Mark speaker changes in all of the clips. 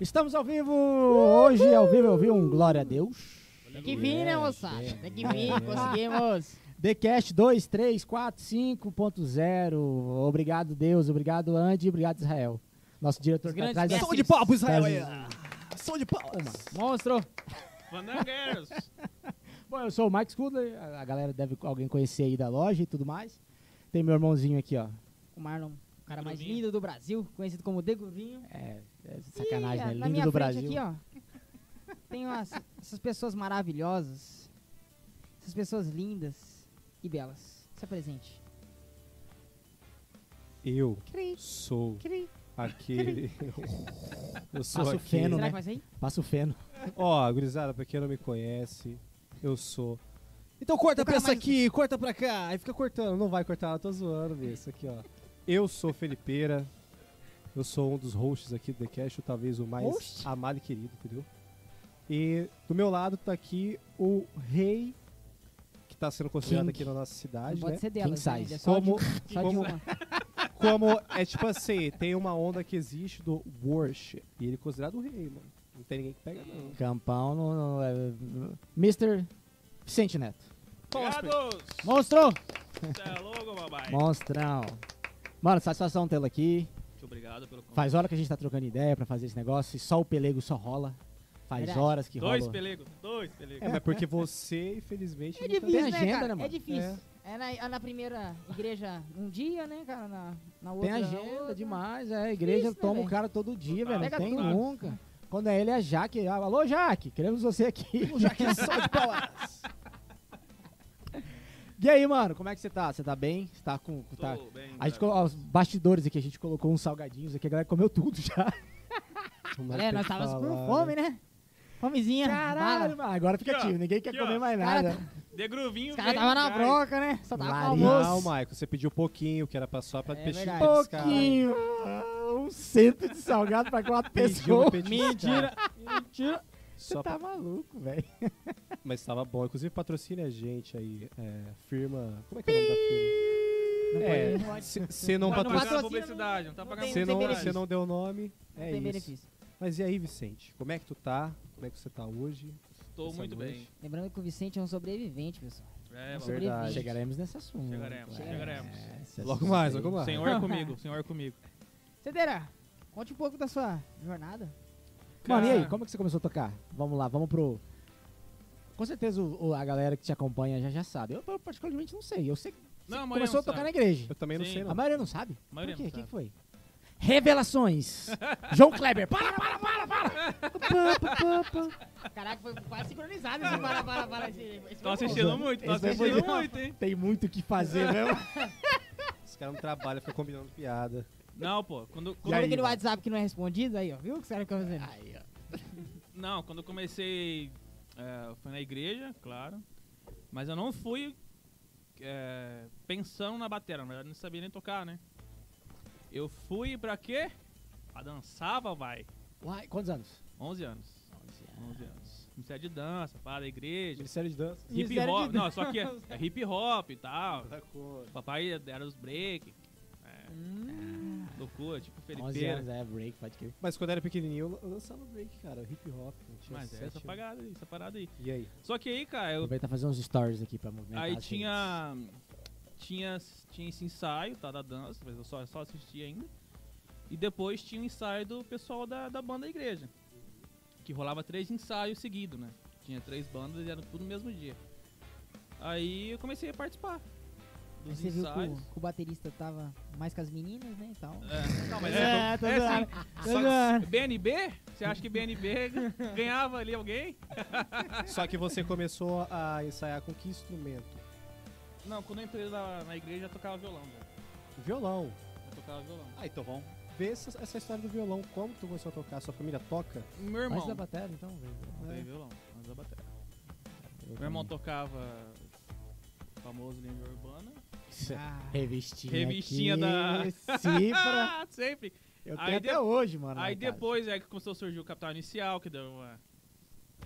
Speaker 1: Estamos ao vivo! Hoje, ao vivo, eu vi um Glória a Deus.
Speaker 2: Tem que vir, né, moçada? Tem que vir, conseguimos.
Speaker 1: TheCast 2345.0. Obrigado, Deus. Obrigado, Andy. Obrigado, Israel. Nosso diretor
Speaker 2: Os
Speaker 1: tá
Speaker 2: grandes
Speaker 1: atrás da-
Speaker 2: mestres.
Speaker 3: Som de palmas, Israel aí.
Speaker 1: Traz-
Speaker 3: Som de palmas.
Speaker 2: Monstro.
Speaker 4: Fandangueiros.
Speaker 1: Bom, eu sou o Mike Scudler. A a galera deve alguém conhecer aí da loja e tudo mais. Tem meu irmãozinho aqui, ó.
Speaker 2: O Marlon, o cara mais
Speaker 4: Deguvinho.
Speaker 2: lindo do Brasil, conhecido como Deguvinho.
Speaker 1: É, é sacanagem, né?
Speaker 2: Ih, Na
Speaker 1: Lindo
Speaker 2: minha
Speaker 1: do
Speaker 2: frente
Speaker 1: Brasil.
Speaker 2: aqui, ó. Tem umas, essas pessoas maravilhosas. Essas pessoas lindas e belas. é Se apresente.
Speaker 5: Eu
Speaker 2: Cri,
Speaker 5: sou
Speaker 2: cri.
Speaker 5: aquele. eu sou
Speaker 1: Passa o
Speaker 5: aquele.
Speaker 1: feno,
Speaker 2: Será
Speaker 1: né?
Speaker 2: que vai sair?
Speaker 1: Passa o feno.
Speaker 5: Ó, gurizada, pra quem não me conhece, eu sou.
Speaker 3: Então corta
Speaker 5: O
Speaker 3: pra
Speaker 5: cara
Speaker 3: essa
Speaker 5: mais-
Speaker 3: aqui, corta pra cá.
Speaker 5: Aí fica cortando, não vai cortar, eu tô zoando, bicho. Isso aqui, ó. Eu sou Felipeira. Eu sou um dos hosts aqui do The Cash, talvez o mais
Speaker 2: Host?
Speaker 5: amado e querido, entendeu? E do meu lado tá aqui o rei, que tá sendo considerado
Speaker 1: King.
Speaker 5: aqui na nossa cidade,
Speaker 2: Não pode
Speaker 5: né?
Speaker 2: ser delas,
Speaker 1: sai?
Speaker 2: né? Ele é só
Speaker 5: Como,
Speaker 2: de- só de
Speaker 5: como-
Speaker 2: uma.
Speaker 5: Como é tipo assim, tem uma onda que existe do worship. E ele é considerado o rei, mano. Não tem ninguém que pega, não.
Speaker 1: Campão no. no- é, Mr. Vicente Neto.
Speaker 4: Obrigados.
Speaker 1: Monstro!
Speaker 4: Cê é louco, babai.
Speaker 1: Monstrão. Mano, satisfação tê-lo aqui.
Speaker 4: Muito obrigado pelo convite.
Speaker 1: Faz hora que a gente tá trocando ideia pra fazer esse negócio e só o pelego só rola. Faz
Speaker 2: Verdade.
Speaker 1: horas que
Speaker 4: Dois
Speaker 1: rola.
Speaker 4: pelegos. Dois pelegos.
Speaker 5: É, mas porque você, infelizmente.
Speaker 2: É
Speaker 5: nunca-
Speaker 2: difícil,
Speaker 1: Tem
Speaker 2: né,
Speaker 1: agenda,
Speaker 2: cara?
Speaker 1: né,
Speaker 2: é
Speaker 1: mano?
Speaker 2: difícil. É, na, é na primeira igreja um dia, né, cara? Na, na outra.
Speaker 1: Tem agenda
Speaker 2: outra.
Speaker 1: demais, é. A igreja
Speaker 2: Difícil, né,
Speaker 1: toma o
Speaker 2: velho?
Speaker 1: cara todo dia, velho.
Speaker 4: Total.
Speaker 1: Não
Speaker 2: Pega
Speaker 1: tem
Speaker 2: tudo.
Speaker 1: nunca. Quando é ele, é Jaque. Ah, Alô, Jaque, queremos você aqui.
Speaker 3: Já que é som de palmas.
Speaker 1: E aí, mano, como é que você tá? Você tá bem? Você tá com.
Speaker 4: Tô
Speaker 1: Tá...
Speaker 4: bem,
Speaker 1: A gente,
Speaker 4: cara.
Speaker 1: colo- ó, os bastidores aqui, a gente colocou uns salgadinhos aqui, a galera comeu tudo já. é
Speaker 2: Galera, É, nós távamos com
Speaker 5: Falar,
Speaker 2: fome, né? Fomezinha.
Speaker 1: Caralho,
Speaker 2: bala.
Speaker 1: mano, agora fica
Speaker 4: Aqui, ó.
Speaker 1: ativo, ninguém quer
Speaker 4: Aqui,
Speaker 1: comer
Speaker 4: ó.
Speaker 1: mais
Speaker 2: Cara,
Speaker 1: nada.
Speaker 4: De gruvinho, Tá
Speaker 2: Os caras
Speaker 4: veio
Speaker 2: tava na
Speaker 4: atrás.
Speaker 2: broca, né? Só tava com
Speaker 1: Lariz.
Speaker 2: almoço.
Speaker 5: Não, Maico, você pediu pouquinho, que era pra só pra
Speaker 2: É
Speaker 5: peixinho
Speaker 2: verdade.
Speaker 5: pescar.
Speaker 1: Um Pouquinho. ah, Um cento de salgado pra quatro
Speaker 5: Pediu pra
Speaker 1: pessoas.
Speaker 5: petiscar.
Speaker 1: Mentira. Você
Speaker 5: Só
Speaker 1: tá
Speaker 5: pra-
Speaker 1: maluco, velho.
Speaker 5: Mas tava bom. Inclusive, patrocina a gente aí. é, firma. Como é que é o nome da firma? É, se- se não
Speaker 4: Não tá
Speaker 5: patrocina.
Speaker 4: pagando
Speaker 2: patrocina,
Speaker 4: publicidade. Não tá pagando
Speaker 2: tem-
Speaker 5: Você
Speaker 2: não
Speaker 5: não,
Speaker 2: benefício.
Speaker 5: você não deu o nome.
Speaker 2: Não
Speaker 5: É
Speaker 2: tem
Speaker 5: isso.
Speaker 2: benefício.
Speaker 5: Mas e aí, Vicente? Como é que tu tá? Como é que você tá hoje?
Speaker 4: Tô
Speaker 5: Essa
Speaker 4: muito bem.
Speaker 5: noite.
Speaker 2: Lembrando que o Vicente é um sobrevivente, pessoal.
Speaker 4: É,
Speaker 2: Nossa,
Speaker 4: babai.
Speaker 2: Verdade.
Speaker 1: Chegaremos nesse assunto.
Speaker 4: Chegaremos,
Speaker 1: É,
Speaker 4: chegaremos.
Speaker 1: esse
Speaker 5: Logo
Speaker 1: assunto
Speaker 5: mais,
Speaker 1: aí.
Speaker 5: logo mais.
Speaker 4: Senhor é comigo, senhor é comigo.
Speaker 2: Cedeira, conte um pouco da sua jornada.
Speaker 1: Mano, e aí,
Speaker 4: Cara,
Speaker 1: como é que você começou a tocar? Vamos lá, vamos pro. Com certeza o- o- a galera que te acompanha já, já sabe. Eu, eu particularmente não sei. Eu sei que
Speaker 4: Não, é um a maioria
Speaker 1: começou a
Speaker 4: não
Speaker 1: tocar na
Speaker 4: sabe.
Speaker 1: igreja.
Speaker 5: Eu também não
Speaker 4: Sim.
Speaker 5: sei, não.
Speaker 1: A maioria não sabe?
Speaker 4: A maioria
Speaker 1: Por quê?
Speaker 4: não
Speaker 1: O que
Speaker 4: sabe.
Speaker 1: que foi? Revelações! João Kleber! Para, para, para, para!
Speaker 2: Caraca, foi quase sincronizado esse para, para, para. Esse, esse
Speaker 4: Tô
Speaker 2: foi bom.
Speaker 4: assistindo muito, tô
Speaker 1: né? Esse foi
Speaker 4: assistindo
Speaker 1: bom.
Speaker 4: muito, hein?
Speaker 1: Tem muito o que fazer, né?
Speaker 5: Os caras não trabalham, ficam combinando piada.
Speaker 4: Não, pô. Quando,
Speaker 2: Quando
Speaker 4: quando-
Speaker 1: aí,
Speaker 2: eu aquele
Speaker 1: mano?
Speaker 2: WhatsApp que não é respondido, aí, ó. Viu o que os caras ficam fazendo?
Speaker 4: Não, quando eu comecei. é, foi na igreja, claro. Mas eu não fui é, pensando na bateria, na verdade não sabia nem tocar, né? Eu fui pra quê? Pra dançar, vai.
Speaker 1: Uai, quantos anos?
Speaker 4: 11 anos. 11 anos. Ministério de dança, para da igreja.
Speaker 5: Ministério de dança.
Speaker 4: Hip
Speaker 2: Ministério
Speaker 4: hop.
Speaker 2: de
Speaker 4: Não, só que é, é hip hop e tal.
Speaker 5: Da cor.
Speaker 4: Papai era os break. É,
Speaker 5: Hum.
Speaker 4: loucura, tipo
Speaker 1: 11 anos,
Speaker 4: Felipe.
Speaker 1: é, break, pode crer.
Speaker 5: Mas quando eu era pequenininho, eu lançava break, cara. Hip hop. eu tinha
Speaker 4: Mas é
Speaker 5: sete
Speaker 4: essa
Speaker 5: anos.
Speaker 4: parada aí, essa parada aí.
Speaker 5: E aí?
Speaker 4: Só que aí, cara, eu
Speaker 1: Aproveitar e fazer uns stories aqui pra movimentar.
Speaker 4: Aí
Speaker 1: as redes.
Speaker 4: tinha, tinha. Tinha esse ensaio, tá? Da dança, mas eu só, só assisti ainda. E depois tinha o ensaio do pessoal da, da banda da igreja. Que rolava três ensaios seguidos, né? Tinha três bandas e era tudo no mesmo dia. Aí eu comecei a participar
Speaker 2: Aí
Speaker 4: dos
Speaker 2: você viu que
Speaker 4: ensaios.
Speaker 2: o, que o baterista tava mais com as meninas, né, e tal.
Speaker 4: É, não, mas é,
Speaker 2: tô
Speaker 4: é
Speaker 2: zoando.
Speaker 4: assim,
Speaker 2: Tô
Speaker 4: só que
Speaker 2: zoando.
Speaker 4: BNB? Você acha que BNB ganhava ali alguém?
Speaker 5: Só que você começou a ensaiar com que instrumento?
Speaker 4: Não, quando eu entrei na, na igreja eu tocava violão, velho.
Speaker 5: Violão.
Speaker 4: Eu tocava violão.
Speaker 5: Ah, então vamos ver essa, essa história do violão. Como tu começou a tocar? Sua família toca?
Speaker 4: Meu
Speaker 1: Antes
Speaker 4: irmão.
Speaker 1: da bateria, então. velho.
Speaker 4: Tem violão, mas a bateria. Meu irmão tá tocava o famoso Lenda Urbana.
Speaker 2: Ah,
Speaker 1: Revistinha.
Speaker 4: Revistinha
Speaker 1: aqui,
Speaker 4: da-
Speaker 1: Cifra.
Speaker 4: Ah, sempre.
Speaker 1: Eu tenho
Speaker 4: Aí
Speaker 1: até
Speaker 4: de-
Speaker 1: hoje, mano. lá
Speaker 4: Aí
Speaker 1: em casa.
Speaker 4: depois é que começou a surgir o Capital Inicial, que deu uma.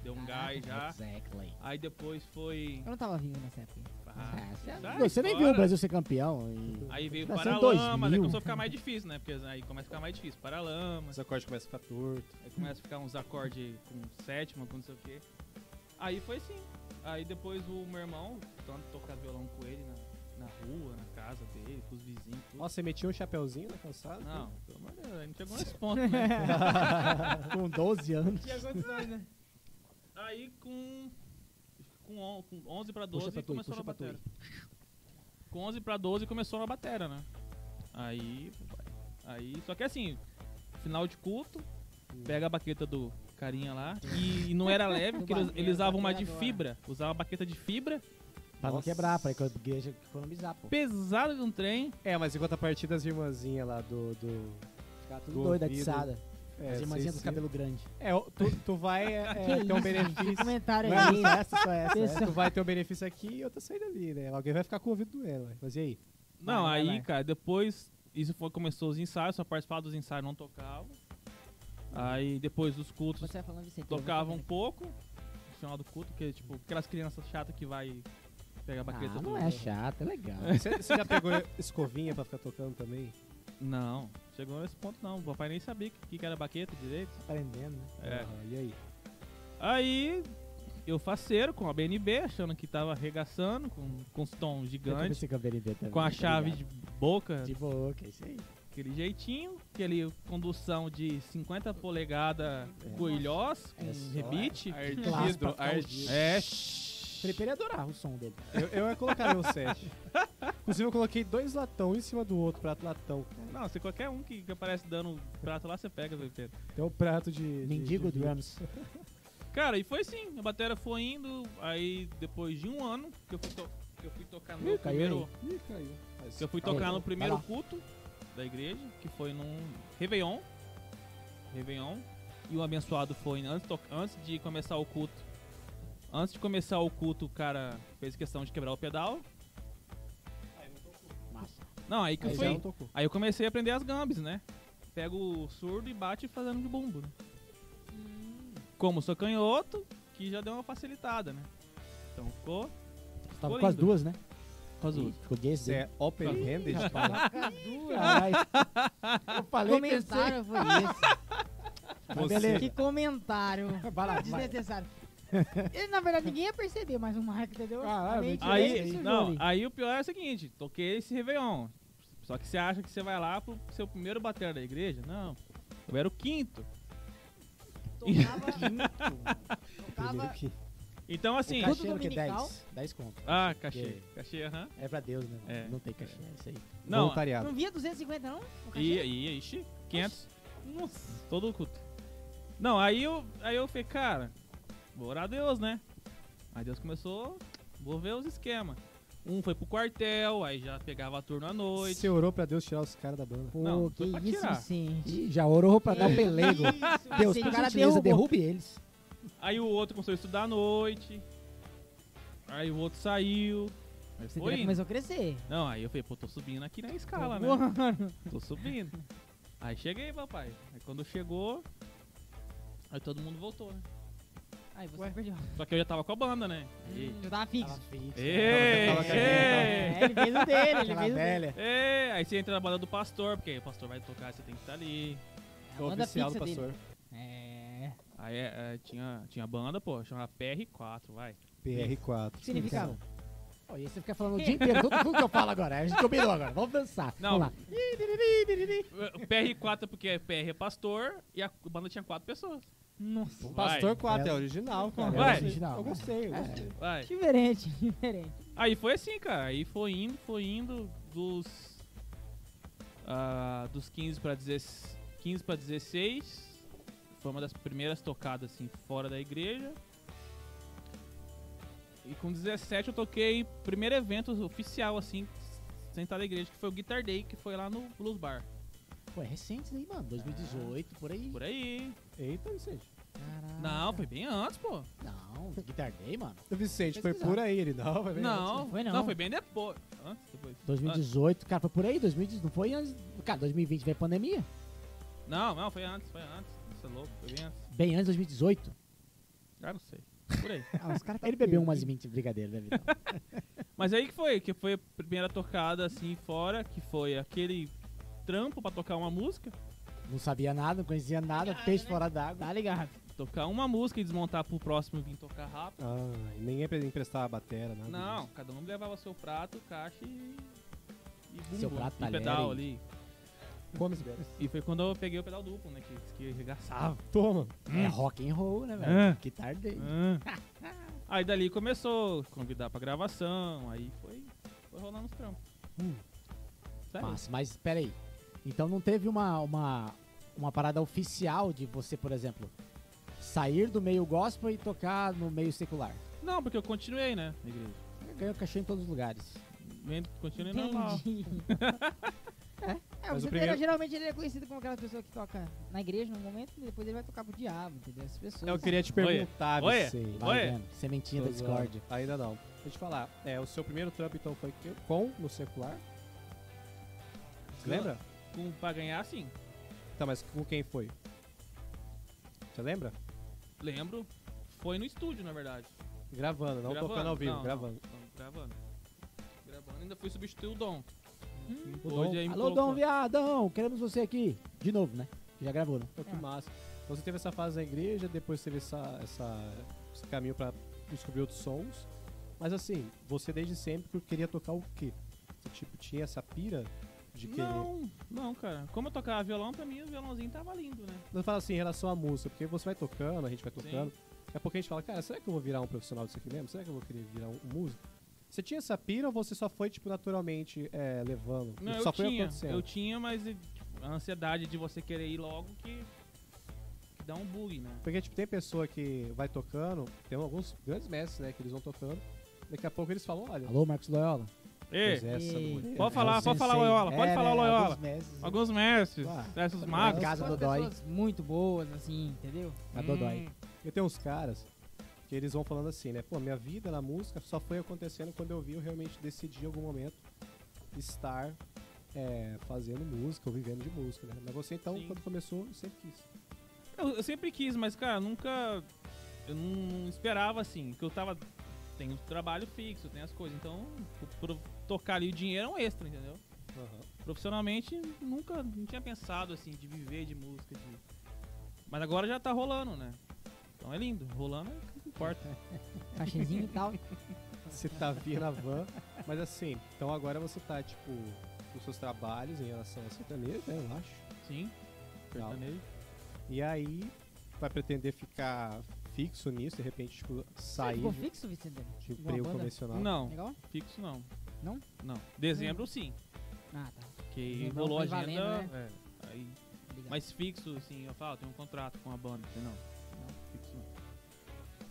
Speaker 4: Deu um
Speaker 2: Caraca,
Speaker 4: gás já.
Speaker 1: Exactly.
Speaker 4: Aí depois foi.
Speaker 2: eu não tava vivo nessa época.
Speaker 4: Ah, Ah, já
Speaker 1: Você nem viu
Speaker 4: agora-
Speaker 1: o Brasil Tá ser campeão. e-
Speaker 4: Aí veio o
Speaker 1: Vai ser em
Speaker 4: Paralama, aí
Speaker 1: 2000.
Speaker 4: começou a ficar mais difícil, né? Porque aí começa a ficar mais difícil. Paralama,
Speaker 5: Os acordes começam a ficar torto.
Speaker 4: aí começa a ficar uns acordes com sétima, com não sei o quê. Aí foi sim. Aí depois o meu irmão, tanto tocar violão com ele na, na rua, na casa dele, com os vizinhos, tudo.
Speaker 5: Nossa, você metia um chapéuzinho na calçada?
Speaker 4: Não, pelo amor de Deus, aí não chegou nesse ponto, né?
Speaker 1: Com 12 anos.
Speaker 4: Tinha condições, né? Aí com. Com, on, com 11 pra 12
Speaker 1: Puxa pra tu,
Speaker 4: começou
Speaker 1: puxa
Speaker 4: a
Speaker 1: pra tu.
Speaker 4: bateria. Com 11 pra 12 começou a bateria, né? Aí. Aí. Só que assim, final de culto, pega a baqueta do carinha lá. E, e não era leve, porque eles,
Speaker 2: barbeiro,
Speaker 4: eles usavam uma de
Speaker 2: barbeador.
Speaker 4: fibra. Usavam uma baqueta de fibra,
Speaker 1: Pra não
Speaker 5: Nossa.
Speaker 1: quebrar, pra igreja economizar, pô.
Speaker 4: pesada de um trem.
Speaker 5: É, mas enquanto a partida das irmãzinhas lá do. do
Speaker 1: Ficar Tá
Speaker 5: Do
Speaker 1: tudo doida,
Speaker 5: ouvido.
Speaker 1: atiçada.
Speaker 5: é,
Speaker 1: As irmãzinhas dos
Speaker 5: vocês-
Speaker 1: cabelos grandes.
Speaker 5: É, o- tu, tu vai é,
Speaker 2: Que
Speaker 5: é, ter um
Speaker 2: isso, gente? Que
Speaker 5: benefício.
Speaker 2: comentário
Speaker 5: Não,
Speaker 2: aí.
Speaker 5: só essa, só essa.
Speaker 2: Esse-
Speaker 1: é.
Speaker 5: essa. Tu vai ter um benefício aqui e outra saída ali, né? Alguém vai ficar com o ouvido doendo, ué. mas e aí?
Speaker 2: Vai,
Speaker 4: Não,
Speaker 2: vai,
Speaker 4: aí,
Speaker 2: vai.
Speaker 4: cara, depois isso foi, começou os ensaios, só participava dos ensaios, não tocava. Aí depois dos cultos
Speaker 2: Você vai falando né? disso aí. que eu vou
Speaker 4: tocava um
Speaker 2: tocando
Speaker 4: pouco no final do culto, que tipo, aquelas crianças chatas que vai pegar a baqueta
Speaker 1: Ah,
Speaker 4: do.
Speaker 1: não é chato, é legal.
Speaker 5: Você, você já pegou escovinha pra ficar tocando também?
Speaker 4: Não, chegou nesse ponto não. O papai nem sabia o que, que era baqueta direito.
Speaker 1: Aprendendo, né?
Speaker 4: É.
Speaker 5: Ah, e aí?
Speaker 4: Aí eu faceiro com a BNB, achando que tava arregaçando com, com os tons gigantes, com a chave de boca,
Speaker 1: tá De boa, que é isso aí.
Speaker 4: aquele jeitinho, aquele condução de 50 polegadas coilhós, com
Speaker 1: É só-
Speaker 4: rebite.
Speaker 1: Clássico,
Speaker 6: Ardido,
Speaker 1: aplaudido.
Speaker 6: ardido.
Speaker 4: É,
Speaker 1: Felipe ia adorar o som dele.
Speaker 5: Eu, eu ia colocar meu set. Inclusive, eu coloquei dois latão um em cima do outro, prato latão.
Speaker 4: não, se qualquer um que, que aparece dando prato lá, você pega, Felipe.
Speaker 5: Tem um prato de. de-
Speaker 1: Mendigo
Speaker 5: de-
Speaker 1: Drums.
Speaker 4: Cara, e foi assim, a bateria foi indo, aí depois de um ano que eu fui, to- que eu fui tocar no meu
Speaker 1: caiu
Speaker 4: primeiro.
Speaker 5: Ih, caiu. Mas-
Speaker 4: Que eu fui
Speaker 1: Caiu.
Speaker 4: tocar no
Speaker 1: Vai
Speaker 4: primeiro
Speaker 1: lá.
Speaker 4: culto da igreja, que foi num Réveillon. Réveillon. E o abençoado foi né, antes, to- antes de começar o culto. Antes de começar o culto, o cara fez questão de quebrar o pedal.
Speaker 1: Massa. é
Speaker 4: Não, aí que eu
Speaker 5: Aí
Speaker 4: fui.
Speaker 1: um
Speaker 5: já não tocou.
Speaker 4: Aí eu comecei a aprender as gambes, né? Pega o surdo e bate fazendo de bumbo, né?
Speaker 1: Hum.
Speaker 4: Como sou canhoto, que já deu uma facilitada, né? Então ficou.
Speaker 1: Você tava
Speaker 4: Ficou
Speaker 1: com as
Speaker 4: lindo.
Speaker 1: duas, né?
Speaker 4: Com as duas.
Speaker 1: Ficou gay,
Speaker 5: Você
Speaker 1: esse
Speaker 5: é open-handed?
Speaker 1: Caralho. Eu
Speaker 2: aqui.
Speaker 1: falei
Speaker 2: Comentário foi esse.
Speaker 1: que... Mas
Speaker 5: Você-
Speaker 1: beleza.
Speaker 2: Que comentário.
Speaker 1: Vai lá, vai.
Speaker 2: Desnecessário. Ele, na verdade, ninguém ia perceber, mas o Marco, entendeu?
Speaker 1: Ah,
Speaker 2: A
Speaker 1: eu
Speaker 2: mente
Speaker 1: menti.
Speaker 2: dele
Speaker 4: Aí,
Speaker 2: sujou
Speaker 4: não,
Speaker 2: ali.
Speaker 4: aí o pior é o seguinte, toquei esse Réveillon. Só que você acha que você vai lá pro seu primeiro batera da igreja? Não. Eu era o quinto.
Speaker 5: Primeiro
Speaker 2: Tocava,
Speaker 5: que-
Speaker 4: Então assim.
Speaker 1: O cachê era o quê?
Speaker 2: dominical.
Speaker 1: 10? 10 conto.
Speaker 4: Ah, cachê. Cachê, aham.
Speaker 1: É pra Deus, né?
Speaker 4: É.
Speaker 1: Não tem cachê, é isso aí.
Speaker 4: Não.
Speaker 5: Voluntariado.
Speaker 2: não via 250, não? O
Speaker 4: E
Speaker 2: cachê?
Speaker 4: aí, ixi, 500.
Speaker 2: Nossa.
Speaker 4: Todo o culto. Não, aí eu, aí eu falei, cara, vou orar a Deus, né? Aí Deus começou, vou ver os esquemas. Um foi pro quartel, aí já pegava turno à noite.
Speaker 5: Você orou pra Deus tirar os caras da banda.
Speaker 2: Pô,
Speaker 4: Não,
Speaker 2: que
Speaker 4: foi pra
Speaker 2: isso,
Speaker 4: tirar.
Speaker 2: Vicente.
Speaker 1: Ih, já orou pra dar o pelego.
Speaker 2: Isso,
Speaker 1: Deus, por
Speaker 2: Vicente, o cara
Speaker 1: gentileza,
Speaker 2: derrubou.
Speaker 1: derrube eles.
Speaker 4: Aí o outro começou a estudar à noite. Aí o outro saiu. Aí
Speaker 2: Você
Speaker 4: foi indo.
Speaker 2: começou a crescer.
Speaker 4: Não, aí eu falei, pô, tô subindo aqui na escala, né? Tô subindo. Aí cheguei, papai. Aí quando chegou, aí todo mundo voltou, né?
Speaker 2: Aí você
Speaker 1: Ué.
Speaker 2: perdeu.
Speaker 4: Só que eu já tava com a banda, né? Ei,
Speaker 2: Hum, Já tava fixo.
Speaker 1: né?
Speaker 4: ei,
Speaker 5: Tava com a
Speaker 4: ei.
Speaker 2: É, ele fez o dele, ele
Speaker 1: Aquela
Speaker 2: fez o dele.
Speaker 1: velha.
Speaker 4: É, aí você entra na banda do pastor, porque aí o pastor vai tocar, você tem que estar ali.
Speaker 2: É a
Speaker 5: O
Speaker 2: banda
Speaker 5: oficial
Speaker 2: fixa
Speaker 5: do
Speaker 2: dele.
Speaker 5: pastor.
Speaker 2: É.
Speaker 4: Aí é, é, tinha, tinha banda, pô, chamava PR4, vai.
Speaker 5: PR4.
Speaker 2: O que significava?
Speaker 1: Então. Ó, e aí você fica falando o dia inteiro, tudo, tudo que eu falo agora. A gente combinou agora, vamos dançar.
Speaker 4: Não.
Speaker 1: Vamos lá.
Speaker 4: O PR4 é porque é PR é pastor e a banda tinha quatro pessoas.
Speaker 2: Nossa.
Speaker 4: Vai,
Speaker 5: Pastor 4 é
Speaker 1: É.
Speaker 5: original, É. cara.
Speaker 4: Vai.
Speaker 5: Eu gostei,
Speaker 1: Original,
Speaker 5: Eu
Speaker 1: né?
Speaker 5: gostei, eu gostei.
Speaker 4: vai.
Speaker 2: Diferente, diferente.
Speaker 4: Aí foi assim, cara. Aí foi indo, foi indo dos ah, dos 15 para 15 para 16. Foi uma das primeiras tocadas assim fora da igreja. E com 17 eu toquei primeiro evento oficial assim sem estar na igreja, que foi o Guitar Day, que foi lá no Blues Bar.
Speaker 1: Pô, é recente isso aí, mano. 2018, por aí.
Speaker 4: Por aí.
Speaker 5: Eita, Vicente.
Speaker 2: Caraca.
Speaker 4: Não, foi bem antes, pô.
Speaker 1: Não, Guitar Day, mano.
Speaker 5: O Vicente foi
Speaker 1: Pesquisar.
Speaker 5: por aí, ele não, vai ver.
Speaker 4: Não,
Speaker 2: foi não.
Speaker 4: não, foi bem depois. Antes, depois.
Speaker 1: 2018, cara, foi por aí, 2018, não foi antes. Cara, 2020 veio a pandemia.
Speaker 4: Antes. Não, não, foi antes, foi antes. Você é louco, foi bem antes.
Speaker 1: Bem antes de 2018.
Speaker 4: Ah, não sei. Por aí.
Speaker 2: Ah, os cara tá
Speaker 1: Ele bebeu
Speaker 2: perdido.
Speaker 1: umas 20 brigadeiras, né, Vitão?
Speaker 4: Mas aí que foi, que foi a primeira tocada assim fora, que foi aquele trampo pra tocar uma música,
Speaker 1: Não sabia nada, não conhecia nada, peixe fora d'água.
Speaker 2: Tá ligado?
Speaker 4: tocar uma música e desmontar pro próximo vir tocar rápido.
Speaker 5: Ah, e nem é pra emprestar a batera, nada.
Speaker 4: Não,
Speaker 5: disso.
Speaker 4: cada um levava seu prato, caixa e. E bumbo,
Speaker 1: Seu prato,
Speaker 4: e
Speaker 1: talher
Speaker 4: pedal
Speaker 1: e-
Speaker 4: ali.
Speaker 5: Come esse bebê.
Speaker 4: E foi quando eu peguei o pedal duplo, né? Que, que arregaçava.
Speaker 5: Toma.
Speaker 2: Hum.
Speaker 1: É rock and roll, né, velho?
Speaker 2: Ah.
Speaker 4: É.
Speaker 1: Que tarde.
Speaker 4: Aí dali começou a convidar pra gravação, aí foi, foi rolando os trampos.
Speaker 5: Hum.
Speaker 4: Sério?
Speaker 1: Massa, mas peraí. Então não teve uma, uma, uma parada oficial de você, por exemplo, sair do meio gospel e tocar no meio secular.
Speaker 4: Não, porque eu continuei, né? Na igreja.
Speaker 1: Ganhou cachê em todos os lugares.
Speaker 4: Vem- Continuei normal.
Speaker 2: Entendi. é, é, o
Speaker 5: Mas o
Speaker 2: Zé
Speaker 5: primeiro-
Speaker 2: Pereira, geralmente ele é conhecido como aquela pessoa que toca na igreja num momento e depois ele vai tocar pro diabo, entendeu? Essas pessoas.
Speaker 4: É
Speaker 5: Eu queria te perguntar,
Speaker 4: Olha,
Speaker 2: É.
Speaker 5: Vicente.
Speaker 1: Vai
Speaker 4: Ué?
Speaker 1: vendo, Sementinha da
Speaker 5: Tô
Speaker 1: Discord.
Speaker 5: zoando. Ainda não. Deixa eu te falar. É, o seu primeiro trampo, então, foi que- com no secular? Você lembra?
Speaker 4: Com, pra ganhar, sim.
Speaker 5: Tá, mas com quem foi? Você lembra?
Speaker 4: Lembro. Foi no estúdio, na verdade.
Speaker 5: Gravando, não
Speaker 4: Gravando,
Speaker 5: tocando ao vivo,
Speaker 4: não,
Speaker 5: gravando.
Speaker 4: não, não, gravando. Gravando. Ainda fui substituir o Dom.
Speaker 5: Hum. O
Speaker 4: Hoje é
Speaker 5: Dom-
Speaker 4: aí me
Speaker 1: Alô,
Speaker 4: colocou-
Speaker 1: Dom Viadão, queremos você aqui. De novo, né? Já gravou, né?
Speaker 5: Pô, que massa. Então você teve essa fase na igreja, depois teve essa, essa, esse caminho pra descobrir outros sons. Mas assim, você desde sempre queria tocar o quê? Você, tipo, tinha essa pira de querer...
Speaker 4: Não, não, cara. Como eu tocava violão, pra mim o violãozinho tava lindo, né?
Speaker 5: Não fala assim em relação à música, porque você vai tocando, a gente vai tocando. Daqui a pouco a gente fala, cara, será que eu vou virar um profissional disso aqui mesmo? Será que eu vou querer virar um músico? Você tinha essa pira ou você só foi, tipo, naturalmente é, levando?
Speaker 4: Não,
Speaker 5: só
Speaker 4: eu
Speaker 5: foi
Speaker 4: tinha.
Speaker 5: acontecendo.
Speaker 4: Eu tinha, mas eh, a ansiedade de você querer ir logo que, que dá um bug, né?
Speaker 5: Porque, tipo, tem pessoa que vai tocando, tem alguns grandes mestres, né, que eles vão tocando. Daqui a pouco eles falam, olha,
Speaker 1: Alô, Marcos Loyola. É,
Speaker 4: Ei,
Speaker 5: essa
Speaker 2: Ei.
Speaker 5: mulher-
Speaker 4: É. Pode falar,
Speaker 5: essa-
Speaker 4: pode falar, Loyola, pode
Speaker 1: né,
Speaker 4: falar, Loyola. Hum. alguns mestres,
Speaker 1: Ah,
Speaker 4: mestres
Speaker 1: A
Speaker 4: magos.
Speaker 1: casa do
Speaker 2: São
Speaker 1: Dói.
Speaker 2: pessoas muito boas, assim, entendeu?
Speaker 1: A né? Dodói.
Speaker 4: Hum,
Speaker 5: Porque tem uns caras que eles vão falando assim, né? Pô, minha vida na música só foi acontecendo quando eu vi, eu realmente decidi em algum momento estar é, fazendo música ou vivendo de música, né? Mas você então,
Speaker 4: Sim.
Speaker 5: quando começou, sempre quis.
Speaker 4: Eu, eu sempre quis, mas, cara, nunca. Eu não esperava assim, que eu tava. Tenho trabalho fixo, tem as coisas, então pro- pro tocar ali o dinheiro é um extra, entendeu? Profissionalmente, nunca não tinha pensado assim, de viver de música. de- Mas agora já tá rolando, né? Então é lindo, rolando é o que importa.
Speaker 2: Cachezinho e tal.
Speaker 5: Você tá vindo na van, mas assim, então agora você tá, tipo, nos seus trabalhos em relação a sertanejo, né? Eu acho.
Speaker 4: Sim.
Speaker 5: Legal.
Speaker 4: sertanejo.
Speaker 5: E aí, vai pretender ficar fixo nisso, de repente, tipo,
Speaker 2: Você
Speaker 5: sair
Speaker 2: ficou
Speaker 5: de,
Speaker 2: fixo, Vicente?
Speaker 5: de
Speaker 2: Numa
Speaker 5: emprego
Speaker 2: banda?
Speaker 5: convencional?
Speaker 4: Não,
Speaker 2: Legal?
Speaker 4: fixo não.
Speaker 2: Não?
Speaker 4: Não. Dezembro sim.
Speaker 2: Ah, tá.
Speaker 4: Que
Speaker 2: Dezembro
Speaker 4: rolou a
Speaker 2: foi
Speaker 4: agenda.
Speaker 2: valendo, né?
Speaker 4: é, aí,
Speaker 2: Obrigado.
Speaker 4: mas fixo, assim, eu falo, tem um contrato com a banda. Eu, Não, não, fixo não.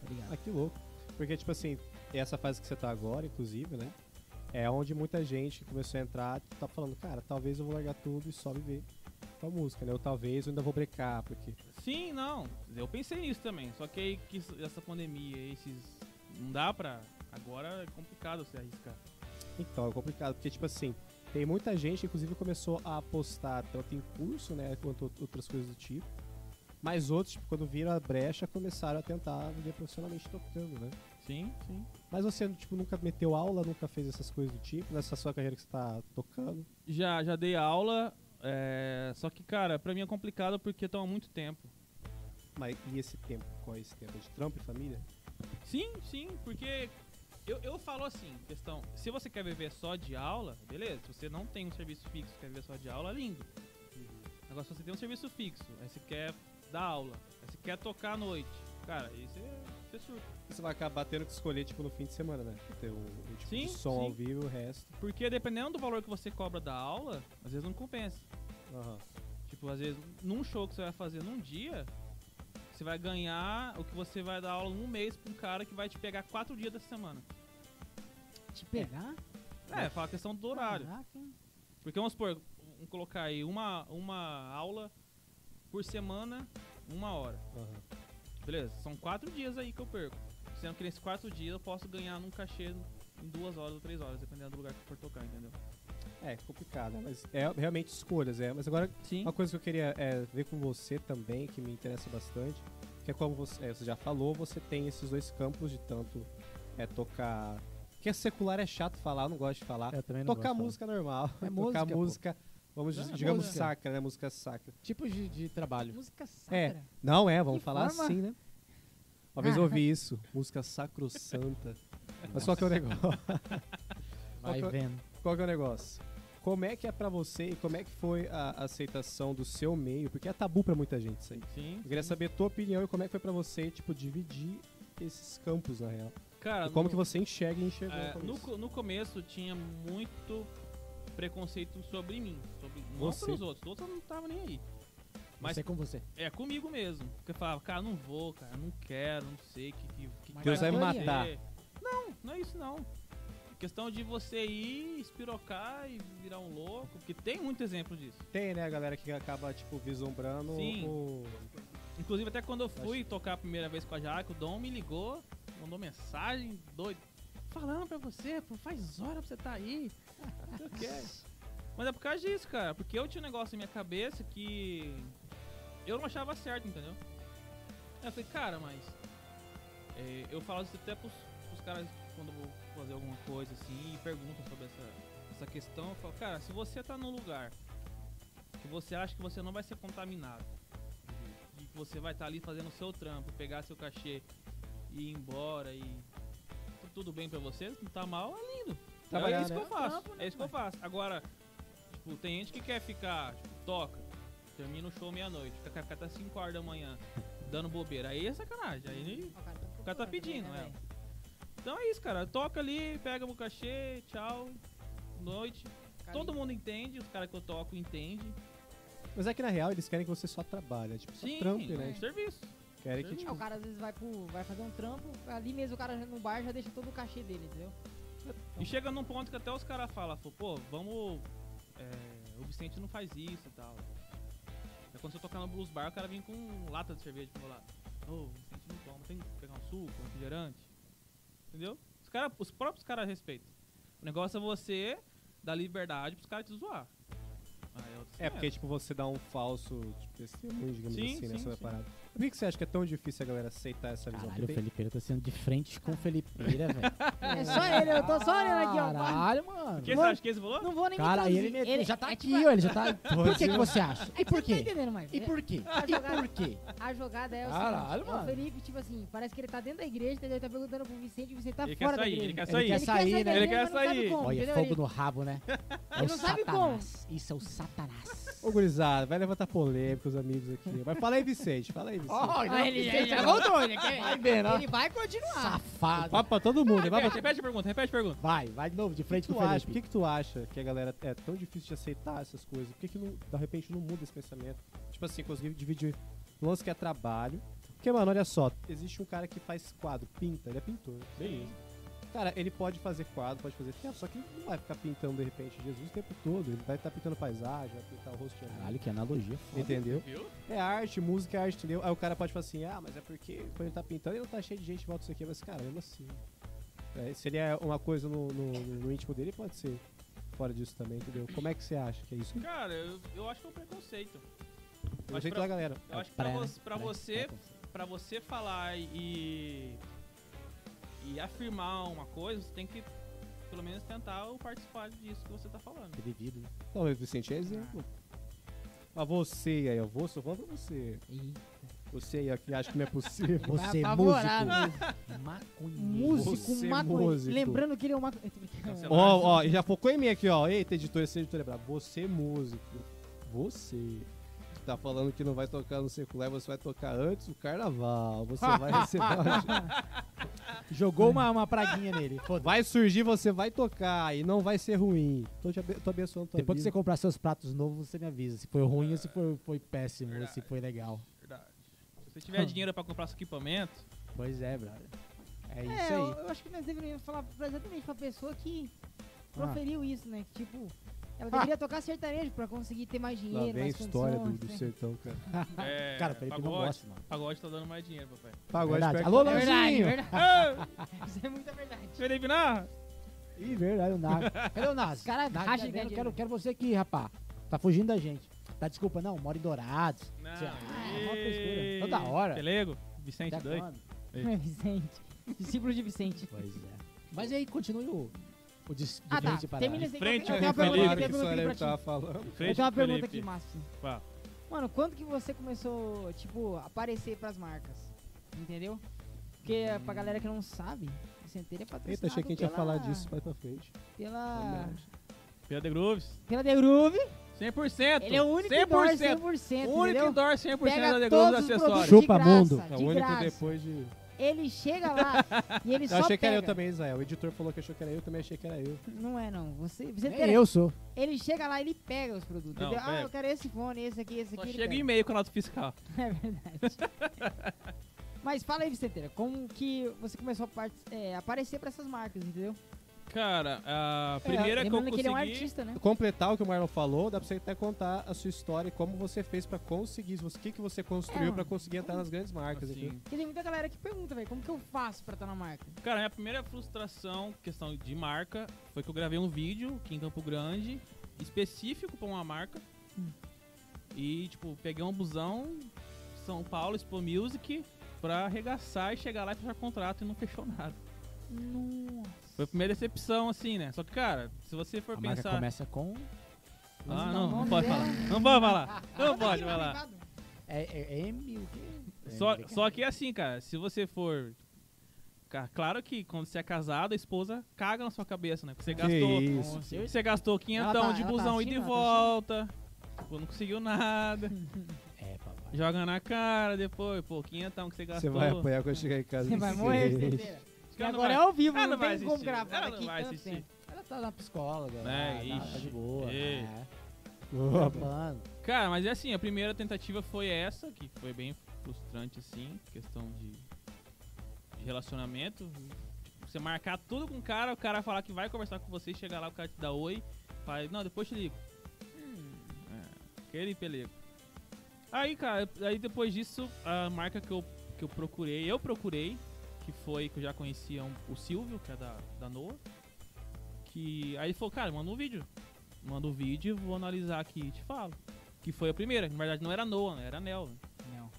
Speaker 2: Obrigado.
Speaker 5: Ah, que louco. Porque, tipo assim, essa fase que você tá agora, inclusive, né? É onde muita gente que começou a entrar tá falando, cara, talvez eu vou largar tudo e só viver com a música, né? Ou talvez eu ainda vou brecar, porque.
Speaker 4: Sim, não. Eu pensei nisso também. Só que aí que isso- essa pandemia, esses. Não dá pra. Agora é complicado você arriscar.
Speaker 5: Então, é complicado, porque, tipo assim, tem muita gente, inclusive, começou a apostar tanto em curso, né? Quanto out- outras coisas do tipo. Mas outros, tipo, quando viram a brecha, começaram a tentar viver profissionalmente tocando, né?
Speaker 4: Sim, sim.
Speaker 5: Mas você, tipo, nunca meteu aula, nunca fez essas coisas do tipo, nessa sua carreira que você tá tocando.
Speaker 4: Já, já dei aula. é, Só que, cara, pra mim é complicado porque toma muito tempo.
Speaker 5: Mas e esse tempo? Qual é esse tempo? É de trampo e família?
Speaker 4: Sim, sim, porque eu, eu falo assim, questão, se você quer viver só de aula, beleza, se você não tem um serviço fixo quer viver só de aula, lindo. Uhum. Agora se você tem um serviço fixo, aí você quer dar aula, aí você quer tocar à noite, cara, isso é, isso é surto.
Speaker 5: Você vai acabar tendo que escolher, tipo, no fim de semana, né? Ter o, o tipo
Speaker 4: Sim,
Speaker 5: de som
Speaker 4: sim.
Speaker 5: ao vivo e o resto.
Speaker 4: Porque dependendo do valor que você cobra da aula, às vezes não compensa. Tipo, às vezes, num show que você vai fazer num dia, você vai ganhar o que você vai dar aula num mês pra um cara que vai te pegar quatro dias da semana.
Speaker 2: Te pegar?
Speaker 4: É, fala a questão do horário.
Speaker 2: Caraca, hein?
Speaker 4: Porque vamos supor, vamos colocar aí uma, uma aula por semana, uma hora.
Speaker 5: aham.
Speaker 4: Beleza, são quatro dias aí que eu perco. Sendo que nesses quatro dias eu posso ganhar num cachê em duas horas ou três horas, dependendo do lugar que eu for tocar, entendeu?
Speaker 5: É complicado, né? mas é realmente escolhas, é. Mas agora,
Speaker 4: Sim.
Speaker 5: uma coisa que eu queria é, ver com você também, que me interessa bastante, que é como você, é, você já falou, você tem esses dois campos de tanto é, tocar Porque secular é chato falar, eu não gosto de falar.
Speaker 1: Eu também não
Speaker 5: Tocar
Speaker 1: gosto de
Speaker 5: música normal.
Speaker 1: É música,
Speaker 5: Tocar
Speaker 1: pô.
Speaker 5: música, vamos dizer,
Speaker 1: É,
Speaker 5: digamos,
Speaker 1: música.
Speaker 5: sacra, né? Música sacra.
Speaker 1: falar. Tipos de, de trabalho.
Speaker 4: É.
Speaker 2: Música sacra.
Speaker 5: Não é, vamos
Speaker 2: Que
Speaker 5: falar
Speaker 2: forma?
Speaker 5: assim, né? Uma vez eu
Speaker 2: Ah.
Speaker 5: ouvi isso, música sacrossanta. Mas qual que é o negócio?
Speaker 1: Vai
Speaker 5: Qual que
Speaker 1: vendo.
Speaker 5: Qual que é o negócio? Como é que é pra você e como é que foi a aceitação do seu meio? Porque é tabu pra muita gente isso aí.
Speaker 4: Sim.
Speaker 5: Eu queria saber a tua opinião e como é que foi pra você, tipo, dividir esses campos, na real.
Speaker 4: Cara,
Speaker 5: E como
Speaker 4: no-
Speaker 5: que você enxerga e enxergou
Speaker 4: É,
Speaker 5: como
Speaker 4: no,
Speaker 5: isso.
Speaker 4: co- no começo tinha muito preconceito sobre mim, sobre não
Speaker 5: Você.
Speaker 4: pelos outros, os outros não tava nem aí.
Speaker 1: Mas
Speaker 4: Mas-
Speaker 1: é com você.
Speaker 4: É comigo mesmo, porque eu falava, cara, não vou, cara, não quero, não sei que que, que
Speaker 2: Mas
Speaker 5: Deus
Speaker 4: cara
Speaker 5: vai
Speaker 4: que
Speaker 5: me
Speaker 4: ser.
Speaker 5: matar.
Speaker 4: Não, não é isso não. Questão de você ir espirocar e virar um louco, porque tem muito exemplo disso.
Speaker 5: Tem, né, a galera que acaba, tipo, vislumbrando
Speaker 4: Sim.
Speaker 5: o...
Speaker 4: Inclusive até quando eu fui tocar a primeira vez com a Jaque, o Dom me ligou, mandou mensagem doido. Falando pra você, pô, faz hora pra você tá aí. Não sei o quê. Mas é por causa disso, cara. Porque eu tinha um negócio na minha cabeça que eu não achava certo, entendeu? Aí eu falei, cara, mas. é, eu falo isso até pros, pros caras quando eu vou fazer alguma coisa assim e perguntam sobre essa, essa questão. Eu falo, cara, se você tá num lugar que você acha que você não vai ser contaminado e que você vai estar ali fazendo o seu trampo, pegar seu cachê e ir embora e tá tudo bem pra você, não tá mal, é lindo.
Speaker 5: Trabalhar,
Speaker 4: é isso
Speaker 5: né?
Speaker 4: que eu faço.
Speaker 2: Trampo, né,
Speaker 4: é isso que eu faço. Agora, tipo, tem gente que quer ficar, tipo, toca, termina o show meia-noite, fica fica até 5 horas da manhã dando bobeira. Aí é sacanagem.
Speaker 2: O
Speaker 4: Aí
Speaker 2: cara tá,
Speaker 4: o cara tá pedindo,
Speaker 2: também,
Speaker 4: né?
Speaker 2: né,
Speaker 4: Então é isso, cara. Toca ali, pega o cachê, tchau, noite.
Speaker 2: velho?
Speaker 4: Todo mundo tá entende, os caras que eu toco entendem.
Speaker 5: Mas é que, na real, eles querem que você só trabalhe, é tipo, só
Speaker 4: Sim,
Speaker 5: trampe, né?
Speaker 4: é. serviço.
Speaker 5: Querem que,
Speaker 4: Sim.
Speaker 2: É,
Speaker 5: tipo...
Speaker 2: o cara às vezes vai, pro, vai fazer um trampo, ali mesmo o cara já- no bar já deixa todo o cachê dele, entendeu?
Speaker 4: E chega num ponto que até os caras falam, pô, pô, vamos. é, o Vicente não faz isso e tal. Aí quando você tocar no Blues Bar, o cara vem com lata de cerveja pro meu lado. Ô, o Vicente não toma, tem que pegar um suco, um refrigerante. Entendeu? Os, cara, os próprios caras respeitam. O negócio é você dar liberdade pros caras te zoar. Aí eu disse,
Speaker 5: É, porque, tipo, você dá um falso tipo, testemunho, digamos
Speaker 4: Sim,
Speaker 5: assim, né,
Speaker 4: sim,
Speaker 5: sobre a
Speaker 4: sim.
Speaker 5: parada. Por que, que você acha que é tão difícil a galera aceitar essa visão?
Speaker 1: Caralho, o
Speaker 5: Porque
Speaker 1: Felipeira tá sendo de frente com o Felipeira, velho.
Speaker 2: É só ele, eu tô só olhando aqui, ó.
Speaker 1: Caralho, mano.
Speaker 4: O que você acha que esse valor?
Speaker 2: Não vou nem
Speaker 1: Cara, aí
Speaker 2: traduzir.
Speaker 1: ele, meteu, já tá
Speaker 2: é
Speaker 1: aqui,
Speaker 2: tipo
Speaker 1: ó. Ele já tá. Por que, que você acha? E por
Speaker 2: Você não tá
Speaker 1: quê?
Speaker 2: entendendo, mas
Speaker 1: E por quê? E por quê?
Speaker 2: a jogada é o
Speaker 1: Caralho,
Speaker 2: seguinte, é
Speaker 1: mano.
Speaker 2: o Felipe, tipo assim, parece que ele tá dentro da igreja, entendeu? ele tá perguntando pro Vicente, o Vicente tá
Speaker 4: Ele quer
Speaker 2: fora da
Speaker 4: sair,
Speaker 2: igreja.
Speaker 4: ele quer
Speaker 1: Ele
Speaker 4: sair.
Speaker 1: quer
Speaker 4: Ele
Speaker 1: sair, né?
Speaker 2: da
Speaker 4: Ele
Speaker 2: igreja, mas
Speaker 4: quer
Speaker 2: não sabe
Speaker 4: sair.
Speaker 2: como,
Speaker 1: Olha,
Speaker 2: entendeu?
Speaker 1: fogo
Speaker 2: Ele-
Speaker 1: no rabo, né? É
Speaker 2: Ele
Speaker 1: o
Speaker 2: não sabe
Speaker 1: satanás. Isso é o satanás.
Speaker 5: Ô, gurizada, vai levantar polêmica os amigos aqui. Mas fala aí, Vicente, fala aí, Vicente.
Speaker 2: Ah, ele, ele já voltou, ele, quer-
Speaker 1: Vai ver, ó.
Speaker 2: ele vai continuar.
Speaker 1: Safado.
Speaker 5: Papo pra todo mundo, né? vai pra
Speaker 4: Repete, repete a pergunta, repete a pergunta.
Speaker 1: Vai, vai de novo, de
Speaker 5: Por que
Speaker 1: frente
Speaker 5: que
Speaker 1: com
Speaker 5: tu
Speaker 1: o
Speaker 5: acha?
Speaker 1: Felipe.
Speaker 5: Por que, que tu acha que a galera é tão difícil de aceitar essas coisas? Por que, que não, de repente não muda esse pensamento? Tipo assim, conseguir dividir o lance que é trabalho. Porque, mano, olha só, existe um cara que faz quadro, pinta, ele é pintor, beleza. Cara, ele pode fazer quadro, pode fazer teatro, só que ele não vai ficar pintando de repente Jesus o tempo todo. Ele vai estar pintando paisagem, vai pintar o rosto de alguém.
Speaker 1: Caralho, que analogia. foda.
Speaker 5: Entendeu?
Speaker 4: Viu?
Speaker 5: É arte, música é arte, entendeu? Aí o cara pode falar assim, ah, mas é porque quando ele tá pintando ele não tá cheio de gente em volta disso aqui, mas cara, mesmo assim. É, se ele é uma coisa no, no, no- no íntimo dele, pode ser fora disso também, entendeu? Como é que você acha que é isso?
Speaker 4: Cara, eu, eu acho que é um preconceito.
Speaker 5: É o
Speaker 4: Mas
Speaker 5: jeito
Speaker 4: pra-
Speaker 5: da galera.
Speaker 4: Eu acho que
Speaker 1: Pré,
Speaker 4: pra,
Speaker 1: né?
Speaker 4: vo- pra
Speaker 1: Pré,
Speaker 4: você
Speaker 1: pré-
Speaker 4: Pra você falar e e afirmar uma coisa, você tem que pelo menos tentar ou participar disso que você tá falando.
Speaker 1: Ter vivido.
Speaker 5: Não, mas Vicente é exemplo. Mas você aí, eu vou, só falando pra você.
Speaker 2: Ih.
Speaker 5: Você aí, ó, que acha que não é possível.
Speaker 4: Tá
Speaker 1: Você é
Speaker 2: apavorar,
Speaker 1: músico. Maconheiro.
Speaker 2: Tá né? Músico,
Speaker 4: é
Speaker 5: Você
Speaker 2: maconheiro.
Speaker 5: músico.
Speaker 2: Lembrando que ele é um maconheiro. Eu tô brincando.
Speaker 4: Cancelado.
Speaker 5: Ó, ó, e já focou em mim aqui, ó. Eita, editor, esse editor é brabo. Você, músico. Você. que Tá falando que não vai tocar no secular, você vai tocar antes do carnaval. Você vai receber. uma-
Speaker 1: Jogou uma, uma praguinha nele. Foda-se.
Speaker 5: vai surgir, você vai tocar e não vai ser ruim. Tô, te abe tô abençoando tua
Speaker 1: Depois que você
Speaker 5: vida.
Speaker 1: comprar seus pratos novos, você me avisa. Se foi ruim ou se foi, foi péssimo, ou se foi legal.
Speaker 4: é Verdade. Se você
Speaker 1: Ah.
Speaker 4: tiver dinheiro pra comprar seu equipamento,
Speaker 1: Pois é, brother. É isso
Speaker 2: É, eu,
Speaker 1: aí.
Speaker 2: eu acho que nós deveríamos falar pra- exatamente pra pessoa que
Speaker 1: Ah.
Speaker 2: proferiu isso, né? Que, tipo, ela deveria tocar sertanejo pra conseguir ter mais
Speaker 5: Lá
Speaker 2: dinheiro,
Speaker 5: vem a
Speaker 2: mais
Speaker 5: história do,
Speaker 2: condições.
Speaker 5: do
Speaker 2: né?
Speaker 5: sertão, cara.
Speaker 4: é,
Speaker 1: Ah, Cara, o Felipe não
Speaker 4: pagode,
Speaker 1: gosta, mano.
Speaker 4: pagode tá dando mais dinheiro, papai.
Speaker 5: Pagode
Speaker 1: Verdade.
Speaker 5: pega-
Speaker 1: Alô,
Speaker 2: É verdade, é
Speaker 1: Leozinho!
Speaker 2: verdade.
Speaker 4: Ah,
Speaker 2: Isso é muita verdade.
Speaker 4: Felipe Narra!
Speaker 1: Ih, verdade, o Nazi. Cadê o Nazi?
Speaker 2: Cara,
Speaker 1: Nazi,
Speaker 2: racha de
Speaker 1: cadê?
Speaker 2: ganhar
Speaker 1: eu quero,
Speaker 2: dinheiro.
Speaker 1: quero você aqui, rapá. Tá fugindo da gente. Tá, desculpa, não, mora em Dourados.
Speaker 4: Não,
Speaker 1: Você- Ah,
Speaker 4: e-
Speaker 1: é uma frescura. Toda hora.
Speaker 4: Pelego, Vicente
Speaker 1: Até
Speaker 4: doido.
Speaker 1: quando?
Speaker 2: Vicente. é Discípulo de Vicente.
Speaker 1: Pois é. Mas aí, continue o, o dis- de
Speaker 2: Ah, tá.
Speaker 1: frente para
Speaker 2: Termina
Speaker 1: trás.
Speaker 2: esse
Speaker 4: Frente,
Speaker 2: eu
Speaker 4: o
Speaker 2: tenho uma
Speaker 4: Felipe,
Speaker 2: pergunta, eu
Speaker 5: Falaram
Speaker 2: tenho uma
Speaker 5: que
Speaker 4: Felipe,
Speaker 2: pergunta aqui pra
Speaker 5: Soares
Speaker 2: ti.
Speaker 5: tava falando.
Speaker 2: Eu
Speaker 4: Frente,
Speaker 2: tenho uma pergunta
Speaker 4: Felipe.
Speaker 2: aqui, Márcio.
Speaker 4: Fala.
Speaker 2: Mano, quando que você começou, tipo, a aparecer pras marcas? Entendeu? Porque pra galera que não sabe, o Centeira é patrocinado
Speaker 5: Hum. Eita, achei que a gente ia
Speaker 2: pela,
Speaker 5: falar disso Tá mais pra frente.
Speaker 2: Pela,
Speaker 4: Pia The Grooves,
Speaker 2: pela The Groove.
Speaker 4: 100%.
Speaker 2: Ele é o único
Speaker 4: 100%.
Speaker 2: endorse 100%,
Speaker 4: O único
Speaker 2: entendeu?
Speaker 4: endorse 100% da é The
Speaker 2: Pega
Speaker 4: Grooves
Speaker 2: todos os
Speaker 1: acessórios.
Speaker 2: produtos
Speaker 4: acessórios.
Speaker 1: Chupa
Speaker 2: de graça,
Speaker 1: mundo.
Speaker 5: É
Speaker 2: de
Speaker 5: o único
Speaker 2: graça.
Speaker 5: depois de.
Speaker 2: Ele chega lá e ele
Speaker 5: Eu
Speaker 2: só
Speaker 5: achei que era eu
Speaker 2: pega.
Speaker 5: também, Israel. O editor falou que achou que era eu, eu também achei que era eu.
Speaker 2: Não é não. Você, você
Speaker 1: Nem
Speaker 2: pega-
Speaker 1: eu sou.
Speaker 2: Ele chega lá e ele pega os produtos.
Speaker 4: Não,
Speaker 2: entendeu? Ah,
Speaker 4: pega.
Speaker 2: eu quero esse fone, esse aqui, esse
Speaker 4: Só
Speaker 2: aqui. ele
Speaker 4: chega o
Speaker 2: pega.
Speaker 4: e-mail com a nota fiscal.
Speaker 2: É verdade. Mas fala aí, Vicenteira, como que você começou a part- é, aparecer pra essas marcas, entendeu?
Speaker 4: Cara, a primeira que eu
Speaker 2: É, Lembrando que,
Speaker 4: consegui...
Speaker 2: ele é um artista, né?
Speaker 5: Completar o que o Marlon falou, dá pra você até contar a sua história e como você fez pra conseguir, isso, o que, que você construiu
Speaker 2: É,
Speaker 5: pra conseguir entrar nas grandes marcas.
Speaker 4: assim,
Speaker 5: entendeu?
Speaker 2: Porque tem muita galera que pergunta, velho, como que eu faço pra estar na marca?
Speaker 4: Cara, minha primeira frustração, questão de marca, foi que eu gravei um vídeo aqui em Campo Grande, específico pra uma marca.
Speaker 2: Hum.
Speaker 4: E, tipo, peguei um busão, São Paulo, Expo Music, pra arregaçar e chegar lá e fechar contrato e não fechou nada.
Speaker 2: Nossa.
Speaker 4: Foi a primeira decepção, assim, né? Só que, cara, se você for
Speaker 1: A marca
Speaker 4: pensar.
Speaker 1: começa com...
Speaker 4: Ah,
Speaker 2: Mas
Speaker 4: não,
Speaker 2: não,
Speaker 4: não
Speaker 2: não
Speaker 4: pode
Speaker 2: deu.
Speaker 4: falar. Não pode falar. Não pode falar.
Speaker 1: É, é, M o quê?
Speaker 4: Só,
Speaker 1: MVK.
Speaker 4: só que é assim, cara, se você for. Ca- Claro que quando você é casado, a esposa caga na sua cabeça, né? Porque você
Speaker 5: Que
Speaker 4: gastou.
Speaker 5: isso.
Speaker 1: Com certeza.
Speaker 4: Você gastou
Speaker 2: Ela
Speaker 4: 500
Speaker 2: tá-
Speaker 4: de
Speaker 2: ela tá
Speaker 4: busão
Speaker 2: assistindo?
Speaker 4: ida e
Speaker 2: Ela tá
Speaker 4: volta. Pô, não conseguiu nada.
Speaker 1: É, papai.
Speaker 4: Joga na cara depois, pô, 500 que você
Speaker 5: Você
Speaker 4: gastou.
Speaker 5: vai apanhar quando chegar em casa.
Speaker 2: Você vai morrer,
Speaker 5: Sim.
Speaker 2: Vicenteira.
Speaker 4: Os
Speaker 2: E
Speaker 4: caras não
Speaker 2: agora é
Speaker 4: vai-
Speaker 2: ao vivo,
Speaker 4: Ela
Speaker 2: não,
Speaker 4: não vai
Speaker 2: tem como
Speaker 4: assistir.
Speaker 2: gravar
Speaker 4: Ela não
Speaker 2: daqui
Speaker 4: vai
Speaker 2: tanto
Speaker 4: assistir.
Speaker 2: tempo.
Speaker 1: Ela tá na psicóloga.
Speaker 4: É,
Speaker 1: ela tá, tá
Speaker 4: ixi. é.
Speaker 1: de boa.
Speaker 4: Ei.
Speaker 1: né? Tá
Speaker 5: Opa.
Speaker 1: Mano,
Speaker 4: Cara, mas é assim, a primeira tentativa foi essa, que foi bem frustrante, assim, questão de, de relacionamento. Tipo, você marcar tudo com o cara, o cara falar que vai conversar com você, chegar lá, o cara te dá oi, fala, não, depois te ligo. É, aquele pelego. Aí, cara, aí depois disso, a marca que eu, que eu procurei, eu procurei, que foi, que eu já conhecia um- o Silvio, que é da, da Noa, que aí ele falou, cara, manda um vídeo. Manda um vídeo, vou analisar aqui e te falo. Que foi a primeira, que na verdade não era Noah, era Nel. né?
Speaker 2: Não.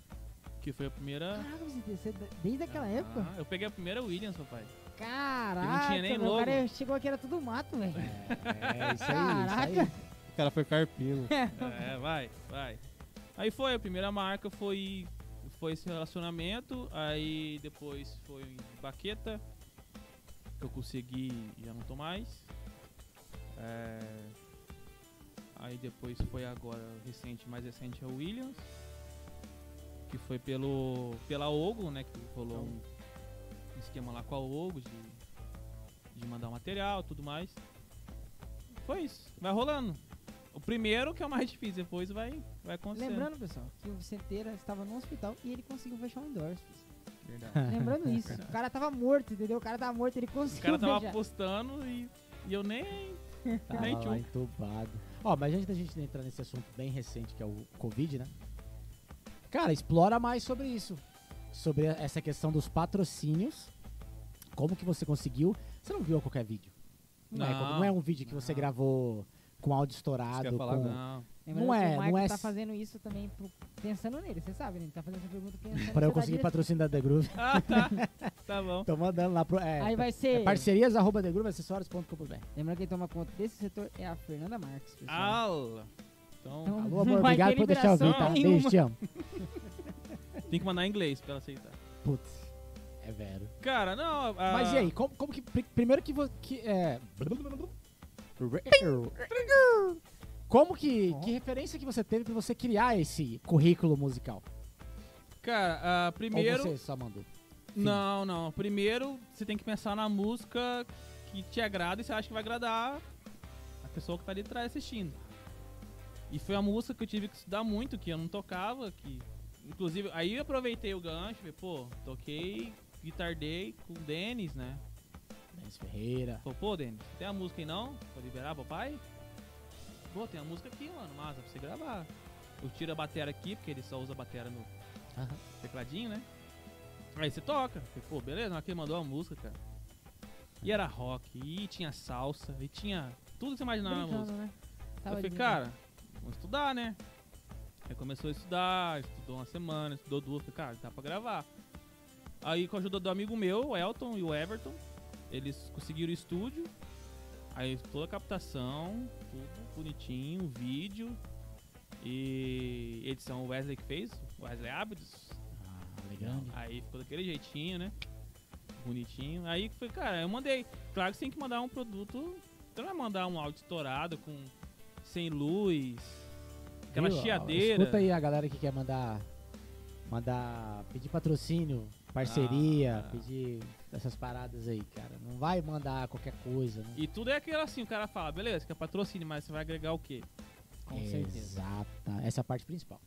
Speaker 4: Que foi a primeira.
Speaker 2: Caraca, Vicenteira, você é da- desde aquela época?
Speaker 4: Ah, eu peguei a primeira Williams, papai.
Speaker 2: Caraca,
Speaker 4: não tinha nem
Speaker 2: meu, o
Speaker 4: logo.
Speaker 2: cara chegou aqui, era tudo mato, velho.
Speaker 1: é isso aí.
Speaker 2: Caraca.
Speaker 1: Isso aí.
Speaker 5: O cara foi carpino.
Speaker 4: É, vai, vai. Aí foi, a primeira marca foi, foi esse relacionamento, aí depois foi baqueta, que eu consegui e já não tô mais. É, aí depois foi agora recente, mais recente é o Williams, que foi pelo. pela Ogo, né? Que rolou um esquema lá com a Ogo de, de mandar o material tudo mais. Foi isso, vai rolando. O primeiro que é o mais difícil, depois vai, vai acontecendo.
Speaker 2: Lembrando, pessoal, que o Vicenteira estava no hospital e ele conseguiu fechar um endorse.
Speaker 4: Verdade.
Speaker 2: Lembrando isso. O cara tava morto, entendeu? O cara tava morto, ele
Speaker 4: O
Speaker 2: conseguiu
Speaker 4: cara tava
Speaker 2: beijar.
Speaker 4: apostando e, e eu nem.
Speaker 1: Tava
Speaker 4: Nem
Speaker 1: Tá
Speaker 4: um
Speaker 1: lá
Speaker 4: tchum.
Speaker 1: entubado. Ó, mas antes da gente entrar nesse assunto bem recente, que é o Covid, né? Cara, explora mais sobre isso. Sobre a- essa questão dos patrocínios. Como que você conseguiu. Você não viu qualquer vídeo. Não, é,
Speaker 4: Não.
Speaker 1: qualquer- não é um vídeo que você
Speaker 4: Não.
Speaker 1: gravou com áudio
Speaker 5: Isso que eu
Speaker 1: estourado.
Speaker 5: ia falar
Speaker 1: com-
Speaker 5: agora.
Speaker 4: Não.
Speaker 2: Lembrando
Speaker 1: Não
Speaker 2: que
Speaker 1: é,
Speaker 2: o
Speaker 1: não
Speaker 2: Michael
Speaker 1: é
Speaker 2: tá
Speaker 1: s-
Speaker 2: fazendo isso também pro- pensando nele, você sabe, né? Ele tá fazendo essa pergunta pensando
Speaker 1: Pra eu conseguir
Speaker 2: você dar direito-
Speaker 1: patrocínio da The Groove.
Speaker 4: Ah, tá. tá bom.
Speaker 1: Tô mandando lá pro. É,
Speaker 2: Aí vai ser...
Speaker 1: é parcerias arroba The Groove, acessórios.com.br.
Speaker 2: Lembrando que quem toma conta desse setor é a Fernanda Marques, pessoal.
Speaker 4: Ala. Então,
Speaker 2: Então,
Speaker 1: Alô, amor,
Speaker 2: não vai ter
Speaker 1: obrigado por deixar eu vir,
Speaker 2: liberação
Speaker 1: tá? Beijo,
Speaker 2: nenhuma.
Speaker 1: te amo.
Speaker 4: tem que mandar em inglês pra ela aceitar.
Speaker 1: Putz, é velho.
Speaker 4: Cara, não. a-
Speaker 1: Mas e aí, como, como que. pri- Primeiro que você. é, como que. Que referência que você teve pra você criar esse currículo musical?
Speaker 4: Cara, a primeiro.
Speaker 1: Ou você só mandou?
Speaker 4: Não, não. Primeiro, você tem que pensar na música que te agrada e você acha que vai agradar a pessoa que tá ali atrás assistindo. E foi a música que eu tive que estudar muito, que eu não tocava, que... Inclusive, aí eu aproveitei o gancho, falei, pô, toquei, guitardei com o Denis, né?
Speaker 1: Denis Ferreira.
Speaker 4: Falei, pô, Denis, tem a música aí não? Pra liberar, papai? Pô, tem a música aqui, mano, massa, pra você gravar. Eu tiro a batera aqui, porque ele só usa a batera no
Speaker 1: Aham.
Speaker 4: tecladinho, né? Aí você toca. Falei, Pô, beleza, mas quem mandou a música, cara. E era rock, e tinha salsa, e tinha tudo que você imaginava na música.
Speaker 2: Brincando, né?
Speaker 4: Eu falei, cara, vamos estudar, né? Aí começou a estudar, estudou uma semana, estudou duas, falei, cara, dá pra gravar. Aí com a ajuda do amigo meu, o Elton e o Everton, Eles conseguiram o estúdio, aí toda a captação, tudo bonitinho, um vídeo e edição o Wesley que fez, o Wesley Abdes.
Speaker 1: Ah, legal.
Speaker 4: Aí ficou daquele jeitinho, né? Bonitinho. Aí foi, cara, eu mandei. Claro que você tem que mandar um produto. Você não vai mandar um áudio estourado com sem luz, aquela
Speaker 1: Viu? Ah,
Speaker 4: chiadeira.
Speaker 1: Escuta aí a galera que quer mandar. Mandar. Pedir patrocínio, parceria,
Speaker 4: Ah.
Speaker 1: pedir essas paradas aí, cara. Não vai mandar qualquer coisa, né?
Speaker 4: E tudo é aquilo assim, o cara fala, beleza, que é patrocínio, mas você vai agregar o quê?
Speaker 2: Com certeza.
Speaker 1: Exata. Essa é a parte principal.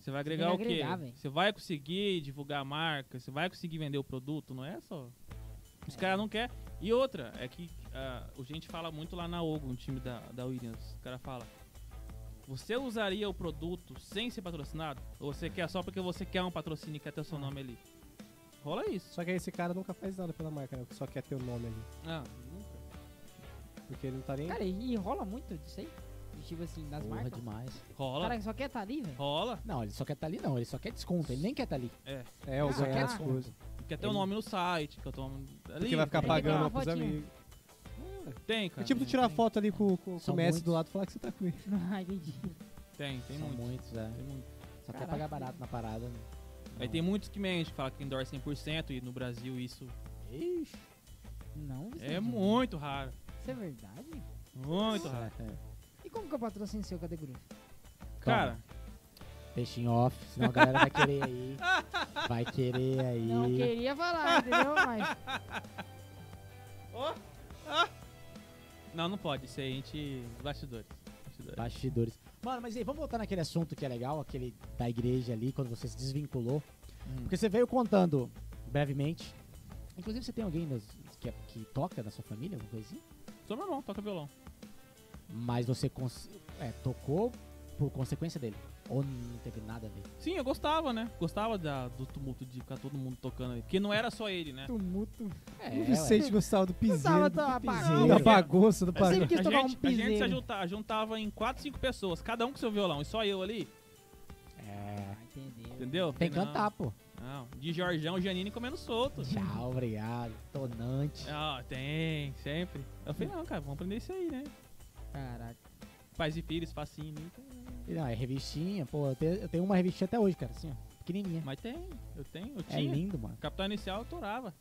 Speaker 4: Você vai agregar
Speaker 2: Tem
Speaker 4: o
Speaker 2: que
Speaker 4: quê?
Speaker 2: agregar, véi.
Speaker 4: Você vai conseguir divulgar a marca, você vai conseguir vender o produto, não é só. Os caras não querem. E outra, é que ah, a gente fala muito lá na Ogo, um time da, da Williams. O cara fala. Você usaria o produto sem ser patrocinado? Ou você quer só porque você quer um patrocínio e quer ter
Speaker 2: Ah.
Speaker 4: o seu nome ali? Rola isso.
Speaker 5: Só que aí esse cara nunca faz nada pela marca, né? Só quer ter o nome ali.
Speaker 4: Ah, nunca.
Speaker 5: Porque ele não tá nem.
Speaker 2: Cara, e, e rola muito disso aí? Tipo assim, das
Speaker 1: Porra,
Speaker 2: marcas.
Speaker 1: demais.
Speaker 2: O
Speaker 4: Rola.
Speaker 2: cara só quer estar ali, velho.
Speaker 4: Rola.
Speaker 1: Não, ele só quer estar ali, não. Ele só quer desconto. Ele nem quer estar ali.
Speaker 5: é, ou
Speaker 2: Só
Speaker 5: ganhar
Speaker 2: ah, quer
Speaker 5: as
Speaker 2: desconto.
Speaker 5: coisas.
Speaker 4: Quer ter o
Speaker 1: Ele-
Speaker 4: nome no site, quer ter o nome ali.
Speaker 5: Porque vai ficar
Speaker 2: Ele
Speaker 5: pagando
Speaker 2: uma
Speaker 5: pros
Speaker 2: fotinha.
Speaker 5: amigos.
Speaker 4: Tem, cara.
Speaker 5: É tipo tu tirar
Speaker 4: tem,
Speaker 5: foto ali com, com- com
Speaker 1: São
Speaker 5: o Messi
Speaker 1: muitos.
Speaker 5: do lado e falar que você tá com ele.
Speaker 2: Ah, entendi.
Speaker 4: Tem, tem
Speaker 1: São
Speaker 4: muito.
Speaker 1: muitos, é.
Speaker 4: Tem muito.
Speaker 1: Só quer
Speaker 2: Caraca.
Speaker 1: pagar barato na parada. Né?
Speaker 4: Aí tem muitos que mente, que fala que endorse 100% e no Brasil isso
Speaker 1: Ixi.
Speaker 2: Não,
Speaker 4: é
Speaker 2: Vicente,
Speaker 4: muito raro.
Speaker 2: Isso é verdade?
Speaker 4: Muito raro.
Speaker 2: E como que eu patrocino seu categoria?
Speaker 4: Cara,
Speaker 1: Deixa em off, senão a galera vai querer aí. Vai querer aí.
Speaker 2: Não queria falar, entendeu? Mas
Speaker 4: não, não pode. Isso aí a gente. Bastidores. Bastidores.
Speaker 1: Bastidores. Mano, mas aí, vamos voltar naquele assunto que é legal, aquele da igreja ali, quando você se desvinculou.
Speaker 4: Hum.
Speaker 1: Porque você veio contando brevemente. Inclusive, você tem alguém das- que, que toca na sua família, alguma coisinha?
Speaker 4: Sou meu irmão, toca violão.
Speaker 1: Mas você cons- é, tocou por consequência dele. Ou não teve nada a ver.
Speaker 4: Sim, eu gostava, né? Gostava da- do tumulto de ficar todo mundo tocando ali. Porque não era só ele, né?
Speaker 2: tumulto.
Speaker 1: É,
Speaker 5: o Vicente gostava do piseiro.
Speaker 2: Gostava da
Speaker 5: do piseiro,
Speaker 1: bagunça.
Speaker 5: da bagunça do
Speaker 2: Eu sempre
Speaker 5: pagode.
Speaker 2: quis
Speaker 4: a,
Speaker 2: tocar um
Speaker 4: gente, a gente se
Speaker 2: piseiro.
Speaker 4: junta- juntava em 4, 5 pessoas, cada um com seu violão, e só eu ali,
Speaker 1: é.
Speaker 2: Ah, entendeu.
Speaker 4: entendeu?
Speaker 1: Tem que
Speaker 4: Não,
Speaker 1: cantar, pô.
Speaker 4: Não, de Jorjão, Janine comendo solto.
Speaker 5: Uhum.
Speaker 1: Tchau, obrigado. Tonante.
Speaker 4: Ah, tem, sempre. Eu falei, não, cara, vamos aprender isso aí, né?
Speaker 2: Caraca.
Speaker 4: Pais e filhos, facinho, né?
Speaker 1: E Não, é revistinha, pô. Eu tenho, eu tenho uma revistinha até hoje, cara, assim, ó. Pequenininha.
Speaker 4: Mas tem, eu tenho, eu
Speaker 1: É
Speaker 4: tinha.
Speaker 1: lindo, mano.
Speaker 4: Capital Inicial eu torava.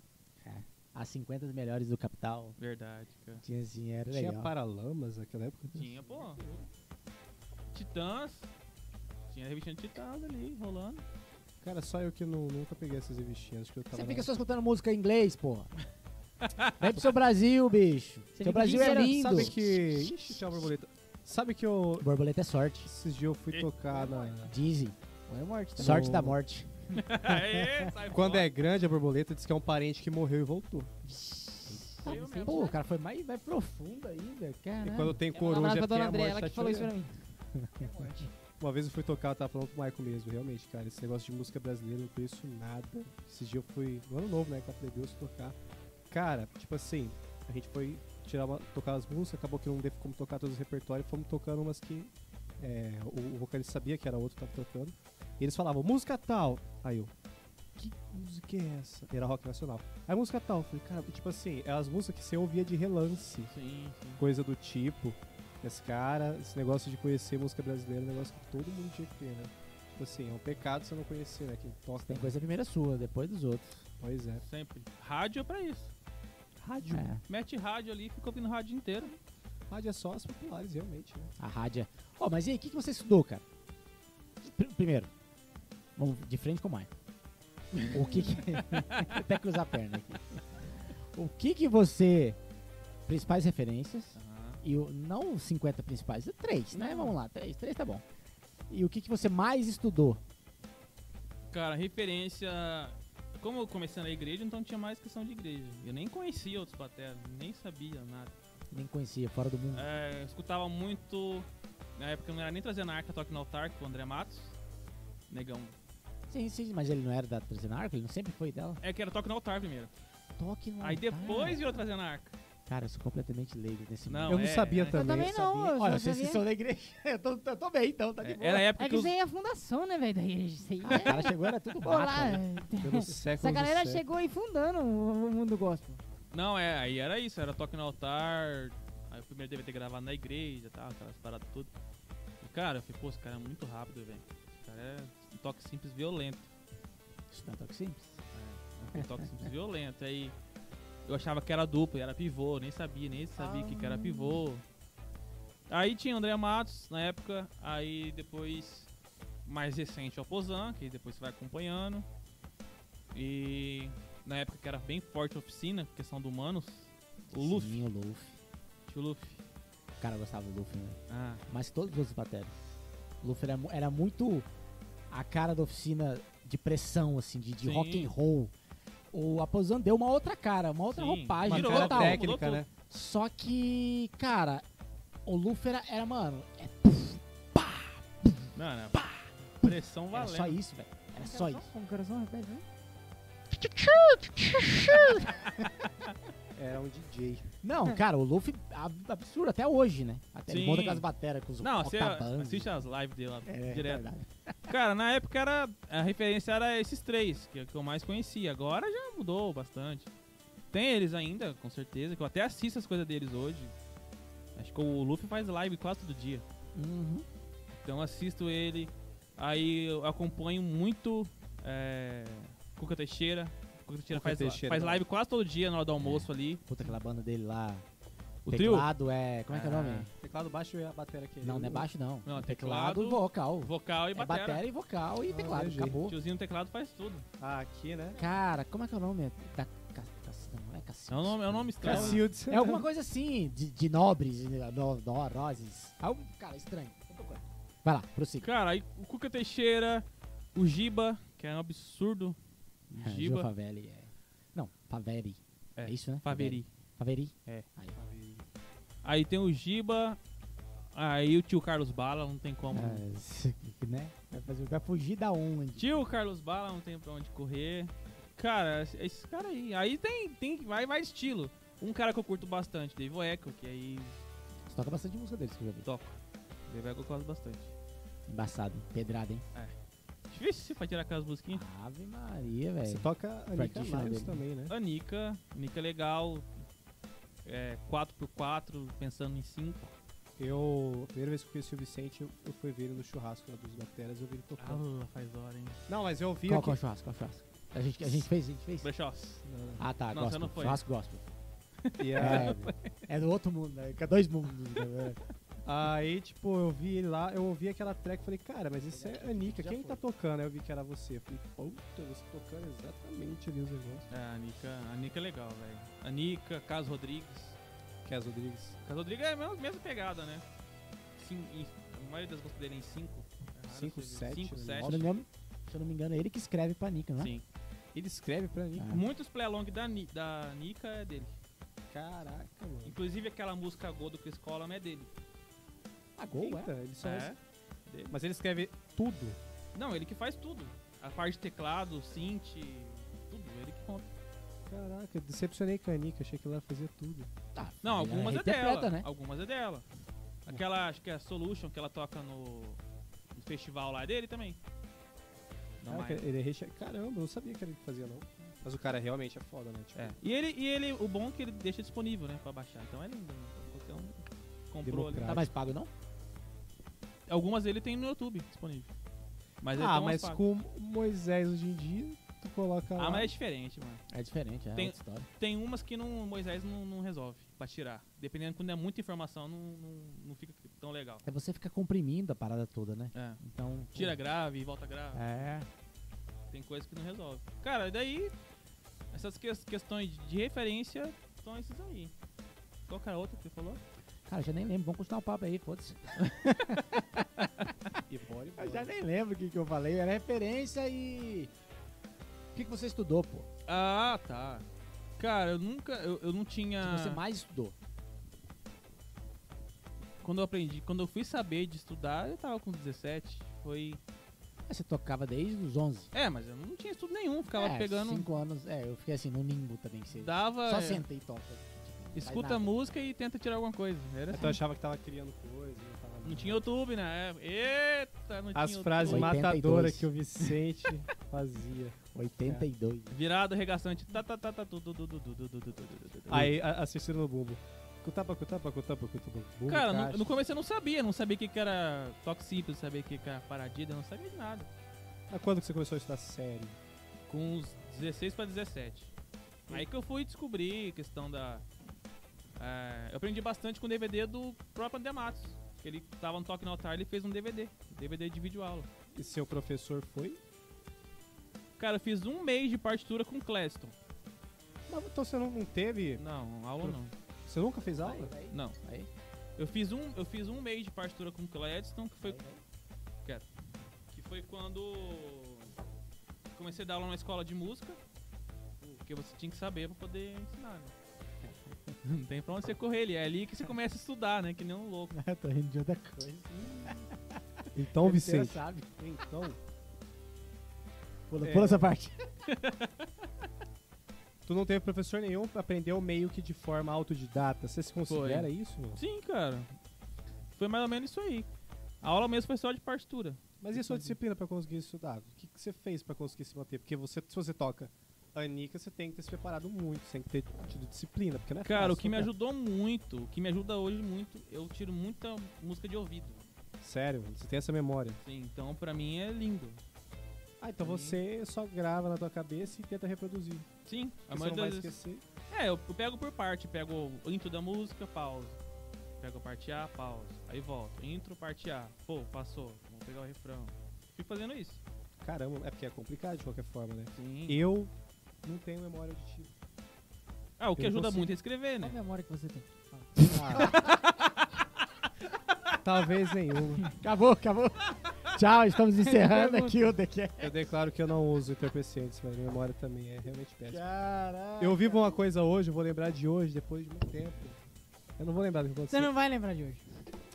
Speaker 1: As 50 melhores do capital.
Speaker 4: Verdade, cara.
Speaker 1: Tinha assim, era
Speaker 5: Tinha
Speaker 1: legal.
Speaker 5: paralamas naquela época.
Speaker 4: Tinha, pô. Titãs. Tinha a revistinha de Titãs ali, rolando.
Speaker 5: Cara, só eu que nu- nunca peguei essas revistinhas. Acho que eu tava
Speaker 1: Você
Speaker 5: na-
Speaker 1: fica só escutando música em inglês, porra. Vem pro seu Brasil, bicho.
Speaker 2: Você
Speaker 1: seu
Speaker 2: fica
Speaker 1: Brasil é
Speaker 2: inteira-
Speaker 1: lindo.
Speaker 5: Sabe que. Ixi, tchau, borboleta. Sabe que eu.
Speaker 1: Borboleta é sorte.
Speaker 5: Esses dias eu fui
Speaker 4: Ih,
Speaker 5: tocar na.
Speaker 1: Dizem.
Speaker 2: Foi é morte tá? também.
Speaker 1: Sorte
Speaker 5: No-
Speaker 1: da morte.
Speaker 4: Aê, sai
Speaker 5: Quando
Speaker 4: fora.
Speaker 5: é grande a borboleta, diz que é um parente que morreu e voltou.
Speaker 4: Foi eu mesmo.
Speaker 1: Pô, o cara foi mais, mais profundo aí, velho.
Speaker 5: E
Speaker 1: Caralho.
Speaker 5: quando tem
Speaker 2: Eu
Speaker 5: coroa,
Speaker 2: namorava
Speaker 5: já
Speaker 2: com a
Speaker 5: tem
Speaker 2: dona
Speaker 5: a
Speaker 2: André,
Speaker 5: morte.
Speaker 2: ela
Speaker 5: tá
Speaker 2: que
Speaker 5: te
Speaker 2: falou isso
Speaker 5: olhando.
Speaker 2: pra mim. É morte.
Speaker 5: Uma vez eu fui tocar, eu tava falando pro Maico mesmo, realmente, cara, esse negócio de música brasileira, eu não conheço nada. Esse dia eu fui, no ano novo, né, com a Plebeus tocar. Cara, tipo assim, a gente foi tirar uma- tocar as músicas, acabou que não teve como tocar todos os repertórios, fomos tocando umas que é, o, o vocalista sabia que era outro que tava tocando. E eles falavam, música tal. Aí eu, que música é essa? Era rock nacional. Aí música tal, eu falei, cara, tipo assim, é as músicas que você ouvia de relance
Speaker 4: Sim, sim.
Speaker 5: coisa do tipo. Esse cara, esse negócio de conhecer música brasileira é um negócio que todo mundo tinha que ter, né? Tipo assim, é um pecado você não conhecer, né? Quem toca.
Speaker 1: Tem coisa primeira sua, depois dos outros.
Speaker 5: Pois é.
Speaker 4: Sempre. Rádio é pra isso.
Speaker 5: Rádio.
Speaker 1: É.
Speaker 4: Mete rádio ali e fica ouvindo rádio inteiro.
Speaker 5: Rádio é só as populares, realmente, né?
Speaker 1: A rádio. Ó, mas e aí, o que, que você estudou, cara? Pr- primeiro, vamos de frente com o Maio. O que que. Até cruzar a perna aqui. O que que você. Principais referências. E o, não os 50 principais, é três, né?
Speaker 4: Não.
Speaker 1: Vamos lá, três, três tá bom. E o que que você mais estudou?
Speaker 4: Cara, referência. Como eu comecei na igreja, então tinha mais questão de igreja. Eu nem conhecia outros patetas, nem sabia nada.
Speaker 1: Nem conhecia, fora do mundo.
Speaker 4: É, eu escutava muito. Na época eu não era nem trazendo a arca Toque no Altar, que o André Matos. Negão.
Speaker 1: Sim, sim, mas ele não era da Trazenarco, ele não sempre foi dela.
Speaker 4: É que era Toque no Altar primeiro.
Speaker 1: Toque no
Speaker 4: Aí
Speaker 1: altar.
Speaker 4: depois virou trazendo a arca.
Speaker 1: Cara, eu sou completamente leigo nesse
Speaker 4: Não,
Speaker 1: mundo.
Speaker 5: eu não
Speaker 4: é,
Speaker 5: sabia
Speaker 4: é.
Speaker 2: Eu
Speaker 5: também.
Speaker 2: também não, eu
Speaker 1: Olha,
Speaker 2: só
Speaker 1: vocês
Speaker 2: sabia-
Speaker 1: são da igreja. Eu tô, eu tô bem, então, tá de boa.
Speaker 4: Era a época
Speaker 2: É
Speaker 4: que
Speaker 2: que
Speaker 4: os
Speaker 2: isso aí é a fundação, né, velho, da igreja. Isso aí
Speaker 1: Ah, o cara chegou, era tudo
Speaker 2: Pô, lá,
Speaker 1: mato, né?
Speaker 5: Pelo século
Speaker 2: essa galera
Speaker 5: do século.
Speaker 2: chegou aí fundando o o mundo gospel.
Speaker 4: Não, é, aí era isso, era toque no altar. Aí o primeiro DVD gravado na igreja e tal, aquelas paradas tudo. E cara, eu falei, pô, esse cara é muito rápido, velho. Esse cara é um toque simples violento.
Speaker 1: Isso não é toque simples.
Speaker 4: É, um toque simples violento. Aí eu achava que era duplo, e era pivô, nem sabia, nem sabia o que, que era pivô. Aí tinha o André Matos na época, aí depois mais recente o Pozan, que depois você vai acompanhando. E na época que era bem forte a oficina, questão do Manos, o Luffy,
Speaker 1: Sim, o Luffy.
Speaker 4: tio Luffy.
Speaker 1: Cara, eu gostava do Luffy, né?
Speaker 4: Ah,
Speaker 1: Mas todos os baterias. O Luffy era, mu- era muito a cara da oficina de pressão, assim, de, de
Speaker 4: Sim.
Speaker 1: rock and roll. O Aposan deu uma outra cara, uma outra
Speaker 4: Sim,
Speaker 1: roupagem
Speaker 4: uma
Speaker 5: cara
Speaker 1: total.
Speaker 4: mudou
Speaker 5: técnica,
Speaker 4: tudo.
Speaker 5: né?
Speaker 1: Só que, cara, o Luffy era, era, mano, é puf,
Speaker 4: não, não. Pressão
Speaker 1: era
Speaker 4: valendo.
Speaker 1: só isso, velho. Era só isso.
Speaker 2: Como que era só? Repete, né?
Speaker 5: Era um DJ.
Speaker 1: Não, cara, o Luffy é ab- absurdo até hoje, né? Até ele
Speaker 4: Sim.
Speaker 1: monta com as baterias, com os
Speaker 4: Não, você
Speaker 1: octabandos.
Speaker 4: assiste as lives dele lá,
Speaker 1: É,
Speaker 4: direto.
Speaker 1: verdade.
Speaker 4: Cara, na época era, a referência era esses três, que, que eu mais conhecia. Agora já mudou bastante. Tem eles ainda, com certeza, que eu até assisto as coisas deles hoje. Acho que o Luffy faz live quase todo dia.
Speaker 1: Uhum.
Speaker 4: Então eu assisto ele. Aí eu acompanho muito é, Cuca Teixeira. Cuca Teixeira
Speaker 5: Cuca
Speaker 4: faz,
Speaker 5: Teixeira,
Speaker 4: faz
Speaker 5: né? É.
Speaker 4: live quase todo dia na hora do almoço ali.
Speaker 1: Puta, aquela banda dele lá.
Speaker 4: O trio?
Speaker 1: teclado é. Como é que é o
Speaker 4: Ah.
Speaker 1: nome?
Speaker 5: Teclado baixo e a bateria aqui.
Speaker 1: Não, não é baixo, não.
Speaker 4: Não,
Speaker 1: teclado,
Speaker 4: teclado,
Speaker 1: vocal.
Speaker 4: Vocal e
Speaker 1: É
Speaker 4: batera.
Speaker 1: bateria e vocal e
Speaker 5: Ah,
Speaker 1: teclado,
Speaker 5: viajei.
Speaker 1: acabou.
Speaker 4: Tiozinho no teclado faz tudo.
Speaker 5: Ah, aqui, né?
Speaker 1: Cara, como é que é o nome? Da, ca, ca- não, não é Cacildes.
Speaker 4: É um nome, é um nome estranho.
Speaker 5: Cacildes.
Speaker 1: É alguma coisa assim, de, de nobres, de no, no, nozes. Algo, cara, estranho. Vou procurar. Vai lá, prossiga.
Speaker 4: Cara, aí o Cuca Teixeira, o Giba, que é um absurdo.
Speaker 1: Ah, Gil
Speaker 4: Giba.
Speaker 1: Favelli, é. Não, Faveri. É,
Speaker 4: É,
Speaker 1: isso, né?
Speaker 4: Faveri.
Speaker 1: Faveri?
Speaker 4: É.
Speaker 1: Aí.
Speaker 4: Aí tem o Giba, aí o tio Carlos Bala, não tem como.
Speaker 1: Ah, esse aqui, né? Vai, fazer, vai fugir da onde?
Speaker 4: Tio Carlos Bala, não tem pra onde correr. Cara, es- esses caras aí. Aí tem, tem vai, vai estilo. Um cara que eu curto bastante, Dave Echo, que aí
Speaker 1: Você toca bastante música deles que eu já vi.
Speaker 4: toco. Dave
Speaker 5: é
Speaker 4: Echo eu gosto bastante.
Speaker 1: Embaçado, hein? pedrada, hein?
Speaker 4: Difícil pra tirar aquelas musiquinhas.
Speaker 1: Ave Maria,
Speaker 5: Você
Speaker 1: velho.
Speaker 5: toca Anica
Speaker 1: Practitioner
Speaker 5: Miles
Speaker 1: dele.
Speaker 5: também, né?
Speaker 4: Anica, Anica é legal. É, 4x4, pensando em 5.
Speaker 5: Eu, a primeira vez que eu conheci o Vicente, eu, eu fui ver ele no churrasco lá dos bateras, eu vi ele tocando.
Speaker 4: Ah, faz hora, hein?
Speaker 5: Não, mas eu vi
Speaker 1: Qual,
Speaker 5: aqui.
Speaker 1: qual churrasco? Qual churrasco? A gente, a gente fez, a gente fez.
Speaker 4: Brechós.
Speaker 1: Ah, tá,
Speaker 4: Não, você
Speaker 1: gospel.
Speaker 4: não foi.
Speaker 1: Churrasco gospel.
Speaker 5: E a-
Speaker 1: É, é do outro mundo, né? Que é dois mundos. né?
Speaker 5: aí, tipo, eu vi ele lá, eu ouvi aquela track e falei, cara, mas isso é Anica, quem tá tocando? Aí eu vi que era você. Eu falei, puta, você tá tocando exatamente ali os negócios.
Speaker 4: É, a Anica, a Anica é legal, velho. Anica, Cas Rodrigues.
Speaker 5: Cas Rodrigues.
Speaker 4: Cas Rodrigues é a mesma, mesma pegada, né? Sim, e a maioria das músicas dele é em 5.
Speaker 5: Cinco, sete, né?
Speaker 4: 7.
Speaker 1: Olha o nome, se eu não me engano, é ele que escreve pra Nika, né?
Speaker 4: Sim.
Speaker 5: Ele escreve pra Anica.
Speaker 1: Ah.
Speaker 4: Muitos play-along da, Ni- da Nika é dele.
Speaker 5: Caraca, mano.
Speaker 4: Inclusive aquela música Go do Chris Colum é dele.
Speaker 1: Ah, gol, é.
Speaker 5: Eita, ele só
Speaker 4: É.
Speaker 5: Mas ele escreve tudo.
Speaker 4: Não, ele que faz tudo. A parte de teclado, synth, tudo. Ele que conta.
Speaker 5: Caraca, eu decepcionei com a Anica, achei que ela fazia tudo.
Speaker 1: Tá,
Speaker 4: Não,
Speaker 1: ele
Speaker 4: algumas é
Speaker 1: reinterpreta,
Speaker 4: dela.
Speaker 1: né?
Speaker 4: Algumas é dela. Aquela, acho que é a Solution que ela toca no, no festival lá é dele também. Não,
Speaker 5: Caraca,
Speaker 4: mas-
Speaker 5: ele é reche... Caramba, eu não sabia que ele fazia, não. Mas o cara realmente é foda, né? Tipo,
Speaker 4: É. E ele, e ele, o bom é que ele deixa disponível, né, pra baixar. Então é lindo. né? Então, qualquer um comprou ali.
Speaker 1: Tá mais pago, não?
Speaker 4: Algumas dele tem no YouTube disponível. Mas ele
Speaker 5: ah,
Speaker 4: tem umas
Speaker 5: mas
Speaker 4: pagas.
Speaker 5: com o Moisés hoje em dia, tu coloca lá.
Speaker 4: Ah, mas é diferente, mano.
Speaker 1: É diferente, é
Speaker 4: Tem-
Speaker 1: outra história.
Speaker 4: Tem umas que não, Moisés não, não resolve pra tirar. Dependendo quando é muita informação, não, não, não fica tão legal.
Speaker 1: É você ficar comprimindo a parada toda, né?
Speaker 4: É.
Speaker 1: Então... pô,
Speaker 4: Tira grave, volta grave.
Speaker 1: É.
Speaker 4: Tem coisa que não resolve. Cara, daí. Essas ques- questões de referência são esses aí. Qual que era a outra que você falou?
Speaker 1: Cara, já nem lembro. Vamos continuar o papo aí, foda-se.
Speaker 5: E bora, e
Speaker 1: Eu
Speaker 5: bora.
Speaker 1: já nem lembro o que, que eu falei. Era referência e... O que, que você estudou, pô?
Speaker 4: Ah, tá. Cara, eu nunca. Eu, eu não tinha.
Speaker 1: O que Tipo, você mais estudou?
Speaker 4: Quando eu aprendi, quando eu fui saber de estudar, eu tava com 17. Foi.
Speaker 1: Ah, Você tocava desde os 11.
Speaker 4: É, mas eu não tinha estudo nenhum, ficava
Speaker 1: é,
Speaker 4: pegando.
Speaker 1: 5 anos. É, eu fiquei assim, no limbo também. Que você
Speaker 4: Dava.
Speaker 1: só
Speaker 4: é,
Speaker 1: senta e toca. Tipo,
Speaker 4: Escuta
Speaker 1: nada.
Speaker 4: a música e tenta tirar alguma coisa. Era assim.
Speaker 5: Então eu achava que tava criando coisa. Não, tava
Speaker 4: Não tinha YouTube, né? É, Eita, não
Speaker 5: As
Speaker 4: tinha
Speaker 5: frases
Speaker 4: YouTube.
Speaker 1: ma-
Speaker 5: matadoras
Speaker 1: 82.
Speaker 5: que o Vicente fazia.
Speaker 1: 82.
Speaker 4: Virado, arregaçante. Tá, tá, tá, tá, tu, tu, tu, tu, tu, tu, tu, tu, tu, tu, tu, tu.
Speaker 5: Aí a, a censura no bumbo. Cutapa, cutapa, cutapa, cutapa, bumbo.
Speaker 4: Cara, no,
Speaker 5: caixa.
Speaker 4: no começo eu não sabia, não sabia o que, que era toque simples, sabia o que, que era paradida, eu não sabia de nada.
Speaker 5: Ah, quando que você começou a estudar sério?
Speaker 4: Com uns 16 pra 17. Aí que eu fui descobrir a questão da. é, eu aprendi bastante com o DVD do próprio André Matos. que Ele tava no Toque no Altar ele fez um DVD. DVD de videoaula.
Speaker 5: E seu professor foi?
Speaker 4: Cara, eu fiz um mês de partitura com o Cleston.
Speaker 5: Mas então você não, não teve?
Speaker 4: Não, aula não.
Speaker 5: Você nunca fez aula?
Speaker 4: Não.
Speaker 1: Aí.
Speaker 4: Eu fiz um, eu fiz um mês de partitura com o Cledston, que foi Quero. que foi quando comecei a dar aula na escola de música, porque você tinha que saber pra poder ensinar, né? Não tem pra onde você correr ali. É ali que você começa a estudar, né? Que nem um louco.
Speaker 1: Tô rindo de outra coisa.
Speaker 5: Então,
Speaker 1: Você
Speaker 5: Vicente.
Speaker 1: sabe.
Speaker 5: Então,
Speaker 1: Pula,
Speaker 5: É.
Speaker 1: pula essa parte.
Speaker 5: tu não teve professor nenhum, aprendeu meio que de forma autodidata. Você se considera isso? mano?
Speaker 4: Sim, cara. Foi mais ou menos isso aí. A aula mesmo foi só de partitura.
Speaker 5: Mas e a sua disciplina pra conseguir estudar? O que, que você fez pra conseguir se manter? Porque você, se você toca Anica, você tem que ter se preparado muito, você tem que ter tido disciplina, porque não é
Speaker 4: Cara,
Speaker 5: fácil
Speaker 4: o que me
Speaker 5: tocar.
Speaker 4: ajudou muito, o que me ajuda hoje muito, eu tiro muita música de ouvido.
Speaker 5: Sério, mano, você tem essa memória.
Speaker 4: Sim, então pra mim é lindo.
Speaker 5: Ah, então
Speaker 4: Sim.
Speaker 5: você só grava na tua cabeça e tenta reproduzir.
Speaker 4: Sim, a
Speaker 5: Porque você não vai
Speaker 4: maioria das vezes.
Speaker 5: esquecer.
Speaker 4: É, eu, eu pego por parte, pego o intro da música, pausa. Pego a parte A, pausa. Aí volto. Intro, parte A. Pô, passou. Vou pegar o refrão. Fui fazendo isso.
Speaker 5: Caramba, é porque é complicado de qualquer forma, né?
Speaker 4: Sim.
Speaker 5: Eu não tenho memória auditiva.
Speaker 4: ah, o que
Speaker 5: eu
Speaker 4: ajuda
Speaker 5: consigo.
Speaker 4: muito é escrever,
Speaker 2: Qual a
Speaker 4: né?
Speaker 2: memória que você tem?
Speaker 5: Talvez nenhuma.
Speaker 1: Acabou, acabou. Tchau, estamos encerrando aqui o The Cat.
Speaker 5: Eu declaro que eu não uso entorpecentes, mas minha memória também é realmente péssima.
Speaker 1: Caraca.
Speaker 5: Eu vivo uma coisa hoje, eu vou lembrar de hoje, depois de muito tempo. Eu não vou lembrar do que
Speaker 2: Você
Speaker 5: aconteceu.
Speaker 2: não vai lembrar de hoje.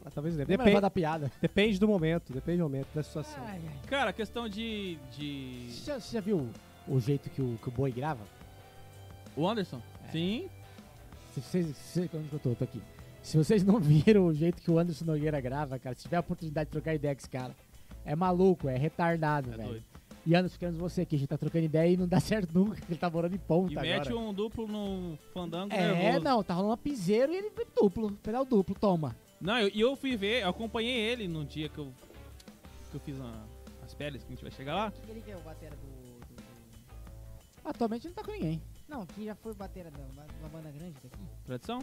Speaker 5: Ah, talvez eu lembre.
Speaker 1: Lembra
Speaker 5: Depende,
Speaker 1: da piada?
Speaker 5: depende do momento, depende do momento, da situação.
Speaker 4: É,
Speaker 2: Ai, ai.
Speaker 4: Cara, a questão de. de.
Speaker 1: Você já, você já viu o jeito que o, que o boi grava?
Speaker 4: O Anderson? Sim.
Speaker 1: Se vocês. se- onde que eu tô? Eu tô aqui. Se vocês não viram o jeito que o Anderson Nogueira grava, cara, se tiver a oportunidade de trocar ideia com esse cara, é maluco, é retardado,
Speaker 4: É
Speaker 1: velho.
Speaker 4: doido.
Speaker 1: E Anderson, queremos você aqui, a gente tá trocando ideia e não dá certo nunca, que ele tá morando em ponta
Speaker 4: E
Speaker 1: agora.
Speaker 4: mete um né, duplo no fandango
Speaker 1: É,
Speaker 4: nervoso.
Speaker 1: não, tá rolando piseiro e ele duplo, pedal duplo, toma.
Speaker 4: Não, eu- e eu, fui ver, eu acompanhei ele no dia que eu. que eu fiz uma- as peles, que a gente vai chegar lá.
Speaker 2: Ele que é o batera do- do- do...
Speaker 1: Atualmente não tá com ninguém.
Speaker 2: Não, que já foi batera da, da banda grande daqui.
Speaker 4: Tradição?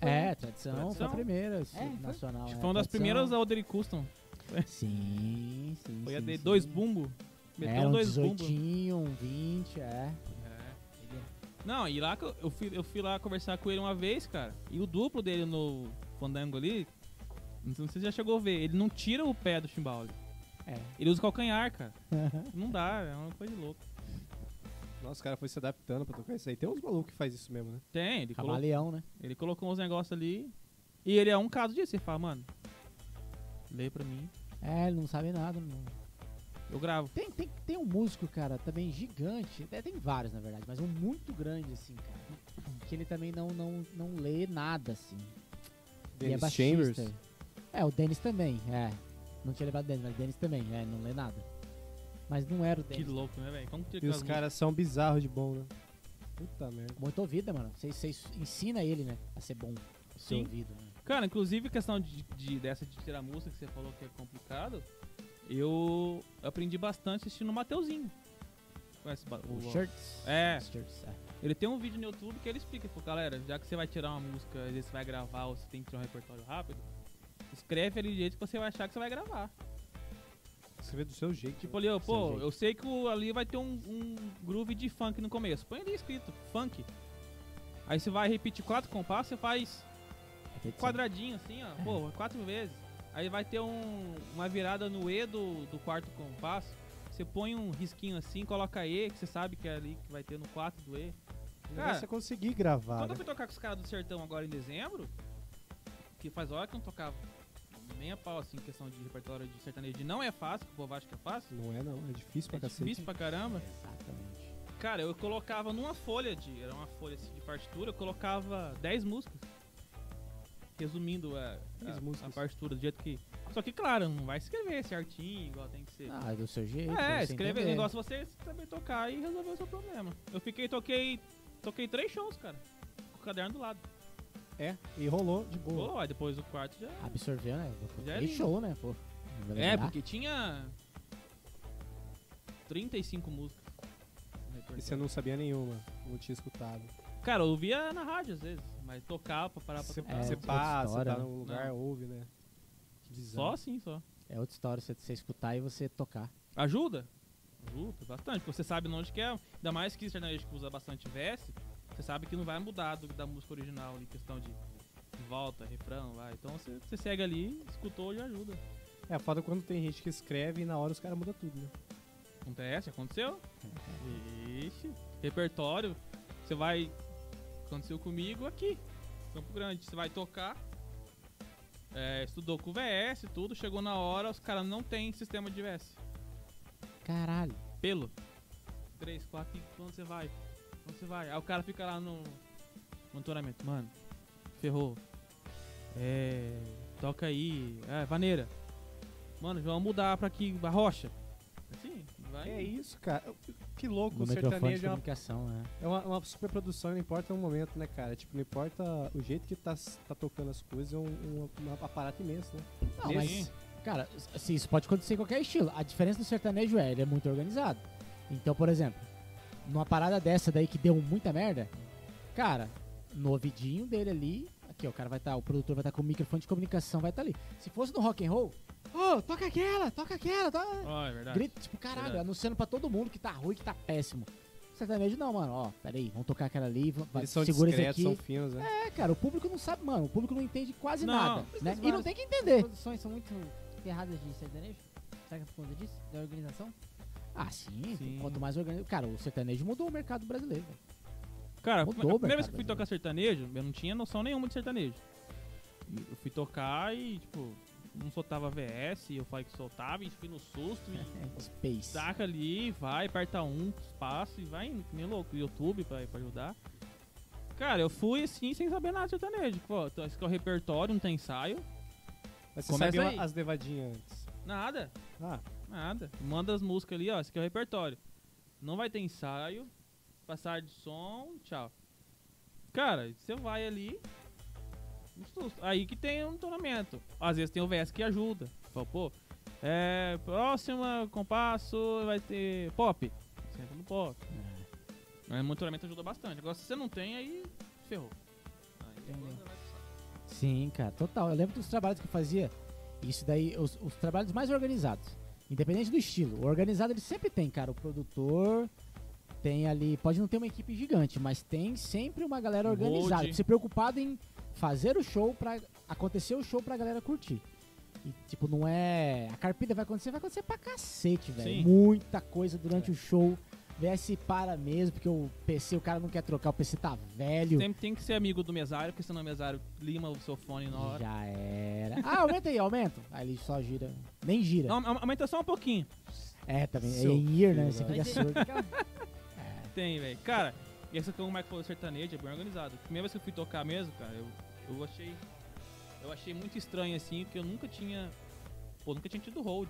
Speaker 1: Ah, É, tradição, foi
Speaker 4: né? Tradição.
Speaker 1: a primeira, esse
Speaker 2: É, foi.
Speaker 1: nacional. é,
Speaker 4: Foi uma das
Speaker 1: tradição.
Speaker 4: primeiras da Oderi Custom.
Speaker 1: Sim, sim.
Speaker 4: Foi a
Speaker 1: sim,
Speaker 4: de
Speaker 1: sim.
Speaker 4: dois bumbo. Meteu
Speaker 1: Era um
Speaker 4: dois bumbo.
Speaker 1: 18, um 20, é.
Speaker 4: Não, e lá que eu, eu fui, eu fui lá conversar com ele uma vez, cara. E o duplo dele no fandango ali, não sei se você já chegou a ver, ele não tira o pé do chimbal. ali.
Speaker 1: É.
Speaker 4: Ele usa o calcanhar, cara. Não dá, é uma coisa de louco.
Speaker 5: Nossa, o cara foi se adaptando pra tocar isso aí. Tem uns malucos que faz isso mesmo, né?
Speaker 4: Tem, ele, colo-
Speaker 1: Camaleão, né?
Speaker 4: ele colocou uns negócios ali. E ele é um caso disso. Ele fala, mano, lê pra mim,
Speaker 1: É, ele não sabe nada. não-
Speaker 4: eu gravo.
Speaker 1: Tem, tem, tem um músico, cara, também gigante. é, Tem vários, na verdade, mas um muito grande, assim, cara. Que ele também não, não, não lê nada, assim. e é
Speaker 5: Dennis
Speaker 1: baixista. É, o Dennis também, é. Não tinha lembrado do Dennis, mas o Dennis também, é, não lê nada. Mas não era o
Speaker 4: Que
Speaker 1: Dennis.
Speaker 4: louco, né, velho? Como que
Speaker 5: E
Speaker 4: tira
Speaker 5: os
Speaker 4: aquelas
Speaker 5: caras são bizarros de bom, né? Puta merda.
Speaker 1: Muito ouvida, mano. Vocês vocês ensina ele, né? A ser bom.
Speaker 4: músicas?
Speaker 1: Seu
Speaker 4: Sim.
Speaker 1: ouvido, né?
Speaker 4: Cara, inclusive questão de, de- dessa de tirar música que você falou que é complicado, eu aprendi bastante assistindo o Mateuzinho. Conhece ba-
Speaker 1: O
Speaker 4: o-
Speaker 1: shirts.
Speaker 4: É.
Speaker 1: Os shirts, é.
Speaker 4: Ele tem um vídeo no YouTube que ele explica, pô, galera, já que você vai tirar uma música, às vezes você vai gravar ou você tem que tirar um repertório rápido, escreve ali do jeito que você vai achar que você vai gravar.
Speaker 5: Escrever do seu jeito.
Speaker 4: Tipo
Speaker 5: né?
Speaker 4: ali, ó,
Speaker 1: Seu
Speaker 4: pô,
Speaker 1: jeito.
Speaker 4: eu sei que o- ali vai ter um, um groove de funk no começo. Põe ali escrito, funk. Aí você vai repetir quatro compassos, você faz
Speaker 1: Repetição.
Speaker 4: quadradinho assim, ó. Pô, quatro vezes. Aí vai ter um- uma virada no E do, do quarto compasso. Você põe um risquinho assim, coloca E, que você sabe que é ali que vai ter no 4 do E.
Speaker 5: O
Speaker 4: Cara,
Speaker 5: negócio é conseguir gravar.
Speaker 4: Quando
Speaker 5: né?
Speaker 4: eu fui tocar com os caras do sertão agora em dezembro, que faz hora que eu não tocava nem a pau assim, em questão de repertório de sertanejo, não é fácil, que o povo acha que é fácil.
Speaker 5: Não é, não. É difícil pra
Speaker 4: É
Speaker 5: cacete.
Speaker 4: difícil pra caramba.
Speaker 1: Exatamente.
Speaker 4: Cara, eu colocava numa folha de. Era uma folha assim, de partitura, eu colocava 10 músicas. Resumindo a,
Speaker 5: Dez
Speaker 4: a-
Speaker 5: músicas.
Speaker 4: a partitura, do jeito que. Só que, claro, não vai escrever certinho, igual tem que ser.
Speaker 1: Ah, é do seu jeito. pra
Speaker 4: é,
Speaker 1: você
Speaker 4: escrever. O
Speaker 1: entender.
Speaker 4: negócio é você saber tocar e resolver o seu problema. Eu fiquei, toquei. Toquei três shows, cara. Com o caderno do lado.
Speaker 5: É, e rolou de boa.
Speaker 4: Pô, aí depois o quarto já.
Speaker 1: Absorveu, né?
Speaker 4: Já é
Speaker 1: E
Speaker 4: lindo.
Speaker 1: show, né? Pô. Não vai
Speaker 4: É,
Speaker 1: lembrar?
Speaker 4: porque tinha 35 músicas. no repertório.
Speaker 5: E você não sabia nenhuma, não tinha escutado.
Speaker 4: Cara, eu ouvia na rádio às vezes, mas tocava pra parar pra
Speaker 5: Você,
Speaker 4: tocar.
Speaker 1: É,
Speaker 5: você
Speaker 1: outra
Speaker 5: passa,
Speaker 1: história,
Speaker 5: tá
Speaker 1: né?
Speaker 5: num lugar, ouve, né? Que
Speaker 4: Só
Speaker 5: bizarro.
Speaker 4: assim, só.
Speaker 1: É outra história você, você escutar e você tocar.
Speaker 4: Ajuda? Ajuda bastante, porque você sabe onde que é. Ainda mais que sertanejo que usa bastante verso, você sabe que não vai mudar do, da música original em questão de volta, refrão, vai. Então você, você segue ali, escutou e ajuda.
Speaker 5: É foda quando tem gente que escreve e na hora os caras mudam tudo, né?
Speaker 4: Acontece, aconteceu? Ixi, repertório. Você vai. Aconteceu comigo aqui, Campo Grande. Você vai tocar. é, estudou com o VS, tudo. Chegou na hora, os caras não tem sistema de VS.
Speaker 1: Caralho.
Speaker 4: Pelo. 3, 4, 5, quando você vai? Quando você vai? Aí o cara fica lá no. No toramento. Mano, ferrou. É. Toca aí. É, vaneira. Mano, vamos mudar pra aqui, a rocha. Assim, vai.
Speaker 5: É isso, cara. Eu- Que louco,
Speaker 1: No
Speaker 5: o
Speaker 1: microfone de
Speaker 5: sertanejo é uma
Speaker 1: comunicação, né?
Speaker 5: É uma, uma super produção, não importa o momento, né, cara? Tipo, não importa o jeito que tá, s- tá tocando as coisas, é um, um, um aparato imenso, né?
Speaker 1: Não,
Speaker 4: Sim.
Speaker 1: mas, cara, assim, isso pode acontecer em qualquer estilo. A diferença do sertanejo é, ele é muito organizado. Então, por exemplo, numa parada dessa daí que deu muita merda, cara, no ouvidinho dele ali, aqui, ó, o cara vai estar, o produtor vai estar com o microfone de comunicação, vai estar ali. Se fosse no rock and roll,
Speaker 2: Ô, toca aquela, toca aquela, toca...
Speaker 4: Ó, é verdade.
Speaker 1: grita, tipo, caralho,
Speaker 4: verdade.
Speaker 1: anunciando pra todo mundo que tá ruim, que tá péssimo. Sertanejo não, mano, ó, peraí, vamos tocar aquela ali, va- vai,
Speaker 5: Eles são
Speaker 1: segura esse
Speaker 5: discretos,
Speaker 1: aqui.
Speaker 5: são finos, né?
Speaker 1: É, cara, o público não sabe, mano, o público não entende quase
Speaker 4: Não,
Speaker 1: nada,
Speaker 4: mas
Speaker 1: né?
Speaker 2: mas
Speaker 1: E não
Speaker 2: vários-
Speaker 1: tem que
Speaker 2: As
Speaker 1: entender.
Speaker 2: produções são muito ferradas de sertanejo. Será que é por conta disso? Da organização?
Speaker 1: Ah, sim,
Speaker 4: Sim.
Speaker 1: quanto mais organizado. Cara, o sertanejo mudou o mercado brasileiro. né? velho.
Speaker 4: Cara,
Speaker 1: Mudou,
Speaker 4: a primeira vez
Speaker 1: mercado,
Speaker 4: que eu fui
Speaker 1: né?
Speaker 4: tocar sertanejo, eu não tinha noção nenhuma de sertanejo. Eu fui tocar e, tipo, não soltava VS, eu falei que soltava e fui no susto e
Speaker 1: Space.
Speaker 4: saca ali, vai, aperta um, espaço e vai indo, que nem louco, YouTube pra, pra ajudar. Cara, eu fui assim sem saber nada de sertanejo. Pô, então esse que é o repertório, não tem ensaio,
Speaker 5: Mas você
Speaker 4: Começa
Speaker 5: sabia
Speaker 4: aí.
Speaker 5: as levadinhas antes.
Speaker 4: nada,
Speaker 5: Ah,
Speaker 4: nada. Manda as músicas ali, ó, esse que é o repertório. Não vai ter ensaio, passar de som, tchau. Cara, você vai ali. no susto. Aí que tem um entonamento. Às vezes tem o VS que ajuda. Fala, pô, é. Próxima, compasso, vai ter pop. Você entra no pop. Aí o monitoramento ajuda bastante. Agora, se você não tem, aí ferrou. Aí,
Speaker 2: Entendi.
Speaker 4: agora vai pro saco.
Speaker 1: Sim, cara, total. Eu lembro dos trabalhos que eu fazia. Isso daí, os, os trabalhos mais organizados. Independente do estilo. O organizado ele sempre tem, cara. O produtor tem ali. Pode não ter uma equipe gigante, mas tem sempre uma galera
Speaker 4: Um
Speaker 1: organizada.
Speaker 4: hold.
Speaker 1: Se preocupada em fazer o show pra. acontecer o show pra galera curtir. E, tipo, não é. A carpida vai acontecer, vai acontecer pra cacete,
Speaker 4: Sim. É.
Speaker 1: velho. Muita coisa durante o show. VS para mesmo, porque o PC, o cara não quer trocar, o PC tá velho.
Speaker 4: Sempre tem que ser amigo do mesário, porque senão o mesário lima o seu fone na hora.
Speaker 1: Já era. Ah, aumenta aí, aumenta. Aí ele só gira. Nem gira.
Speaker 4: Não, au- aumenta só um pouquinho.
Speaker 1: É, também. É
Speaker 5: Seu
Speaker 1: em ear, né?
Speaker 5: filho
Speaker 1: Você
Speaker 5: da-
Speaker 1: fica surdo.
Speaker 4: Tem, velho. Cara, e essa que o Mike falou sertanejo, é bem organizado. Primeira vez que eu fui tocar mesmo, cara, eu, eu achei. Eu achei muito estranho assim, porque eu nunca tinha. Pô, nunca tinha tido hold.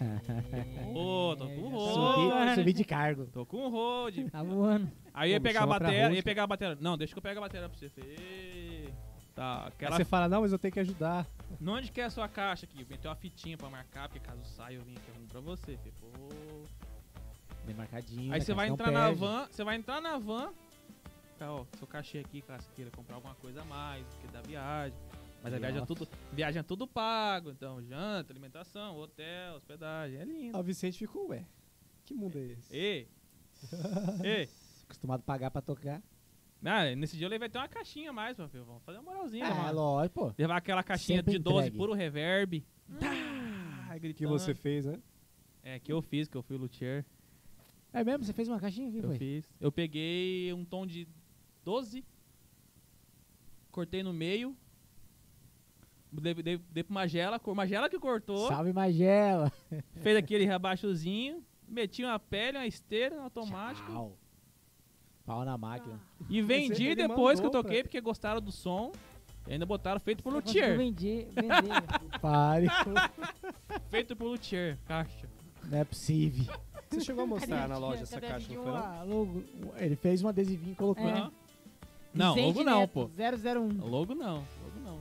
Speaker 2: É.
Speaker 4: Ô, tô com hold.
Speaker 1: Subir, subir de cargo.
Speaker 4: Tô com um hold.
Speaker 2: Tá voando.
Speaker 4: Aí eu ia
Speaker 5: Pô, me
Speaker 4: pegar a
Speaker 5: chama pra
Speaker 4: bateria,
Speaker 5: hold,
Speaker 4: ia pegar a bateria. Não, deixa que eu pego a bateria pra você. Falei, "Ei, Tá,
Speaker 5: aí
Speaker 4: aquela.
Speaker 5: você fala, não, mas eu tenho que ajudar.
Speaker 4: Onde que é a sua caixa aqui? Meteu uma fitinha pra marcar, porque caso saia eu vim aqui arrumo pra você. Falei, "Pô,
Speaker 1: Demarcadinho.
Speaker 4: Aí
Speaker 1: né,
Speaker 4: você
Speaker 1: cara?
Speaker 4: vai
Speaker 1: Não
Speaker 4: entrar na
Speaker 1: perde.
Speaker 4: van, você vai entrar na van. Tá, ó, seu cachê aqui, caso você queira comprar alguma coisa a mais, porque da viagem. Mas a viagem é
Speaker 1: Nossa.
Speaker 4: tudo, viagem é tudo pago, então janta, alimentação, hotel, hospedagem, é lindo.
Speaker 5: Aí o Vicente ficou, ué, que mundo é esse?
Speaker 4: Ei! Ei!
Speaker 1: Acostumado a pagar pra tocar.
Speaker 4: Ah, nesse dia eu levei até uma caixinha a mais, meu filho. Vamos fazer uma moralzinha,
Speaker 1: Ah,
Speaker 4: né, mano.
Speaker 1: lógico, pô.
Speaker 4: Levar aquela caixinha
Speaker 1: Sempre
Speaker 4: de 12
Speaker 1: entregue. Hum.
Speaker 4: puro reverb. Tá,
Speaker 5: O que você
Speaker 4: gritando.
Speaker 5: fez, né?
Speaker 4: É, que eu fiz, que eu fui luthier.
Speaker 1: É mesmo? Você fez uma caixinha aqui,
Speaker 4: Eu
Speaker 1: foi?
Speaker 4: fiz. Eu peguei um tom de 12, cortei no meio, dei, dei, dei pro Magela, cor- Magela que cortou,
Speaker 1: Salve Magela.
Speaker 4: fez aquele rabachozinho, metiam a pele, uma esteira, um automático.
Speaker 1: Tchau. Pau na máquina.
Speaker 4: E vendi
Speaker 5: ele
Speaker 4: depois que eu
Speaker 5: mandou
Speaker 4: toquei,
Speaker 5: pra-
Speaker 4: porque gostaram do som. E ainda botaram feito por
Speaker 2: Eu consigo
Speaker 4: Luthier.
Speaker 2: vender- vender.
Speaker 4: Ah.
Speaker 1: Pare.
Speaker 4: Feito por Luthier, caixa.
Speaker 1: Não é possível.
Speaker 5: Você chegou a mostrar
Speaker 2: Cadê
Speaker 5: na
Speaker 2: a
Speaker 5: loja
Speaker 2: tia?
Speaker 5: essa
Speaker 2: Cadê a
Speaker 5: caixa,
Speaker 2: tia?
Speaker 5: não foi não?
Speaker 1: Ah, logo. Ele fez um adesivinho e colocou.
Speaker 2: É.
Speaker 1: né?
Speaker 4: Aham. Não,
Speaker 2: Vicente
Speaker 4: logo não,
Speaker 2: Neto,
Speaker 4: pô.
Speaker 2: 001.
Speaker 4: Logo não, logo não.
Speaker 1: Não,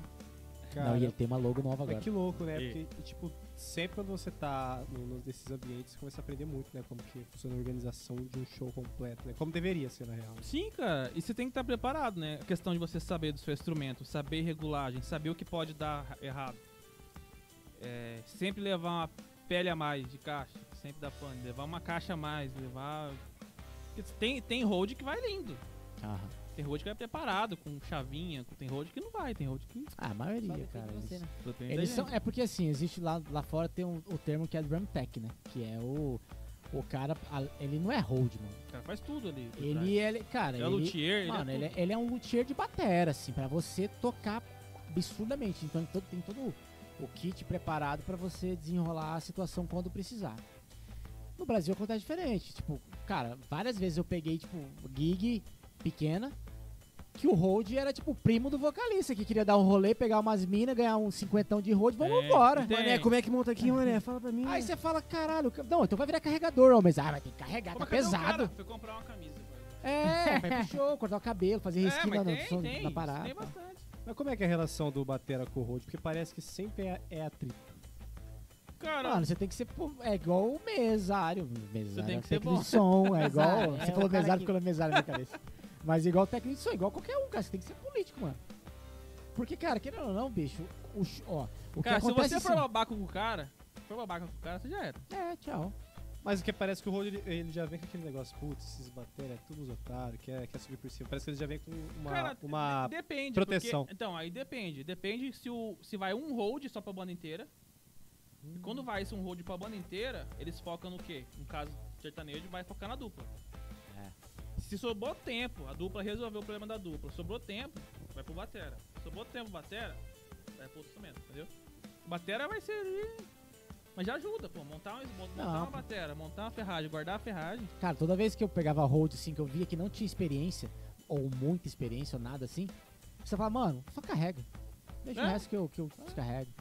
Speaker 5: Cara,
Speaker 1: e ele tem uma logo nova
Speaker 5: é
Speaker 1: agora.
Speaker 5: que louco, né?
Speaker 4: E-
Speaker 5: Porque, e, tipo, sempre quando você tá no- no- nesses ambientes, você começa a aprender muito, né? Como que funciona a organização de um show completo, né? Como deveria ser, na real.
Speaker 4: Sim, cara, e você tem que estar preparado, né? A questão de você saber do seu instrumento, saber regulagem, saber o que pode dar ra- errado. É, sempre levar uma pele a mais de caixa, sempre dá pane, levar uma caixa a mais, levar. Tem, tem hold que vai lindo,
Speaker 1: Aham.
Speaker 4: tem hold que vai preparado, com chavinha, tem hold que não vai, tem hold que.
Speaker 1: Ah, a
Speaker 2: Só
Speaker 1: maioria,
Speaker 2: depende
Speaker 1: cara.
Speaker 2: de você,
Speaker 1: eles-
Speaker 2: né?
Speaker 4: Depende da
Speaker 1: Eles são,
Speaker 4: gente.
Speaker 1: é porque assim, existe lá, lá fora tem um- o termo que é drum tech, né? Que é o. O cara. a- ele não é hold, mano.
Speaker 4: O cara faz tudo ali. por trás.
Speaker 1: Ele é. ele- Cara,
Speaker 4: é
Speaker 1: ele.
Speaker 4: luthier, ele
Speaker 1: mano,
Speaker 4: é
Speaker 1: ele,
Speaker 4: tudo.
Speaker 1: é, ele é um luthier de batera, assim, pra você tocar absurdamente. Então ele todo- tem todo o kit preparado pra você desenrolar a situação quando precisar. No Brasil acontece diferente. Tipo, cara, várias vezes eu peguei, tipo, gig pequena. Que o hold era tipo o primo do vocalista, que queria dar um rolê, pegar umas minas, ganhar um cinquentão de hold, vamos
Speaker 4: É,
Speaker 1: embora.
Speaker 4: tem.
Speaker 3: Mané, como é que monta aqui, Mané? Fala pra mim.
Speaker 1: Aí você fala, caralho, ca- não, então vai virar carregador, ó, mas ah, vai ter que carregar,
Speaker 4: Como
Speaker 1: tá
Speaker 4: é que eu dei um
Speaker 1: pesado.
Speaker 4: cara? Foi comprar uma camisa. pô.
Speaker 1: É, vai pro show, cortar o cabelo, fazer
Speaker 4: É,
Speaker 1: risquinho
Speaker 4: mas
Speaker 1: na,
Speaker 4: tem,
Speaker 1: som-
Speaker 4: tem.
Speaker 1: na
Speaker 4: isso
Speaker 1: parada.
Speaker 4: Tem bastante.
Speaker 5: Mas como é que é a relação do Batera com o Road? Porque parece que sempre é, é atrito.
Speaker 4: Cara,
Speaker 1: Mano, você tem que ser. pô, É igual o mesário. Mesário
Speaker 4: tem
Speaker 1: é
Speaker 4: que ser
Speaker 1: técnico de
Speaker 4: bom.
Speaker 1: som, é igual.
Speaker 2: Mesário, é
Speaker 1: você falou
Speaker 2: o cara
Speaker 1: mesário
Speaker 2: que-
Speaker 1: porque eu lembro mesário na minha cabeça. Mas igual técnico de som, igual qualquer um, cara. Você tem que ser político, mano. Porque, cara, querendo ou não, bicho, o, sh- ó, o
Speaker 4: cara
Speaker 1: que
Speaker 4: se
Speaker 1: acontece.
Speaker 4: você for
Speaker 1: assim-
Speaker 4: babaca com o cara, for babaca com o cara, você já era.
Speaker 1: É, tchau.
Speaker 5: Mas o que parece que o Road, ele, ele já vem com aquele negócio, putz, esses Batera é tudo os otários, quer, quer subir por cima. Parece que ele já vem com uma...
Speaker 4: Cara,
Speaker 5: uma...
Speaker 4: Depende.
Speaker 5: proteção.
Speaker 4: porque- então, aí depende. Depende se, o, se vai um hold só pra banda inteira.
Speaker 1: Hum.
Speaker 4: E quando vai esse um hold pra banda inteira, eles focam no quê? No caso sertanejo, vai focar na dupla.
Speaker 1: É.
Speaker 4: Se sobrou tempo, a dupla resolveu o problema da dupla. Sobrou tempo, vai pro batera. Sobrou tempo pro batera, vai pro instrumento, entendeu? Batera vai ser ali... Mas já ajuda, pô. Montar, um, montar
Speaker 1: Não,
Speaker 4: uma
Speaker 1: pô.
Speaker 4: batera, montar uma ferragem, guardar a ferragem.
Speaker 1: Cara, toda vez que eu pegava hold, assim, que eu via que não tinha experiência, ou muita experiência, ou nada assim, você fala, mano, só carrega. Deixa o
Speaker 4: É.
Speaker 1: resto que eu, que eu descarrego.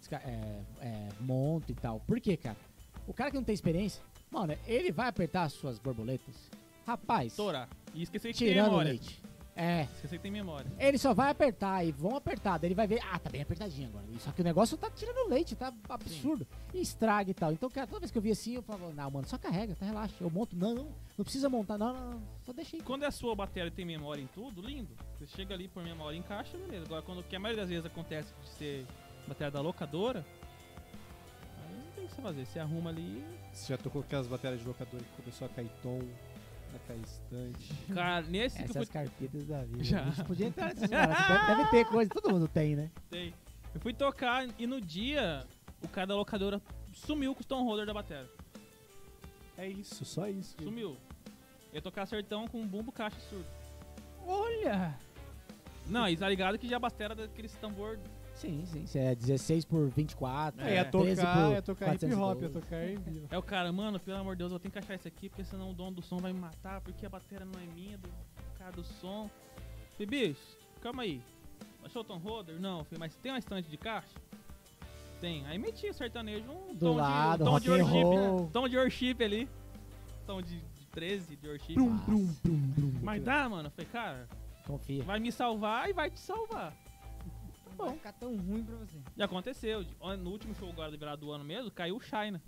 Speaker 1: Desca é, é, monto e tal. Por quê, cara? O cara que não tem experiência, mano, ele vai apertar as suas borboletas. Rapaz,
Speaker 4: Estourar. E esquecer que tem
Speaker 1: tirando o
Speaker 4: memória.
Speaker 1: leite. É.
Speaker 4: Esquecer que tem memória.
Speaker 1: Ele só vai apertar e vão apertar. Daí ele vai ver, ah, tá bem apertadinho agora. Só que o negócio tá tirando leite, tá absurdo. E estraga e tal. Então, cara, toda vez que eu vi assim, eu falava, não, mano, só carrega, tá, relaxa. Eu monto, não, não, não precisa montar, não, não, não, só deixa aí.
Speaker 4: Quando é a sua bateria e tem memória em tudo, lindo. Você chega ali por memória em caixa, beleza. Agora, quando que a maioria das vezes acontece de ser bateria da locadora, aí não tem o que você fazer. Você arruma ali.
Speaker 5: Você já tocou aquelas bateras de locador que começou a cair tom, a cair estante.
Speaker 4: Cara, nesse que eu fui,
Speaker 1: Essas carpetas da vida.
Speaker 4: Já.
Speaker 1: A gente podia entrar nessas paradas. Deve, deve ter coisa, todo mundo tem, né?
Speaker 4: tem- eu fui tocar e no dia o cara da locadora sumiu com o Stone Holder da bateria.
Speaker 5: É isso, só isso.
Speaker 4: Sumiu. Ia tocar sertão com um bumbo caixa surdo.
Speaker 2: Olha!
Speaker 4: Não, e tá ligado que já a bateria daquele tambor.
Speaker 1: Sim, sim. Isso é 16 por 24.
Speaker 5: É, ia
Speaker 1: 13
Speaker 5: tocar,
Speaker 1: por
Speaker 5: ia tocar hip hop, ia
Speaker 1: 412.
Speaker 5: tocar R&B.
Speaker 4: É o cara, mano, pelo amor de Deus, eu tenho que achar isso aqui, porque senão o dono do som vai me matar, porque a bateria não é minha, do cara do som. Falei, bicho, calma aí. Achou o Tom Holder? Não. Falei, mas tem uma estante de caixa? Tem. Aí meti o sertanejo, um
Speaker 1: Do
Speaker 4: tom
Speaker 1: lado,
Speaker 4: de, um tom
Speaker 1: rock
Speaker 4: de
Speaker 1: and
Speaker 4: worship,
Speaker 1: roll.
Speaker 4: né? tom de worship ali. Tom de, de 13, de worship.
Speaker 1: Nossa,
Speaker 4: Mas dá, mano. Falei, cara,
Speaker 1: Confia.
Speaker 4: vai me salvar e vai te salvar.
Speaker 1: Tá
Speaker 2: Não vai ficar tão ruim pra você.
Speaker 4: Já aconteceu. No último show agora do virado do ano mesmo, caiu o China.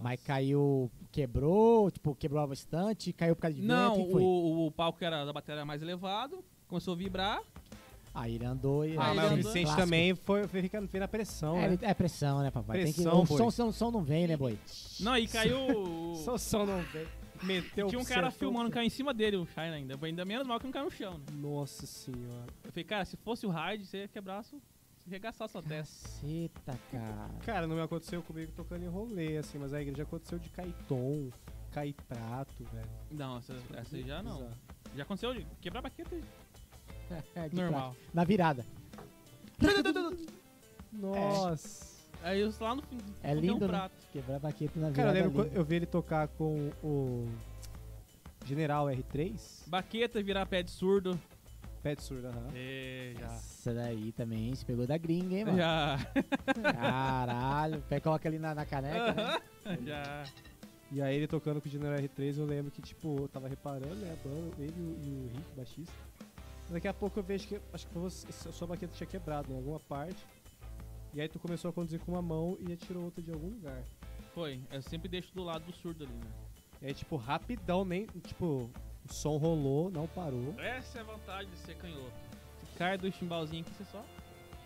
Speaker 1: Mas caiu, quebrou, tipo, quebrou a estante, caiu por causa de
Speaker 4: Não,
Speaker 1: vento, e foi.
Speaker 4: o, o palco que era da bateria mais elevado, começou a vibrar.
Speaker 1: Aí ele andou e...
Speaker 4: Ah,
Speaker 5: Ah,
Speaker 4: ele
Speaker 5: mas o
Speaker 4: andou-
Speaker 5: Vicente
Speaker 1: Clássico.
Speaker 5: também foi, foi ficando foi na pressão,
Speaker 1: É,
Speaker 5: né?
Speaker 1: ele- é pressão, né, papai?
Speaker 5: Pressão,
Speaker 1: Tem que, o
Speaker 5: boi.
Speaker 1: som, som, som não vem, né, boi?
Speaker 4: Não, e caiu. o-
Speaker 5: Só o som não veio. Meteu
Speaker 4: Tinha um
Speaker 5: o
Speaker 4: cara
Speaker 5: sertão,
Speaker 4: filmando,
Speaker 5: cara.
Speaker 4: caiu em cima dele, o Shine ainda. Ainda menos mal que não caiu no chão, né?
Speaker 5: Nossa senhora.
Speaker 4: Eu falei, cara, se fosse o Raid, você ia quebrar, sua- você ia arregaçar sua testa.
Speaker 1: Caceta, cara.
Speaker 5: Cara, não aconteceu comigo tocando em rolê, assim, mas a igreja aconteceu de cair tom, cair prato, velho.
Speaker 4: Não, essa, essa aí já não.
Speaker 5: Bizarro.
Speaker 4: Já aconteceu de quebrar a baqueta
Speaker 1: É, de
Speaker 4: normal.
Speaker 1: prática. Na virada.
Speaker 5: Nossa.
Speaker 4: Aí eu lá no fim
Speaker 1: É
Speaker 4: comprei
Speaker 1: lindo,
Speaker 4: um
Speaker 1: né?
Speaker 4: prato.
Speaker 1: Quebrar baqueta na
Speaker 5: Cara,
Speaker 1: virada
Speaker 5: eu lembro
Speaker 1: ali.
Speaker 5: quando eu vi ele tocar com o General R3,
Speaker 4: Baqueta virar pé de surdo.
Speaker 5: Pet Surda. aham.
Speaker 4: É, já.
Speaker 1: Essa daí também se pegou da gringa, hein, mano?
Speaker 4: Já.
Speaker 1: Caralho. Pega, coloca ali na, na
Speaker 4: Ah.
Speaker 1: caneca, né?
Speaker 4: já.
Speaker 5: E aí ele tocando com o General R3, eu lembro que, tipo, eu tava reparando, né, a banda, ele e o- e o Rick, baixista. Daqui a pouco eu vejo que, acho que foi você- a sua baqueta tinha quebrado né, em alguma parte. E aí tu começou a conduzir com uma mão e atirou outra de algum lugar.
Speaker 4: Foi. Eu sempre deixo do lado do surdo ali, né?
Speaker 5: E aí, tipo, rapidão, nem, tipo, o som rolou, não parou,
Speaker 4: Essa é a vantagem de ser canhoto. Você cai do chimbalzinho aqui, você só.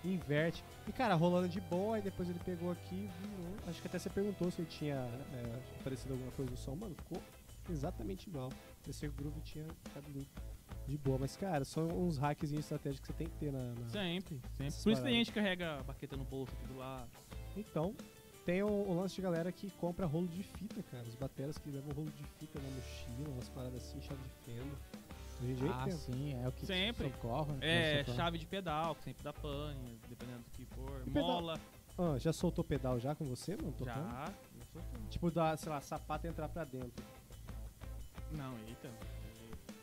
Speaker 5: inverte. E, cara, rolando de boa, aí depois ele pegou aqui e virou. Acho que até você perguntou se ele tinha é, aparecido alguma coisa no som. Mano, ficou exatamente igual. Esse groove tinha ficado limpo. De boa, mas, cara, são uns hackzinhos estratégicos que você tem que ter na... na-
Speaker 4: Sempre, sempre.
Speaker 5: Essas
Speaker 4: Por isso que a
Speaker 5: paradas.
Speaker 4: gente carrega a baqueta no bolso aqui do lado.
Speaker 5: Então, tem o, o lance de galera que compra rolo de fita, cara. Os bateras que levam rolo de fita na mochila, umas paradas assim, chave de fenda. Hoje em dia
Speaker 1: Ah,
Speaker 5: tem.
Speaker 1: sim. É o que
Speaker 4: Sempre.
Speaker 1: socorro.
Speaker 4: É,
Speaker 1: socorro.
Speaker 4: chave de pedal, que sempre dá pane, dependendo do que for.
Speaker 5: E pedal?
Speaker 4: Mola,
Speaker 5: Ah, já soltou pedal já com você, mano? Tocando?
Speaker 4: já. Eu sou tudo.
Speaker 5: Tipo, da, sei lá, sapato entrar pra dentro.
Speaker 4: Não, eita.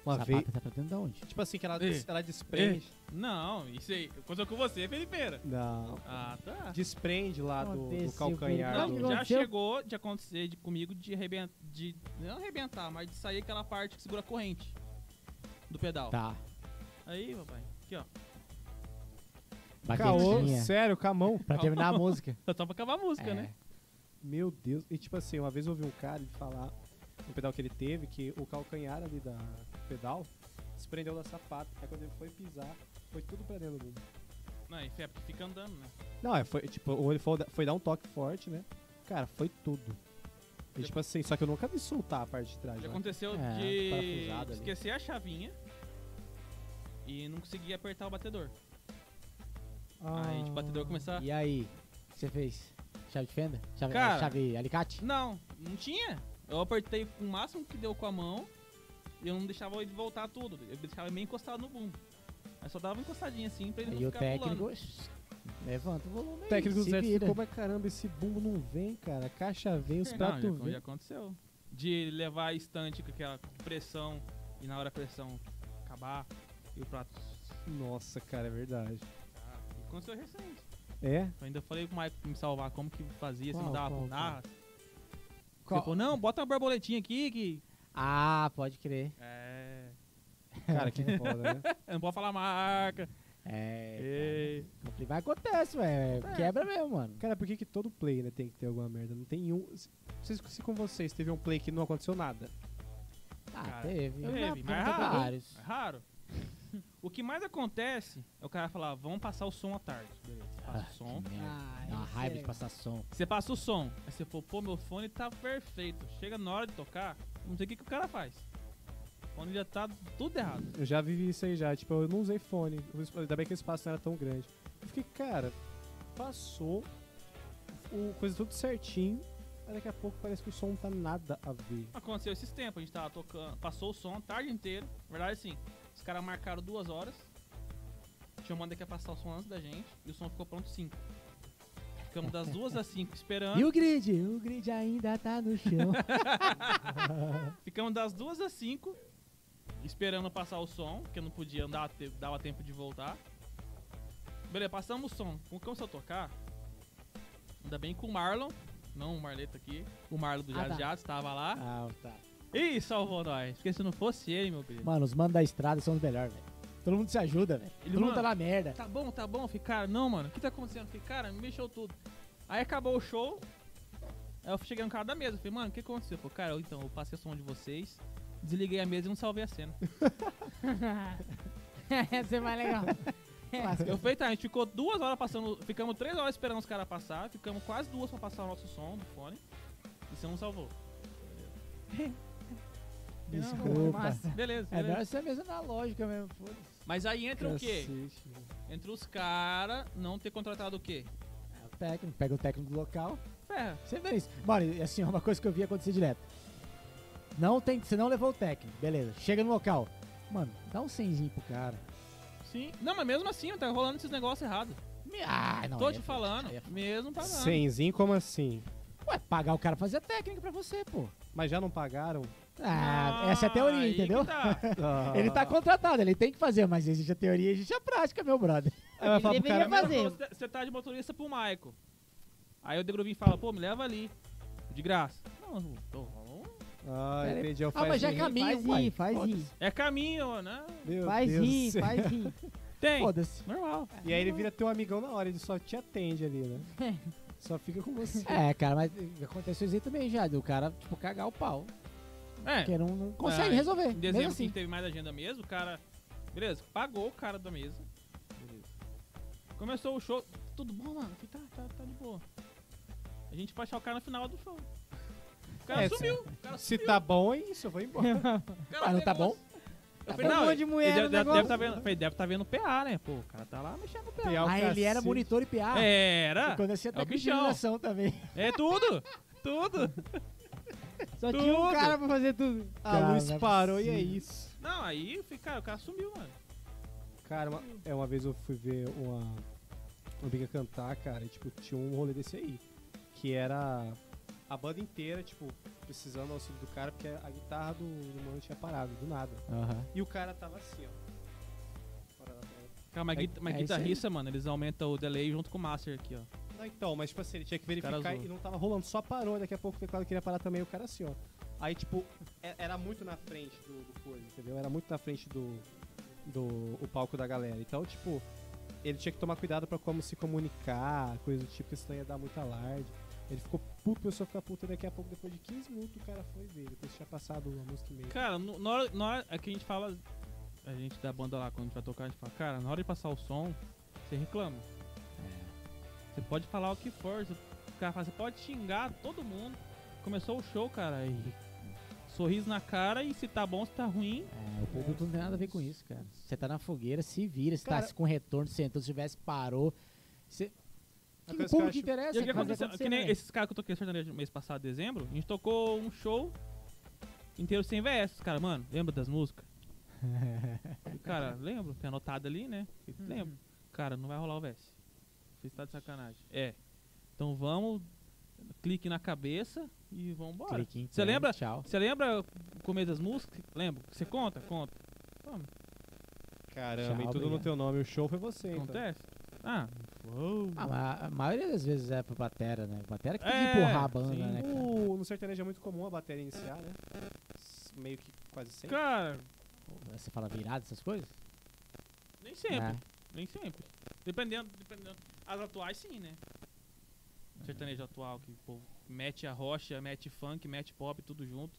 Speaker 5: Uma
Speaker 1: Sapata
Speaker 5: vez.
Speaker 1: tá pra dentro da onde?
Speaker 5: Tipo assim, que ela,
Speaker 4: Ei.
Speaker 5: des- ela desprende.
Speaker 4: Não, isso aí. Aconteceu com você, Felipeira.
Speaker 5: Não.
Speaker 4: Ah, tá.
Speaker 5: Desprende lá do, do
Speaker 1: Aconteceu,
Speaker 5: calcanhar.
Speaker 1: Felipe.
Speaker 4: Não,
Speaker 5: Do...
Speaker 4: já
Speaker 1: aconteceu?
Speaker 4: chegou de acontecer de- comigo de arrebentar. De, não arrebentar, mas de sair aquela parte que segura a corrente do pedal.
Speaker 1: Tá.
Speaker 4: Aí, papai. Aqui, ó.
Speaker 5: Caô,
Speaker 1: Baquetinha.
Speaker 5: sério, com a mão.
Speaker 1: Pra terminar a música.
Speaker 4: Só pra acabar a música,
Speaker 1: É.
Speaker 4: né?
Speaker 5: Meu Deus. E tipo assim, uma vez eu ouvi um cara ele falar, um pedal que ele teve, que o calcanhar ali da do pedal desprendeu da sapata. Aí quando ele foi pisar, foi tudo pra dentro do mundo.
Speaker 4: Não, isso é porque fica andando, né?
Speaker 5: Não, é, foi tipo, ou ele foi, foi dar um toque forte, né? Cara, foi tudo. E tipo assim, só que eu nunca vi soltar a parte de trás.
Speaker 4: Já
Speaker 5: né?
Speaker 4: aconteceu
Speaker 1: É,
Speaker 4: de
Speaker 5: parafusado ali.
Speaker 4: esquecer a chavinha e não conseguir apertar o batedor.
Speaker 1: Ah,
Speaker 4: Aí de
Speaker 5: Ah,
Speaker 4: batedor começar.
Speaker 1: E aí? O que você fez? Chave de fenda? Chave,
Speaker 4: Tá. Cara.
Speaker 1: eh, chave alicate?
Speaker 4: Não, não tinha. Eu apertei o máximo que deu com a mão e eu não deixava ele voltar tudo. Eu deixava ele meio encostado no bumbo. Aí só dava uma encostadinha assim pra ele não
Speaker 1: E o
Speaker 4: ficar pulando.
Speaker 1: técnico. shh, Levanta o volume.
Speaker 5: O técnico
Speaker 1: aí,
Speaker 5: do
Speaker 1: se
Speaker 5: Zé
Speaker 1: vira.
Speaker 5: ficou, mas caramba, esse bumbo não vem, cara. A caixa vem, os
Speaker 4: Não,
Speaker 5: pratos
Speaker 4: já,
Speaker 5: vêm.
Speaker 4: já aconteceu. De levar a estante com aquela pressão e na hora a pressão acabar e o prato.
Speaker 5: Nossa, cara, é verdade.
Speaker 4: Ah, e aconteceu recente.
Speaker 5: É?
Speaker 4: Eu ainda falei pro Mike me salvar como que fazia, se
Speaker 1: Qual,
Speaker 4: mandava
Speaker 1: qual,
Speaker 4: pro
Speaker 1: qual?
Speaker 4: nada.
Speaker 1: Qual-
Speaker 4: Ele falou, não, bota uma borboletinha aqui que.
Speaker 1: Ah, pode crer.
Speaker 4: É.
Speaker 5: Cara, que foda, né?
Speaker 4: Eu não posso falar marca.
Speaker 1: É.
Speaker 4: É.
Speaker 1: cara, conflito- Mas acontece, velho. Quebra mesmo, mano.
Speaker 5: Cara, por que, que todo play né, tem que ter alguma merda? Não tem um. se- Não sei se com vocês teve um play que não aconteceu nada.
Speaker 1: Ah,
Speaker 4: Cara,
Speaker 1: teve.
Speaker 4: teve,
Speaker 1: Ah,
Speaker 4: mas
Speaker 1: tem
Speaker 4: raro, hein?
Speaker 1: vários.
Speaker 4: É raro. O que mais acontece é o cara falar, vamos passar o som à tarde. Beleza, você passa
Speaker 1: Ah,
Speaker 4: o som.
Speaker 1: que merda.
Speaker 2: Ah,
Speaker 1: Dá uma
Speaker 2: isso
Speaker 1: raiva
Speaker 2: é
Speaker 1: de passar som.
Speaker 4: Você passa o som. Aí você fala, pô, meu fone tá perfeito. Chega na hora de tocar, não sei o que, que o cara faz. O fone já tá tudo errado.
Speaker 5: Eu já vivi isso aí já. Tipo, eu não usei fone. O esp- Ainda bem que o espaço não era tão grande. Eu fiquei, cara, passou. O, coisa tudo certinho. Mas daqui a pouco parece que o som não tá nada a ver.
Speaker 4: Aconteceu esses tempos, a gente tava tocando, passou o som a tarde inteira. Na verdade, assim, os caras marcaram duas horas. Tinha uma banda que ia passar o som antes da gente e o som ficou pronto cinco. Ficamos das duas às cinco esperando.
Speaker 1: E o grid? O grid ainda tá no chão.
Speaker 4: Ficamos das duas às 5 esperando passar o som, porque eu não podia andar, te- dava tempo de voltar. Beleza, passamos o som. Como começou a tocar, ainda bem que o Marlon, não o Marleto aqui, o Marlon do
Speaker 2: Ah,
Speaker 4: Jazz
Speaker 2: tá.
Speaker 4: Jazz estava lá.
Speaker 1: ah, tá.
Speaker 4: Ih, salvou nós, porque se não fosse ele, meu querido.
Speaker 1: Mano, os manos da estrada são os melhores, velho. Todo mundo se ajuda, velho. Todo
Speaker 4: Ele,
Speaker 1: mundo tá
Speaker 4: mano,
Speaker 1: na merda.
Speaker 4: Tá bom, tá bom, Eu falei, cara, não, mano, o que tá acontecendo? Eu falei, cara, me mexeu tudo. Aí acabou o show, aí eu cheguei no cara da mesa, falei, mano, o que aconteceu? Eu falei, cara, eu- então, eu passei o som de vocês, desliguei a mesa e não salvei a cena.
Speaker 2: Essa é mais legal.
Speaker 4: Eu falei, tá, a gente ficou duas horas passando. Ficamos três horas esperando os caras passar. Ficamos quase duas pra passar o nosso som do fone. E você não salvou.
Speaker 1: Desculpa.
Speaker 2: Massa.
Speaker 4: Beleza,
Speaker 1: É melhor
Speaker 4: beleza.
Speaker 1: ser mesmo na lógica mesmo. foda-se.
Speaker 4: Mas aí entra o quê?
Speaker 5: Cacete, mano.
Speaker 4: Entra os caras não ter contratado o quê?
Speaker 1: É o técnico. Pega o técnico do local.
Speaker 4: Ferra.
Speaker 1: Você vê isso. Mano, e assim, é uma coisa que eu vi acontecer direto. Não tem, você não levou o técnico, beleza. Chega no local. Mano, dá um senzinho pro cara.
Speaker 4: Sim. Não, mas mesmo assim, tá rolando esses negócios errados.
Speaker 1: Me- Ah, não.
Speaker 4: Tô
Speaker 1: aí
Speaker 4: te
Speaker 1: é-
Speaker 4: falando,
Speaker 1: aí é-
Speaker 4: mesmo
Speaker 5: Tá
Speaker 4: pagando.
Speaker 5: Senzinho, como assim?
Speaker 1: Ué, pagar o cara pra fazer a técnica pra você, pô.
Speaker 5: Mas já não pagaram?
Speaker 1: Ah, essa é a teoria,
Speaker 4: aí que
Speaker 1: entendeu?
Speaker 4: tá.
Speaker 5: Ah.
Speaker 1: Ele tá contratado, ele tem que fazer, mas existe a teoria e existe a prática, meu brother.
Speaker 5: Aí vai falar pro
Speaker 2: deveria
Speaker 5: cara,
Speaker 2: fazer.
Speaker 4: Ela falou, Você tá de motorista pro Maico. Aí o Degrovin fala, pô, me leva ali. De graça. Não, eu tô- um-
Speaker 5: Ah,
Speaker 1: Pera aí.
Speaker 5: entendi. eu
Speaker 1: Ah, mas
Speaker 5: faço
Speaker 1: já
Speaker 5: rir.
Speaker 1: caminho,
Speaker 2: Faz
Speaker 1: uai.
Speaker 2: rir, faz rir.
Speaker 4: É caminho, né?
Speaker 5: Meu
Speaker 2: Faz
Speaker 5: Deus do
Speaker 2: rir,
Speaker 5: céu.
Speaker 2: faz rir.
Speaker 4: Tem.
Speaker 1: Foda-se.
Speaker 4: Normal.
Speaker 5: E aí ele vira teu amigão na hora, ele só te atende ali, né? Só fica com você.
Speaker 1: É, cara, mas aconteceu isso aí também já, do cara, tipo, cagar o pau.
Speaker 4: É.
Speaker 1: Porque não, não consegue
Speaker 4: em-
Speaker 1: resolver.
Speaker 4: Em
Speaker 1: mesmo
Speaker 4: dezembro
Speaker 1: assim.
Speaker 4: que teve mais agenda mesmo, o cara. Beleza, pagou o cara da mesa. Beleza. Começou o show. Tudo bom, mano? Eu Falei, tá, tá, tá de boa. A gente vai achar o cara no final do show. O cara
Speaker 5: É,
Speaker 4: sumiu. O cara
Speaker 5: Se
Speaker 4: sumiu.
Speaker 5: tá bom, é isso, eu vou embora.
Speaker 4: o cara
Speaker 1: Mas não tá
Speaker 4: pegou-
Speaker 1: bom?
Speaker 4: Eu
Speaker 2: bom.
Speaker 4: falei, não,
Speaker 2: Um monte de
Speaker 4: ele
Speaker 2: mulher
Speaker 4: deve,
Speaker 2: no
Speaker 4: deve,
Speaker 2: negócio.
Speaker 4: deve tá vendo, falei, deve tá vendo o PA, né? Pô, o cara tá lá mexendo no PA.
Speaker 5: Piar o
Speaker 1: Ah, ele era
Speaker 5: cacete.
Speaker 1: monitor e PA.
Speaker 4: É. Era!
Speaker 1: Quando eu tinha
Speaker 5: tá
Speaker 4: É o
Speaker 1: técnico de
Speaker 4: bichão.
Speaker 1: iluminação também.
Speaker 4: É tudo! Tudo!
Speaker 2: Só tinha um
Speaker 4: Tudo.
Speaker 2: cara pra fazer tudo.
Speaker 5: A
Speaker 1: Cara,
Speaker 5: luz
Speaker 1: não é
Speaker 5: parou e é
Speaker 1: possível.
Speaker 5: isso.
Speaker 4: Não, aí eu falei, cara, o cara sumiu, mano.
Speaker 5: Cara, uma, é, uma vez eu fui ver uma, uma amiga cantar, cara, e, tipo, tinha um rolê desse aí. Que era a banda inteira, tipo, precisando do auxílio do cara, porque a guitarra do, do mano tinha parado, do nada.
Speaker 1: Aham.
Speaker 5: E o cara tava assim, ó. Parado atrás.
Speaker 4: Cara, mas,
Speaker 5: É-
Speaker 4: guita- mas
Speaker 1: é isso aí.
Speaker 4: guitarrista, mano, eles aumentam o delay junto com o master aqui, ó.
Speaker 5: Não, então, mas tipo assim, ele tinha que verificar
Speaker 4: Cara
Speaker 5: e
Speaker 4: zoou.
Speaker 5: não tava rolando, só parou, daqui a pouco o teclado queria parar também, o cara assim, ó. Aí, tipo, é- era muito na frente do, do coisa, entendeu? Era muito na frente do, do o palco da galera. Então, tipo, ele tinha que tomar cuidado pra como se comunicar, coisa do tipo, que senão ia dar muito alarde. Ele ficou puto, começou a ficar puto, e daqui a pouco, depois de 15 minutos, o cara foi ver, depois tinha passado a música e meio.
Speaker 4: Cara, no- na hora, na hora- aqui a gente fala. A gente da banda lá, quando a gente vai tocar, a gente fala, cara, na hora de passar o som, você reclama.
Speaker 1: É.
Speaker 4: Você pode falar o que for, você, cara, fala, você pode xingar todo mundo. Começou o show, cara, e sorriso na cara, e se tá bom, se tá ruim.
Speaker 1: É, o público não tem nada a ver com isso, cara. Você tá na fogueira, se vira, se
Speaker 5: Cara-
Speaker 1: tá com retorno, se entrou, se tivesse, parou. Você... Que
Speaker 5: Uma coisa
Speaker 1: o
Speaker 5: que eu
Speaker 1: público
Speaker 5: acho-
Speaker 1: interessa,
Speaker 4: E o que
Speaker 1: cara, vai
Speaker 4: aconteceu?
Speaker 1: acontecer,
Speaker 4: Que nem
Speaker 1: né?
Speaker 4: esses caras que eu toquei sertanejo no mês passado, dezembro, a gente tocou um show inteiro sem VS, cara, mano, lembra das músicas? Falei, cara, lembro, tem anotado ali, né? Falei,
Speaker 2: Uhum.
Speaker 4: Lembro. Cara, não vai rolar o VS. Você tá de sacanagem. É. Então vamos, clique na cabeça e vambora.
Speaker 1: Clique em
Speaker 4: Você
Speaker 1: play,
Speaker 4: lembra?
Speaker 1: Tchau.
Speaker 4: Você lembra o começo das músicas? Lembro. Você conta? Conta. Vamos.
Speaker 1: Tchau,
Speaker 5: Caramba, e tudo no
Speaker 1: obrigado.
Speaker 5: teu nome, o show foi você, então.
Speaker 4: Acontece? Ah, uou.
Speaker 1: Ah, mas a maioria das vezes é pro batera, né? Batera que tem
Speaker 4: É,
Speaker 1: que empurrar a banda,
Speaker 4: sim.
Speaker 1: né, cara?
Speaker 5: O- no sertanejo é muito comum a bateria iniciar, né? S- Meio que quase sempre.
Speaker 4: Cara,
Speaker 1: Você fala virada, essas coisas?
Speaker 4: nem sempre.
Speaker 1: Ah,
Speaker 4: Nem sempre. Dependendo, dependendo. As atuais sim, né? Sertanejo atual, que pô, mete a rocha, mete funk, mete pop, tudo junto.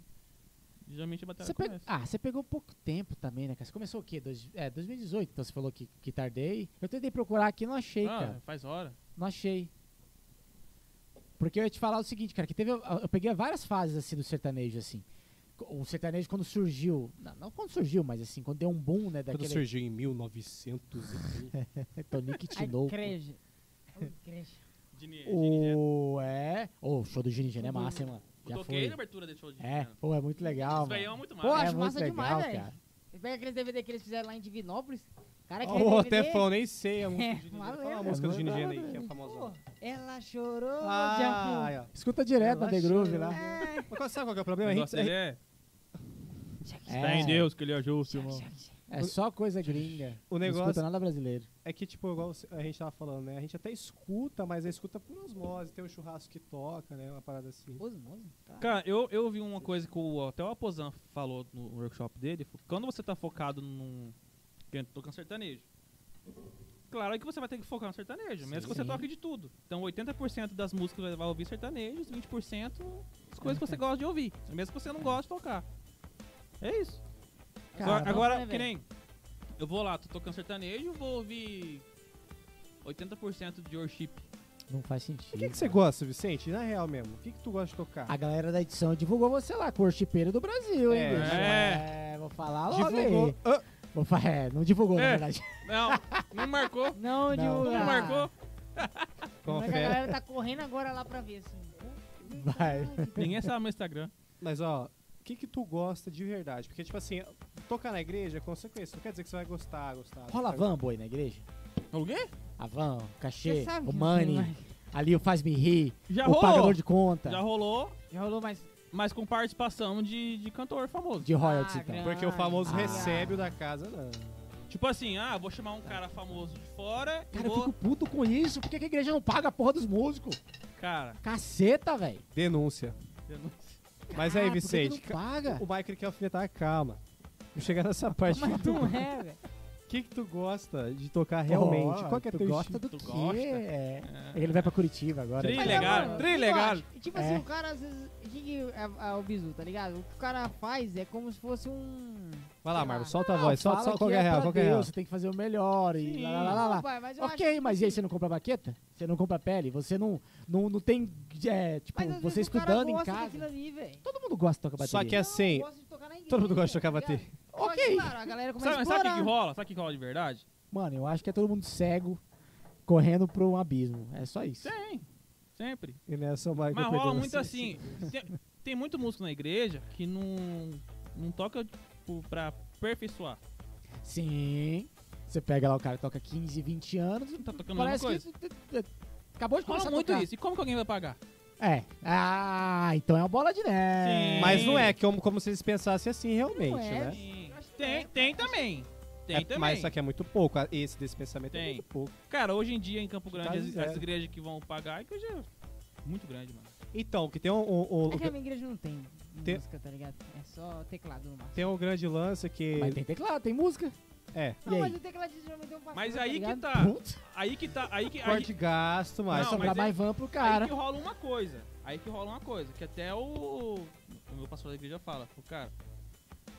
Speaker 4: Geralmente a batalha
Speaker 1: Você pe-
Speaker 4: começa.
Speaker 1: Ah, você pegou pouco tempo também, né, cara? Você começou o quê? Dois... É, 2018, então você falou que, que tardei. Eu tentei procurar aqui, não achei,
Speaker 4: Ah,
Speaker 1: cara.
Speaker 4: faz hora.
Speaker 1: Não achei. Porque eu ia te falar o seguinte, cara, que teve. Eu peguei várias fases assim do sertanejo, assim. O sertanejo quando surgiu. Não, não quando surgiu, mas assim, quando deu um boom, né?
Speaker 5: Quando
Speaker 1: Daquele
Speaker 5: surgiu em 1900 e...
Speaker 1: Tonic
Speaker 2: Ai,
Speaker 1: Tinoco.
Speaker 2: creja. Ai, creja.
Speaker 4: Dini, Dini,
Speaker 1: O. É. Ô, o show do Gini Gene é massa, hein, mano.
Speaker 4: eu
Speaker 1: Já
Speaker 4: toquei
Speaker 1: foi.
Speaker 4: na abertura desse show de
Speaker 1: É, pô, é muito legal.
Speaker 4: Os
Speaker 1: Mano.
Speaker 4: veião muito mais.
Speaker 2: Pô,
Speaker 1: é
Speaker 2: acho
Speaker 1: muito
Speaker 2: massa
Speaker 1: legal,
Speaker 2: demais, velho.
Speaker 1: cara.
Speaker 2: Pega aqueles DVD que eles fizeram lá em Divinópolis. Cara, aquele
Speaker 5: Ô,
Speaker 2: DVD.
Speaker 5: Tefão, nem sei a música
Speaker 2: É,
Speaker 5: do Gini Gene.
Speaker 2: maluco.
Speaker 5: Fala a música do Gini
Speaker 1: Maluco.
Speaker 5: Gene aí, que é famosa.
Speaker 2: Pô, ela chorou de
Speaker 5: Ah,
Speaker 2: amor.
Speaker 5: é.
Speaker 1: Escuta direto na
Speaker 5: Ela
Speaker 1: The Groove lá.
Speaker 5: Mas qual- sabe qual que é o
Speaker 4: O
Speaker 5: problema? A
Speaker 4: negócio
Speaker 5: gente, a
Speaker 4: dele
Speaker 5: gente-
Speaker 4: é.
Speaker 1: É,
Speaker 4: Tá em Deus que ele é justo, irmão.
Speaker 1: é só coisa gringa.
Speaker 5: o
Speaker 1: Não escuta né?
Speaker 5: negócio
Speaker 1: nada brasileiro.
Speaker 5: é que, tipo, igual a gente tava falando, né? A gente até escuta, mas a escuta por osmose. Tem um churrasco que toca, né? Uma parada assim.
Speaker 2: Osmose? Tá.
Speaker 4: Cara, eu, eu vi uma coisa que o, até o Aposan falou no workshop dele. fo- Quando você tá focado num. que eu tô Tocando sertanejo. Claro que você vai ter que focar no sertanejo, mesmo que você
Speaker 1: Sim.
Speaker 4: toque de tudo. Então 80% das músicas você vai ouvir sertanejos, 20% as coisas que você gosta de ouvir. Mesmo que você não goste de tocar. É isso.
Speaker 1: Cara,
Speaker 4: Agora- agora,
Speaker 2: né,
Speaker 4: que
Speaker 2: velho?
Speaker 4: nem. Eu vou lá, tô tocando sertanejo, vou ouvir 80% de worship.
Speaker 1: Não faz
Speaker 5: O
Speaker 1: sentido.
Speaker 5: que, que você gosta, Vicente? Na real mesmo. O que, que tu gosta de tocar?
Speaker 1: A galera da edição divulgou você lá, corchipeiro do Brasil, hein,
Speaker 5: É.
Speaker 1: bicho?
Speaker 4: É.
Speaker 1: É, vou falar logo aí.
Speaker 5: Ah,
Speaker 1: Vou fa- é, não divulgou, na
Speaker 4: É.
Speaker 1: verdade.
Speaker 4: Não, não marcou.
Speaker 1: Não.
Speaker 2: Não,
Speaker 4: Não
Speaker 2: divulgar.
Speaker 4: marcou.
Speaker 2: Como é que a
Speaker 5: confere.
Speaker 2: galera tá correndo agora lá pra ver, assim.
Speaker 1: Vai.
Speaker 4: Ninguém sabe meu Instagram.
Speaker 5: Mas, ó, o que, que tu gosta de verdade? Porque, tipo assim, tocar na igreja é consequência. Não quer dizer que você vai gostar, gostar.
Speaker 1: Rola
Speaker 5: gostar.
Speaker 1: van, boi, na igreja?
Speaker 4: O quê?
Speaker 1: Avão,
Speaker 2: Você
Speaker 1: cachê,
Speaker 2: sabe
Speaker 1: o
Speaker 2: que- é-
Speaker 1: money, ali o faz-me rir,
Speaker 4: Já
Speaker 1: o pagador
Speaker 4: rolou.
Speaker 1: de conta,
Speaker 4: Já rolou,
Speaker 2: Já rolou mais.
Speaker 4: mas com participação de, de cantor famoso.
Speaker 1: de royalties
Speaker 2: Ah,
Speaker 1: e tal.
Speaker 2: grana.
Speaker 5: Porque o famoso
Speaker 1: Ah.
Speaker 5: recebe o da casa, não.
Speaker 4: Tipo assim, ah, vou chamar um cara famoso de fora e
Speaker 1: Cara, eu
Speaker 4: vou.
Speaker 1: fico puto com isso. Por que que a igreja não paga a porra dos músicos?
Speaker 4: Cara,
Speaker 1: Caceta, velho.
Speaker 5: Denúncia.
Speaker 4: eu não-
Speaker 5: Mas
Speaker 1: Ah,
Speaker 5: aí,
Speaker 1: por que que
Speaker 5: Vicente,
Speaker 1: não paga?
Speaker 5: ca- o Michael quer alfinetar, calma. Eu chegar nessa parte.
Speaker 2: Mas não é, velho.
Speaker 5: O que, que tu gosta de tocar realmente?
Speaker 1: Ó,
Speaker 5: Qual que é
Speaker 1: tu
Speaker 5: teu
Speaker 1: gosta
Speaker 5: estilo?
Speaker 1: do
Speaker 4: Tu
Speaker 1: quê?
Speaker 4: gosta?
Speaker 1: É.
Speaker 4: É.
Speaker 1: Ele vai pra Curitiba agora.
Speaker 2: Mas,
Speaker 4: Trilha. Trilegal,
Speaker 2: mano,
Speaker 5: trilegal.
Speaker 2: eu acho- Tipo assim,
Speaker 1: É.
Speaker 2: o cara, às vezes. O que que é, é o bizu, tá ligado? O que o cara faz é como se fosse um.
Speaker 5: Vai lá,
Speaker 2: sei
Speaker 5: Marvel,
Speaker 2: lá.
Speaker 5: solta a
Speaker 1: Não,
Speaker 5: voz, solta,
Speaker 1: fala
Speaker 5: solta qual
Speaker 1: que
Speaker 5: que é a real,
Speaker 1: pra
Speaker 5: qual que é a real.
Speaker 1: Deus, Você tem que fazer o melhor e
Speaker 4: Sim.
Speaker 1: lá, lá, lá,
Speaker 2: Não,
Speaker 1: lá.
Speaker 2: pai, mas eu
Speaker 1: Ok,
Speaker 2: acho- tipo assim,
Speaker 1: mas e aí, você não compra baqueta? Você não compra pele? Você não, não, não tem, é, tipo,
Speaker 2: Mas às
Speaker 1: você
Speaker 2: vezes o cara
Speaker 1: estudando em
Speaker 2: gosta
Speaker 1: casa.
Speaker 2: daquilo ali, velho.
Speaker 1: Todo mundo gosta de tocar bateria.
Speaker 4: É
Speaker 5: Só que assim,
Speaker 2: Não, eu gosto de tocar na igreja,
Speaker 5: todo mundo gosta de tocar
Speaker 2: tá
Speaker 5: bater.
Speaker 2: ligado? Só que,
Speaker 1: Ok.
Speaker 2: Claro, a galera começa
Speaker 4: Sabe,
Speaker 2: a
Speaker 4: sabe o que, que
Speaker 2: explorar.
Speaker 4: rola? Sabe o que, que rola de verdade?
Speaker 1: Mano, eu acho que é todo mundo cego, correndo pra um abismo. É só isso.
Speaker 4: Tem. Sempre.
Speaker 5: E nessa o Michael
Speaker 4: Mas rola
Speaker 1: um
Speaker 5: pegando
Speaker 4: muito
Speaker 5: essa-
Speaker 4: assim. Tem, tem muito músico na igreja que não, não toca tipo, pra aperfeiçoar.
Speaker 1: Sim. Você pega lá o cara que toca 15, 20 anos e
Speaker 4: Tá tocando a mesma
Speaker 1: parece
Speaker 4: coisa.
Speaker 1: que... Acabou de começar
Speaker 4: Rola
Speaker 1: a
Speaker 4: muito
Speaker 1: tocar.
Speaker 4: isso. E como que alguém vai pagar?
Speaker 1: É. Ah, então é uma bola de neve.
Speaker 4: Sim.
Speaker 5: Mas não é como, como se eles pensassem assim realmente,
Speaker 2: Não é,
Speaker 5: né?
Speaker 4: Tem,
Speaker 2: Acho que
Speaker 4: tem,
Speaker 2: é.
Speaker 4: também. Tem
Speaker 5: É,
Speaker 4: também.
Speaker 5: Mas isso aqui é muito pouco. a- Esse desse pensamento é
Speaker 4: Tem.
Speaker 5: muito pouco.
Speaker 4: Cara, hoje em dia em Campo Grande
Speaker 5: Quase
Speaker 4: as,
Speaker 5: Tá zero.
Speaker 4: as igrejas que vão pagar, a igreja é muito grande, mano.
Speaker 5: Então, que tem um, um- um-
Speaker 2: É que a minha igreja não tem
Speaker 5: Tem-
Speaker 2: música, tá ligado? É só teclado no máximo.
Speaker 5: tem um grande lance que.
Speaker 1: Mas tem teclado, tem música.
Speaker 5: É,
Speaker 1: E
Speaker 2: Não, mas
Speaker 1: aí?
Speaker 2: o tecladista já me deu um passeio,
Speaker 4: Mas
Speaker 2: tá
Speaker 4: aí que
Speaker 2: ligado?
Speaker 4: tá.
Speaker 1: Putz,
Speaker 4: Aí que tá. Aí que, aí,
Speaker 5: corte de gasto,
Speaker 1: vai
Speaker 5: mas.
Speaker 4: Não,
Speaker 1: sobrar
Speaker 4: mas é-
Speaker 1: mais van pro
Speaker 4: aí
Speaker 1: cara.
Speaker 4: que rola uma coisa. Aí que rola uma coisa. Que até o. O meu pastor da igreja fala, pô, cara,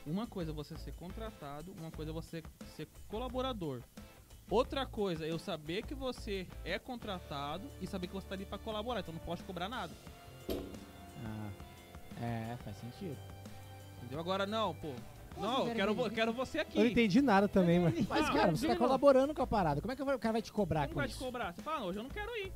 Speaker 4: uma coisa é você ser contratado, uma coisa é você ser colaborador. Outra coisa é eu saber que você é contratado e saber que você tá ali pra colaborar, então não pode cobrar nada.
Speaker 1: Ah, é, faz sentido.
Speaker 4: Entendeu? Agora não, pô.
Speaker 2: Pô,
Speaker 4: Não, eu
Speaker 2: pera
Speaker 4: quero,
Speaker 2: aí.
Speaker 4: vo- eu quero você aqui.
Speaker 5: Eu não entendi nada também, mas.
Speaker 1: Mas,
Speaker 4: Ah,
Speaker 1: cara, você tá
Speaker 4: terminou.
Speaker 1: colaborando com a parada. Como é que o cara vai te cobrar
Speaker 4: Como
Speaker 1: com
Speaker 4: vai te
Speaker 1: isso?
Speaker 4: cobrar? Você fala, "Não, hoje eu não quero ir.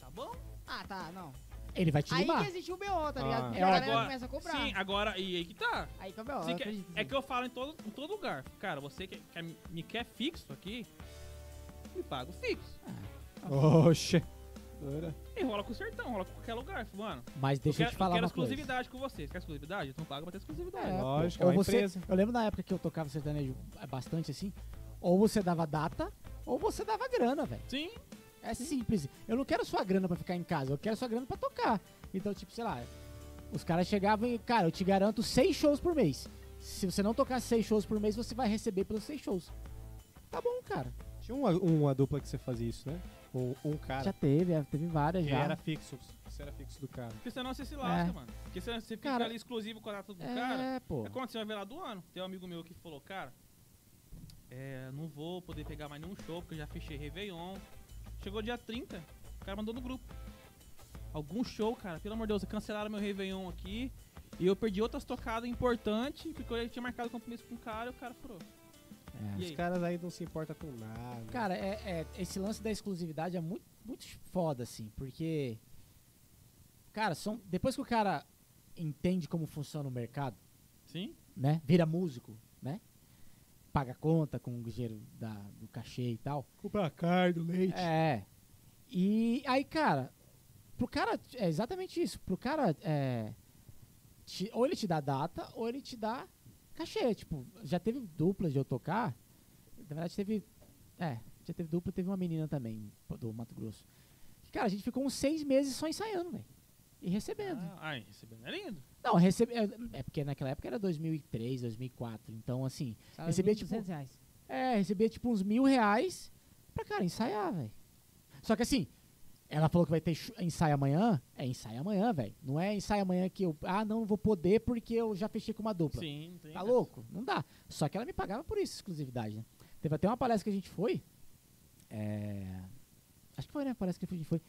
Speaker 4: Tá bom?
Speaker 2: Ah, tá, não.
Speaker 1: Ele vai te
Speaker 2: Aí que
Speaker 1: limar.
Speaker 2: existe o BO, tá ligado?
Speaker 5: Ah.
Speaker 2: Porque
Speaker 1: É,
Speaker 2: a galera
Speaker 4: agora-
Speaker 2: começa a cobrar.
Speaker 4: Sim, agora, e aí que tá.
Speaker 2: Aí que é o BO,
Speaker 4: Sim,
Speaker 2: eu
Speaker 4: que-
Speaker 2: acredito.
Speaker 4: É que eu falo em todo, em todo lugar. Cara, você que, que me quer fixo aqui, me paga o fixo.
Speaker 5: Oxe.
Speaker 4: E rola com o sertão, rola com qualquer lugar. Fala, Mano,
Speaker 1: Mas deixa eu,
Speaker 4: quero,
Speaker 1: te falar
Speaker 4: quero
Speaker 1: uma coisa.
Speaker 4: exclusividade com você. Você quer exclusividade? Então paga pra ter exclusividade.
Speaker 1: É,
Speaker 5: Lógico,
Speaker 1: pô.
Speaker 5: é
Speaker 1: ou
Speaker 5: uma
Speaker 1: você,
Speaker 5: empresa.
Speaker 1: Eu lembro na época que eu tocava sertanejo bastante assim. Ou você dava data, ou você dava grana, velho.
Speaker 4: Sim,
Speaker 1: É simples. Eu não quero sua grana pra ficar em casa, eu quero sua grana pra tocar. Então, tipo, sei lá, os caras chegavam e, cara, eu te garanto seis shows por mês. Se você não tocar seis shows por mês, você vai receber pelos seis shows. Tá bom, cara.
Speaker 5: Tinha uma, uma dupla que você fazia isso, né? Um, um
Speaker 1: já
Speaker 5: cara.
Speaker 1: teve, é, teve várias
Speaker 5: Que
Speaker 1: já.
Speaker 5: era fixo. Você era fixo do cara.
Speaker 4: porque senão você se lasca,
Speaker 1: É.
Speaker 4: mano. Porque senão você fica
Speaker 1: Cara,
Speaker 4: ali exclusivo com a data do
Speaker 1: É,
Speaker 4: cara.
Speaker 1: pô.
Speaker 4: É quando você vai ver lá do ano. Tem um amigo meu que falou, cara, é, não vou poder pegar mais nenhum show, porque eu já fechei Réveillon. Chegou dia 30, o cara mandou no grupo. Algum show, cara, pelo amor de Deus, cancelaram meu Réveillon aqui. E eu perdi outras tocadas importantes, porque eu tinha marcado compromisso com o cara e o cara furou.
Speaker 1: É.
Speaker 4: E
Speaker 5: Os
Speaker 4: aí?
Speaker 5: caras aí não se importam com nada.
Speaker 1: Cara, é, é- esse lance da exclusividade é muito, muito foda, assim, porque. Cara, são, depois que o cara entende como funciona o mercado,
Speaker 4: Sim?
Speaker 1: né? Vira músico, né? Paga conta com o dinheiro da, do cachê e tal.
Speaker 5: Comprar carne, leite.
Speaker 1: É. E aí, cara, pro cara. É exatamente isso. Pro cara. É, te- ou ele te dá data, ou ele te dá cachê. Tipo, já teve dupla de eu tocar. Na verdade, teve. É, já teve dupla, teve uma menina também, pô, do Mato Grosso. Que, Cara, a gente ficou uns seis meses só ensaiando, velho. E recebendo.
Speaker 4: Ah, ai, recebendo é lindo.
Speaker 1: Não, recebe. É, é porque naquela época era 2003, 2004. Então, assim.
Speaker 2: Sabe,
Speaker 1: Recebia,
Speaker 2: 1.200 reais.
Speaker 1: É, recebia tipo uns mil reais pra, cara, ensaiar, velho. Só que assim, ela falou que vai ter chu- ensaio amanhã. É ensaio amanhã, velho. Não é ensaio amanhã que eu. Ah, não vou poder porque eu já fechei com uma dupla.
Speaker 4: Sim, né? tem.
Speaker 1: Tá louco? Não dá. Só que ela me pagava por isso, exclusividade, né? Teve até uma palestra que a gente foi. É. Acho que foi, né? Parece que a gente foi.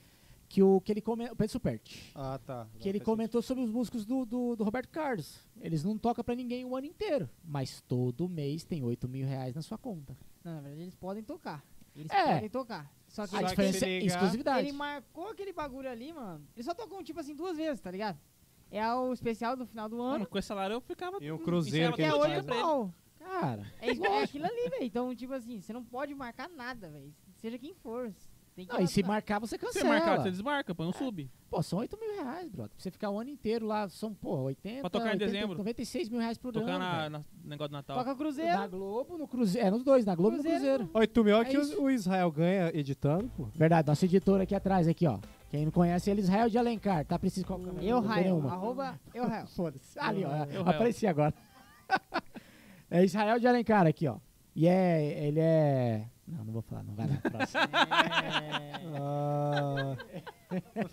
Speaker 1: Que o que ele come, o Pedro Superti.
Speaker 5: Ah, tá.
Speaker 1: Que ele comentou sobre os músicos do, do, do Roberto Carlos. Eles não tocam pra ninguém o ano inteiro. Mas todo mês tem 8 mil reais na sua conta.
Speaker 2: Não, na verdade, eles podem tocar. Eles
Speaker 1: É.
Speaker 2: podem tocar. Só que
Speaker 1: A
Speaker 5: Só
Speaker 2: ele-
Speaker 5: que
Speaker 1: diferença
Speaker 5: se
Speaker 1: é
Speaker 5: ligar-
Speaker 1: exclusividade.
Speaker 2: Ele marcou aquele bagulho ali, mano. Ele só tocou, tipo assim, duas vezes, tá ligado? É o especial do final do
Speaker 4: Mano,
Speaker 2: ano.
Speaker 4: com esse salário eu ficava.
Speaker 5: E o cruzeiro
Speaker 4: ensaiava
Speaker 5: que
Speaker 2: e é
Speaker 4: todo
Speaker 5: ele
Speaker 4: dia
Speaker 2: hoje
Speaker 5: faz,
Speaker 4: pra
Speaker 2: não.
Speaker 1: Cara,
Speaker 2: É, isso- é
Speaker 1: Lógico.
Speaker 2: aquilo ali, velho. Então, tipo assim, você não pode marcar nada, velho. Seja quem for. Tem que
Speaker 1: Não, e se
Speaker 2: adaptar.
Speaker 1: marcar, você
Speaker 4: Se
Speaker 1: cancela.
Speaker 4: marcar, você desmarca, põe um sub.
Speaker 1: Pô, são 8 mil reais, brother. Pra você ficar o ano inteiro lá, são, pô, 80...
Speaker 4: Pra tocar em dezembro.
Speaker 1: 96 mil reais por
Speaker 4: Tocar
Speaker 1: ano,
Speaker 4: na,
Speaker 1: velho.
Speaker 4: na- no negócio do Natal.
Speaker 2: Toca
Speaker 1: Na
Speaker 2: Cruzeiro.
Speaker 1: Globo, no Cruzeiro. É, nos dois, na Globo e no
Speaker 2: Cruzeiro.
Speaker 1: Cruzeiro.
Speaker 5: 8 mil é,
Speaker 1: É
Speaker 5: que o-
Speaker 1: isso.
Speaker 5: o Israel ganha editando, pô.
Speaker 1: Verdade, nosso editor aqui atrás, aqui, ó. Quem não conhece ele, é Israel de Alencar. Tá preciso qual câmera?
Speaker 2: Eu
Speaker 1: Não tem
Speaker 2: raio.
Speaker 1: nenhuma.
Speaker 2: Arroba eu raio.
Speaker 1: Foda-se. Ali, ó.
Speaker 4: Eu raio.
Speaker 1: Apareci agora. é Israel de Alencar aqui, ó. E é. Ele é. Não, não vou falar, não vai lá. próximo.
Speaker 5: é,
Speaker 2: É.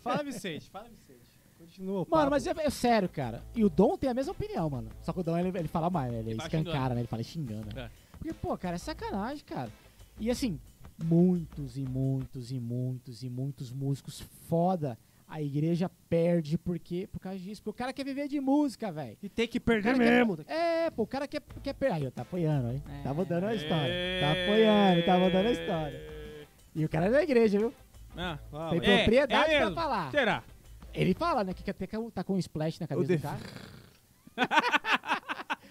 Speaker 5: fala, Vicente, fala, Vicente. Ah. Continua.
Speaker 1: mano,
Speaker 5: o papo.
Speaker 1: mas é, é sério, cara. E o Dom tem a mesma opinião, mano. Só que o Dom, ele, ele fala mais, né? Ele
Speaker 4: Ele tá
Speaker 1: escancara, né? Ele fala xingando. né?
Speaker 4: É.
Speaker 1: Porque, pô, cara, é sacanagem, cara. E assim, muitos e muitos e muitos e muitos músicos foda. A igreja perde porque, por causa disso. Porque o cara quer viver de música, velho.
Speaker 3: E tem que
Speaker 1: O cara
Speaker 3: perder
Speaker 1: quer-
Speaker 3: mesmo.
Speaker 1: É, pô, o cara quer, quer pegar. Aí, ó, tá apoiando, hein?
Speaker 2: É.
Speaker 1: Tá mudando a história. Tá
Speaker 4: É.
Speaker 1: apoiando, tá mudando a história. E o cara é da igreja, viu?
Speaker 4: Ah,
Speaker 5: Ah,
Speaker 1: Tem
Speaker 5: mas-
Speaker 4: é,
Speaker 1: propriedade
Speaker 4: é
Speaker 1: pra
Speaker 4: mesmo.
Speaker 1: falar.
Speaker 4: será?
Speaker 1: Ele fala, né? Que até que tá com um splash na cabeça
Speaker 5: def-
Speaker 1: do cara.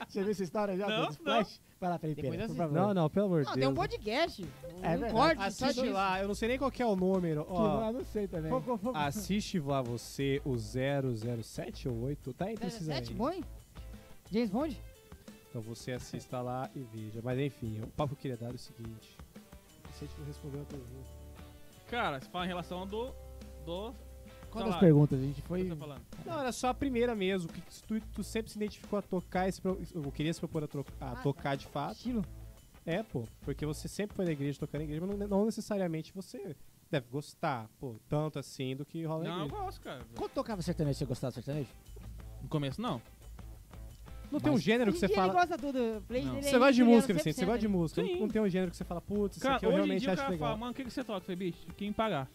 Speaker 1: Você viu essa história já?
Speaker 4: Não,
Speaker 1: do splash? Vai lá, Felipe,
Speaker 2: Depois
Speaker 1: por
Speaker 2: assiste.
Speaker 1: favor.
Speaker 5: Não, não, pelo amor de
Speaker 2: Não,
Speaker 5: Deus.
Speaker 2: tem um podcast.
Speaker 1: É
Speaker 2: um
Speaker 1: verdade.
Speaker 2: corte só
Speaker 5: Assiste
Speaker 2: disso.
Speaker 5: lá, eu não sei nem qual que é o número. Ó,
Speaker 1: não sei também.
Speaker 5: assiste lá você, o 007 ou 8, tá entre esses aí.
Speaker 2: Sete, Bond? James Bond?
Speaker 5: Então você assista lá e veja. Mas enfim, o papo que eu queria dar é o seguinte. Vicente não respondeu a pergunta.
Speaker 4: Cara, se fala em relação do. do
Speaker 1: Quantas
Speaker 4: salário.
Speaker 1: perguntas, gente?
Speaker 4: Você
Speaker 1: Foi.
Speaker 4: tá falando?
Speaker 5: Não, era só a primeira mesmo. O que que tu, tu sempre se identificou a tocar, esse pro- eu queria se propor a, tro- a
Speaker 2: Ah, tá.
Speaker 5: tocar de fato.
Speaker 2: Estilo.
Speaker 5: É, pô, porque você sempre foi na igreja, tocar na igreja, mas não, não necessariamente você deve gostar, pô, tanto assim do que rola na
Speaker 4: Não, eu
Speaker 5: igreja.
Speaker 4: gosto, cara.
Speaker 1: Quando tocava sertanejo, você gostava do sertanejo?
Speaker 4: No começo, não.
Speaker 5: Não tem um gênero que você
Speaker 2: Ele
Speaker 5: fala.
Speaker 2: gosta tudo. Play
Speaker 4: Não.
Speaker 2: dele
Speaker 5: Você
Speaker 2: é
Speaker 5: gosta de
Speaker 2: italiano,
Speaker 5: música, Vicente, você
Speaker 2: 100%,
Speaker 5: gosta de
Speaker 2: né?
Speaker 5: música.
Speaker 4: Sim.
Speaker 5: Não tem um gênero que você fala, putz, isso
Speaker 4: Cara,
Speaker 5: aqui eu
Speaker 4: hoje em
Speaker 5: realmente
Speaker 4: dia o
Speaker 5: acho
Speaker 4: cara fala,
Speaker 5: legal.
Speaker 4: mano, o que, que você toca? Eu falei, bicho, quem pagar?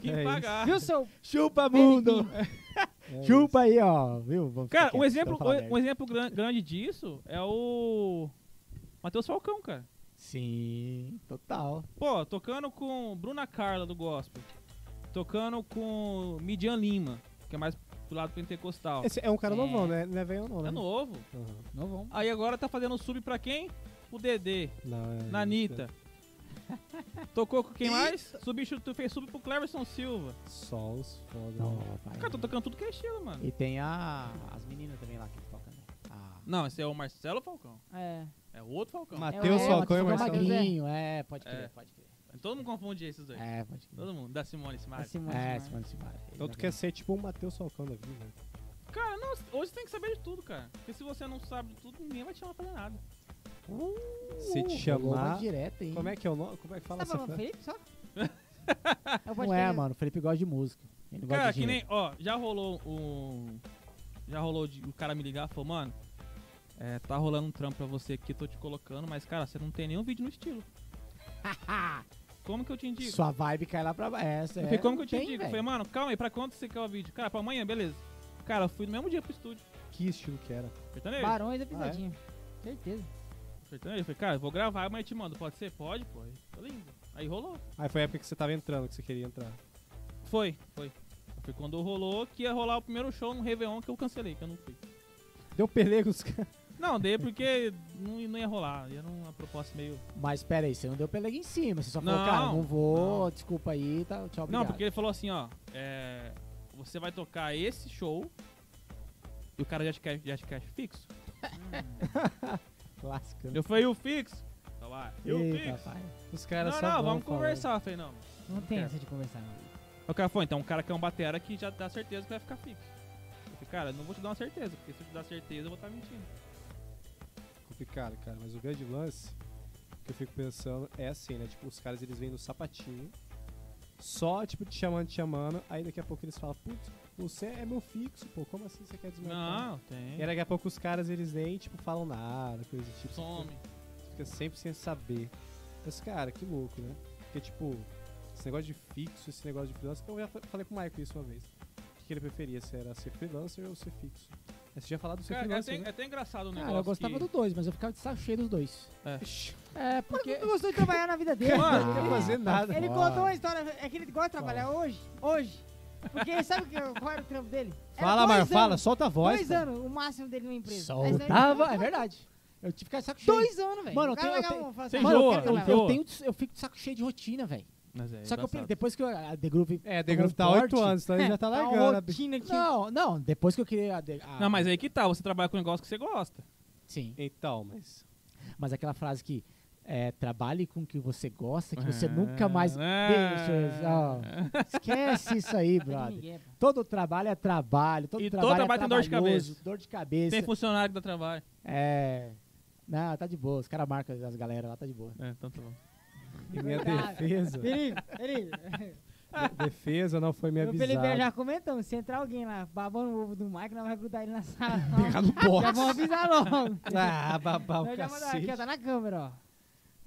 Speaker 4: quem
Speaker 5: É isso.
Speaker 4: pagar?
Speaker 2: Viu seu
Speaker 1: Chupa, mundo!
Speaker 5: É
Speaker 1: Chupa aí, ó. Viu? Vamos ficar
Speaker 4: Cara, um
Speaker 1: quietos,
Speaker 4: exemplo,
Speaker 1: vamos falar merda.
Speaker 4: um exemplo gran- grande disso é o. Matheus Falcão, cara.
Speaker 1: Sim, total.
Speaker 4: Pô, tocando com Bruna Carla do Gospel. Tocando com Midian Lima, que é mais pro lado pentecostal.
Speaker 5: isso. Esse é um cara
Speaker 2: É.
Speaker 5: novão, né? Não é velho não, né?
Speaker 4: É novo.
Speaker 5: Aham.
Speaker 2: Novão.
Speaker 4: Aí agora tá fazendo sub pra quem? O Dedê,
Speaker 5: Não, é-
Speaker 4: na Anitta. Tocou com quem mais? Substitu fez sub pro Cleverson Silva.
Speaker 5: Só os foda.
Speaker 1: Não,
Speaker 5: né?
Speaker 1: pai.
Speaker 4: Cara, tô tocando tudo que é estilo, mano.
Speaker 1: E tem a, as meninas também lá que tocam, né? Ah.
Speaker 4: Não, esse é o Marcelo Falcão.
Speaker 2: É.
Speaker 4: É outro Falcão.
Speaker 5: Mateus
Speaker 2: É,
Speaker 5: Falcão e
Speaker 2: Mateus
Speaker 5: Marcelo.
Speaker 2: Falcão.
Speaker 1: Magrinho, é, pode crer,
Speaker 4: É.
Speaker 1: pode crer.
Speaker 4: Todo mundo confunde esses dois.
Speaker 1: É, pode crer.
Speaker 4: Todo mundo. Da Simone
Speaker 2: a
Speaker 4: Simaria.
Speaker 2: Simone
Speaker 1: É,
Speaker 2: Simar.
Speaker 1: Simone Simara.
Speaker 5: Então tu quer ser tipo um Matheus Falcão da vida. né?
Speaker 4: Cara, não, hoje tem que saber de tudo, cara. Porque se você não sabe de tudo, ninguém vai te chamar pra fazer nada.
Speaker 1: Uh,
Speaker 5: Se te chamar...
Speaker 1: direto, hein?
Speaker 5: Como é que é o nome? Como é
Speaker 2: Você
Speaker 5: que fala
Speaker 2: tá
Speaker 5: essa
Speaker 2: falando
Speaker 5: frase?
Speaker 2: Felipe só? Eu
Speaker 1: Não é, mano. O Felipe gosta de música. Ele não
Speaker 4: Cara,
Speaker 1: gosta de
Speaker 4: que
Speaker 1: dinheiro.
Speaker 4: nem, ó, já rolou um. Já rolou de, o cara me ligar e falou, mano, é, tá rolando um trampo pra você aqui, tô te colocando, mas cara, você não tem nenhum vídeo no estilo.
Speaker 1: Ah,
Speaker 4: como que eu te indico?
Speaker 1: Sua vibe cai lá pra baixo. Essa
Speaker 4: eu
Speaker 1: é.
Speaker 4: falei, como que
Speaker 1: não
Speaker 4: eu te
Speaker 1: tem,
Speaker 4: indico? Eu
Speaker 1: velho.
Speaker 4: falei, mano, calma aí, pra quanto você quer o vídeo? Cara, pra amanhã, beleza. Cara, eu fui no mesmo dia pro estúdio.
Speaker 5: Que estilo que era?
Speaker 4: Sertanejo.
Speaker 2: Barões da Pisadinha. Certeza.
Speaker 4: Sertanejo. Eu falei, cara, eu vou gravar, mas te mando. Pode ser? Pode, pô. Aí, Tá lindo. Aí rolou.
Speaker 5: Aí foi a época que você tava entrando, que você queria entrar.
Speaker 4: Foi, foi. Foi quando rolou que ia rolar o primeiro show no Réveillon que eu cancelei, que eu não fui.
Speaker 5: Deu peleia com os caras.
Speaker 4: Não, dei porque não, não ia rolar. Era uma proposta meio.
Speaker 1: Mas pera aí, você não deu pelega em cima. Você só falou,
Speaker 4: Não,
Speaker 1: cara, não vou,
Speaker 4: não.
Speaker 1: desculpa aí, tá, tchau, obrigado.
Speaker 4: Não, porque ele falou assim, ó. é, você vai tocar esse show e o cara já te quer, já te quer fixo.
Speaker 1: Clássico. né?
Speaker 4: Eu falei, e o fixo? Tá lá, e o
Speaker 1: Eita,
Speaker 4: fixo?
Speaker 1: pai.
Speaker 5: Os
Speaker 4: Não,
Speaker 5: caras
Speaker 4: não,
Speaker 5: só vão
Speaker 4: vamos
Speaker 5: falar.
Speaker 4: conversar. Eu falei, não.
Speaker 2: Não tem
Speaker 4: É.
Speaker 2: essa de conversar, mano.
Speaker 4: Aí O cara falou, então um cara que é um batera que já dá certeza que vai ficar fixo. Eu falei, cara, eu não vou te dar uma certeza, porque se eu te dar certeza, eu vou estar mentindo.
Speaker 5: É complicado, cara. Mas o grande lance que eu fico pensando é assim, né? Tipo, os caras eles vêm no sapatinho, só, tipo, te chamando, te chamando, aí daqui a pouco eles falam, putz, você é meu fixo, pô, como assim você quer desmarcar?
Speaker 4: Não, tem.
Speaker 5: E aí daqui a pouco os caras eles nem, tipo, falam nada, coisa do tipo.
Speaker 4: Some.
Speaker 5: Você fica sempre sem saber. Mas, cara, que louco, né? Porque, tipo, esse negócio de fixo, esse negócio de freelancer. Eu já fa- falei pro Michael isso uma vez. O que ele preferia, se era ser freelancer ou ser fixo. Mas você já falou do ser
Speaker 4: Cara, é
Speaker 5: freelancer, né?
Speaker 4: até, é até engraçado o negócio.
Speaker 1: um Cara, eu gostava
Speaker 4: que-
Speaker 1: dos dois, mas eu ficava de saco cheio dos dois.
Speaker 4: É.
Speaker 1: É,
Speaker 2: Porque
Speaker 1: porque.
Speaker 2: não gostou de trabalhar na vida dele.
Speaker 4: Mano,
Speaker 2: mano.
Speaker 5: não quer fazer nada.
Speaker 2: Ele
Speaker 1: Fala.
Speaker 2: contou uma história. É que ele gosta de trabalhar hoje. Hoje. Porque ele sabe que, qual era o trampo dele? Era
Speaker 5: Fala,
Speaker 2: dois
Speaker 5: Marco, fala,
Speaker 2: anos,
Speaker 5: solta a voz.
Speaker 2: Dois
Speaker 5: cara.
Speaker 2: anos, o máximo dele numa empresa. Aí,
Speaker 1: Soltava, é verdade. Eu tive que ficar de saco cheio.
Speaker 2: Dois anos, velho.
Speaker 1: Mano,
Speaker 2: O cara
Speaker 1: eu tenho-
Speaker 2: largar
Speaker 1: eu
Speaker 2: um, fala
Speaker 4: Você
Speaker 2: assim,
Speaker 1: Mano, eu-
Speaker 4: enjoa,
Speaker 1: eu, eu,
Speaker 4: enjoa.
Speaker 1: tenho, eu fico de saco cheio de rotina, velho.
Speaker 4: Mas é
Speaker 1: Só que eu,
Speaker 4: engraçado.
Speaker 1: depois que eu- a The Groove.
Speaker 5: É,
Speaker 1: tomou
Speaker 5: The Groove
Speaker 1: um
Speaker 5: tá 8
Speaker 1: corte-
Speaker 5: anos, então ele já tá
Speaker 2: "Tá uma
Speaker 5: largando. a bicha.
Speaker 2: rotina aqui.
Speaker 1: Não, não, depois que eu criei a. The- a-
Speaker 4: Não, mas aí que tá, você trabalha com um negócio que você gosta.
Speaker 1: Sim,
Speaker 5: Então, mas.
Speaker 1: mas aquela frase que. é, trabalhe com o que você gosta, É que você
Speaker 4: Ah,
Speaker 1: nunca mais.
Speaker 4: ah.
Speaker 1: Deixa, ó, esquece isso aí, brother.
Speaker 2: Ninguém, pô.
Speaker 1: Todo trabalho é trabalho. Todo
Speaker 4: E todo
Speaker 1: trabalho, é
Speaker 4: trabalho tem dor de
Speaker 1: trabalhoso,
Speaker 4: cabeça.
Speaker 1: Dor de cabeça.
Speaker 4: Tem funcionário que dá trabalho.
Speaker 1: É. Não, tá de boa. Os caras marcam as galera lá, tá de boa.
Speaker 4: É, então tá bom.
Speaker 5: Em minha
Speaker 2: É Verdade.
Speaker 5: defesa.
Speaker 2: Felipe, Felipe,
Speaker 5: defesa não foi me
Speaker 2: eu e o Felipe
Speaker 5: avisado.
Speaker 2: já comentamos. Se entrar alguém lá babando o ovo do Mike, nós vamos grudar ele na sala.
Speaker 1: Pegar no
Speaker 2: já
Speaker 1: box.
Speaker 2: vamos avisar logo.
Speaker 5: Ah, babau,
Speaker 2: Nós já mandamos
Speaker 5: cacete.
Speaker 2: aqui, ó, tá na câmera, ó.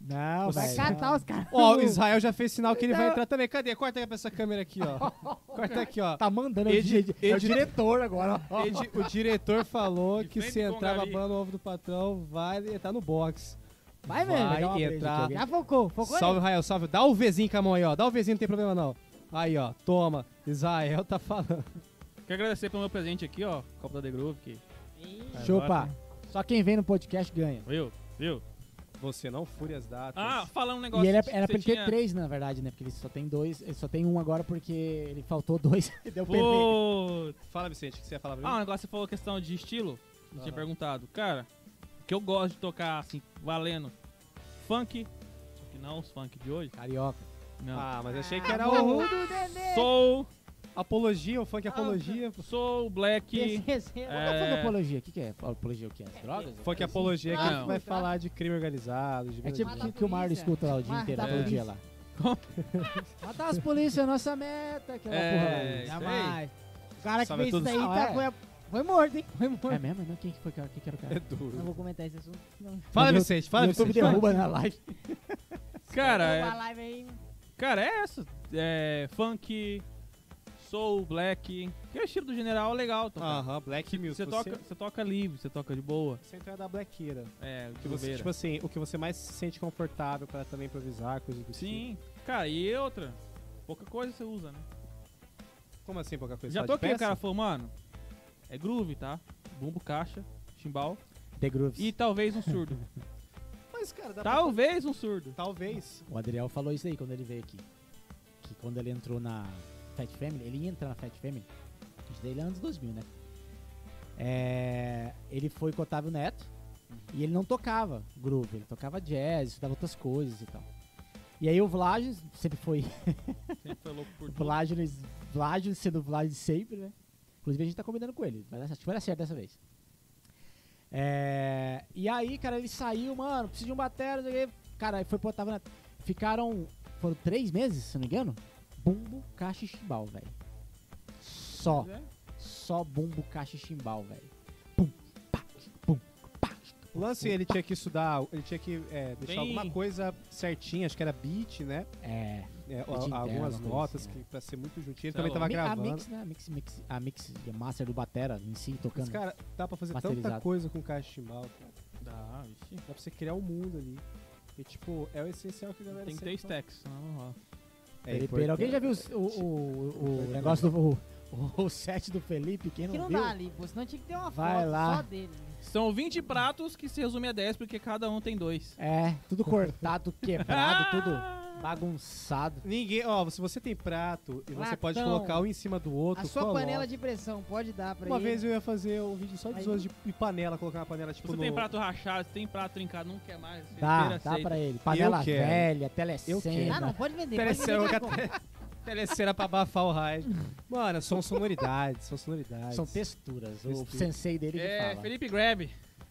Speaker 1: Não,
Speaker 5: Você-
Speaker 2: Vai
Speaker 1: velho.
Speaker 2: catar os caras.
Speaker 5: Ó, o Israel já fez sinal que ele vai
Speaker 2: Então-
Speaker 5: entrar também. Cadê? Corta aqui pra essa câmera aqui, ó. Corta aqui, ó.
Speaker 1: Tá mandando. é o
Speaker 5: Edi-
Speaker 1: di- é o
Speaker 5: edi-
Speaker 1: diretor agora. ó.
Speaker 5: Edi- o diretor falou
Speaker 4: De
Speaker 5: que
Speaker 4: frente
Speaker 5: se
Speaker 4: com o
Speaker 5: entrar
Speaker 4: Gari.
Speaker 5: babando o ovo do patrão, vai entrar no box.
Speaker 2: Vai mesmo.
Speaker 1: Vai.
Speaker 5: Vai
Speaker 1: uma
Speaker 5: entrar.
Speaker 1: breja
Speaker 2: Já focou, focou
Speaker 5: Salve, Israel, salve. Dá o Vzinho com a mão aí, ó. Dá o Vzinho, não tem problema não. Aí, ó. Toma. Israel tá falando.
Speaker 4: Quero agradecer pelo meu presente aqui, ó. Copa da The Groove. Que...
Speaker 2: nele.
Speaker 4: Agora-
Speaker 1: Chupa. Só quem vem no podcast ganha.
Speaker 4: Viu? Viu?
Speaker 5: Você não fure as datas.
Speaker 4: Ah, falando um negócio.
Speaker 1: E ele era,
Speaker 4: que
Speaker 1: era
Speaker 4: você
Speaker 1: pra ele ter
Speaker 4: tinha-
Speaker 1: três, na verdade, né? Porque ele só tem dois, ele só tem um agora porque ele faltou dois e deu PV.
Speaker 4: Pô,
Speaker 5: Fala, Vicente, o que você ia falar pra
Speaker 4: Ah, um
Speaker 5: mim?
Speaker 4: negócio que você falou questão de estilo. Eu tinha
Speaker 5: Aham.
Speaker 4: perguntado. Cara, o que eu gosto de tocar, assim, valendo funk. Só que não os funk de hoje.
Speaker 1: Carioca.
Speaker 4: Não.
Speaker 5: Ah, mas achei que era
Speaker 2: Ah,
Speaker 5: o
Speaker 2: ovo do Dedê.
Speaker 4: Soul,
Speaker 5: apologia, o funk
Speaker 2: Ah,
Speaker 5: apologia.
Speaker 4: soul, black.
Speaker 2: TCC.
Speaker 1: É... Mas
Speaker 4: É.
Speaker 1: apologia, o que, que é? Apologia o que é? As drogas?
Speaker 5: Funk apologia é aquele
Speaker 4: Não.
Speaker 5: que vai falar de crime organizado, de
Speaker 1: É tipo
Speaker 5: violência.
Speaker 1: o que, que o Mário
Speaker 2: polícia.
Speaker 1: escuta lá o dia
Speaker 2: Mata
Speaker 1: inteiro,
Speaker 2: a
Speaker 1: todo dia
Speaker 2: polícia.
Speaker 1: lá.
Speaker 4: Como?
Speaker 1: Matar as polícias é nossa meta, aquela
Speaker 4: É,
Speaker 1: porra lá.
Speaker 4: isso
Speaker 2: Jamais. O cara que
Speaker 5: Sabe
Speaker 2: fez
Speaker 5: tudo
Speaker 2: isso aí
Speaker 1: isso.
Speaker 2: tá,
Speaker 1: Ah,
Speaker 2: foi, foi morto, hein? Foi morto.
Speaker 1: É mesmo? Não, quem que foi? cara? Quem que era o
Speaker 5: É
Speaker 1: cara?
Speaker 5: duro.
Speaker 2: Não vou comentar esse assunto. Não.
Speaker 5: Fala,
Speaker 1: No
Speaker 5: Vicente, fala,
Speaker 1: No YouTube
Speaker 5: Vicente.
Speaker 1: derruba na live.
Speaker 4: Cara,
Speaker 2: Uma
Speaker 4: é,
Speaker 2: live aí.
Speaker 4: cara, é essa. É, funk, soul, black. Que é o estilo do general legal tocar.
Speaker 5: Aham, Black Music.
Speaker 4: você, toca, você toca livre, você toca de boa.
Speaker 5: Você entra então da blaqueira.
Speaker 4: É,
Speaker 5: Que
Speaker 4: de
Speaker 5: você,
Speaker 4: bobeira.
Speaker 5: tipo assim, o que você mais se sente confortável pra também improvisar, coisa do tipo.
Speaker 4: Sim. Cara, e outra. Pouca coisa você usa, né?
Speaker 5: Como assim, pouca coisa?
Speaker 4: Já
Speaker 5: Só de
Speaker 4: toquei, o
Speaker 5: peça?
Speaker 4: cara falou, mano, é groove, tá? Bumbo, caixa, chimbal
Speaker 1: The Grooves.
Speaker 4: e talvez um surdo.
Speaker 5: Mas, cara, dá pra...
Speaker 4: talvez um surdo.
Speaker 5: Talvez.
Speaker 1: O Adriel falou isso aí quando ele veio aqui. Que quando ele entrou na Fat Family, ele ia entrar na Fat Family, isso daí é anos 2000, né? É, ele foi com o Otávio Neto e ele não tocava groove, ele tocava jazz, estudava outras coisas e tal. E aí o Vlages, sempre foi
Speaker 4: Sempre foi louco por tudo.
Speaker 1: Vlages, Vlages sendo Vlages sempre, né? Inclusive a gente tá combinando com ele, mas acho que vai dar certo dessa vez. É, e aí, cara, ele saiu, mano, preciso de um batera, não sei o quê. cara, aí foi pro Otávio Neto. Ficaram, foram três meses, se não me engano, bumbo, caixa e chimbal, velho. Só,
Speaker 4: Mas é.
Speaker 1: só bumbo, caixa e chimbal, velho. Pum, pá, pum, pá.
Speaker 5: O lance, ele tinha que estudar, ele tinha que é, deixar
Speaker 4: Bem-
Speaker 5: alguma coisa certinha, acho que era beat, né?
Speaker 1: É,
Speaker 5: É,
Speaker 1: Beat interno,
Speaker 5: algumas
Speaker 1: uma coisa
Speaker 5: notas
Speaker 1: assim,
Speaker 5: que, pra ser muito juntinho. Ele
Speaker 4: Sei
Speaker 5: também
Speaker 4: lá,
Speaker 5: tava
Speaker 1: a mi- a
Speaker 5: Tá gravando.
Speaker 1: mix, né? A mix, mix, a mix master do batera em si,
Speaker 5: Mas,
Speaker 1: tocando.
Speaker 5: cara, dá pra fazer tanta
Speaker 1: Masterizado.
Speaker 5: coisa com caixa chimbal, cara.
Speaker 4: Dá, vixi.
Speaker 5: Dá pra você criar um mundo ali. E, tipo, é o essencial que a galera
Speaker 4: Tem que ter
Speaker 5: sempre fala.
Speaker 4: stacks, senão não rola.
Speaker 5: É
Speaker 1: Felipeiro. Alguém já viu
Speaker 5: importante.
Speaker 1: os- o, o, o, o negócio do o, o set do Felipe? Quem não,
Speaker 2: Que não
Speaker 1: viu?
Speaker 2: dá né? ali, pô. Senão tinha que ter uma
Speaker 1: Vai
Speaker 2: foto
Speaker 1: lá.
Speaker 2: só dele.
Speaker 4: São 20 pratos que se resume a 10, porque cada um tem dois.
Speaker 1: É, tudo cortado, quebrado, tudo bagunçado.
Speaker 5: Ninguém, ó, se você tem prato e você pode
Speaker 2: Latão.
Speaker 5: colocar um em cima do outro,
Speaker 2: A sua
Speaker 5: coloca.
Speaker 2: panela de pressão pode dar pra
Speaker 5: Uma
Speaker 2: ele.
Speaker 5: vez eu ia fazer um vídeo só de
Speaker 2: Aí-
Speaker 5: zoas de de panela, colocar uma panela tipo
Speaker 4: Você
Speaker 5: no...
Speaker 4: tem prato rachado, você tem prato trincado, não quer mais.
Speaker 1: Dá,
Speaker 4: Felipeiro
Speaker 1: dá pra
Speaker 4: aceita.
Speaker 1: ele. Panela
Speaker 5: quero.
Speaker 1: velha,
Speaker 2: Ah,
Speaker 5: Eu quero.
Speaker 2: não,
Speaker 1: telecena.
Speaker 2: pode vender. Pode
Speaker 5: Telecena,
Speaker 2: vender
Speaker 5: eu
Speaker 2: que é
Speaker 5: quero-
Speaker 2: bom.
Speaker 5: Telecena é pra abafar o raio. Mano, são sonoridades, são sonoridades.
Speaker 1: São texturas. O
Speaker 5: Textura.
Speaker 1: sensei dele que
Speaker 4: É,
Speaker 1: fala.
Speaker 4: Felipe Grab.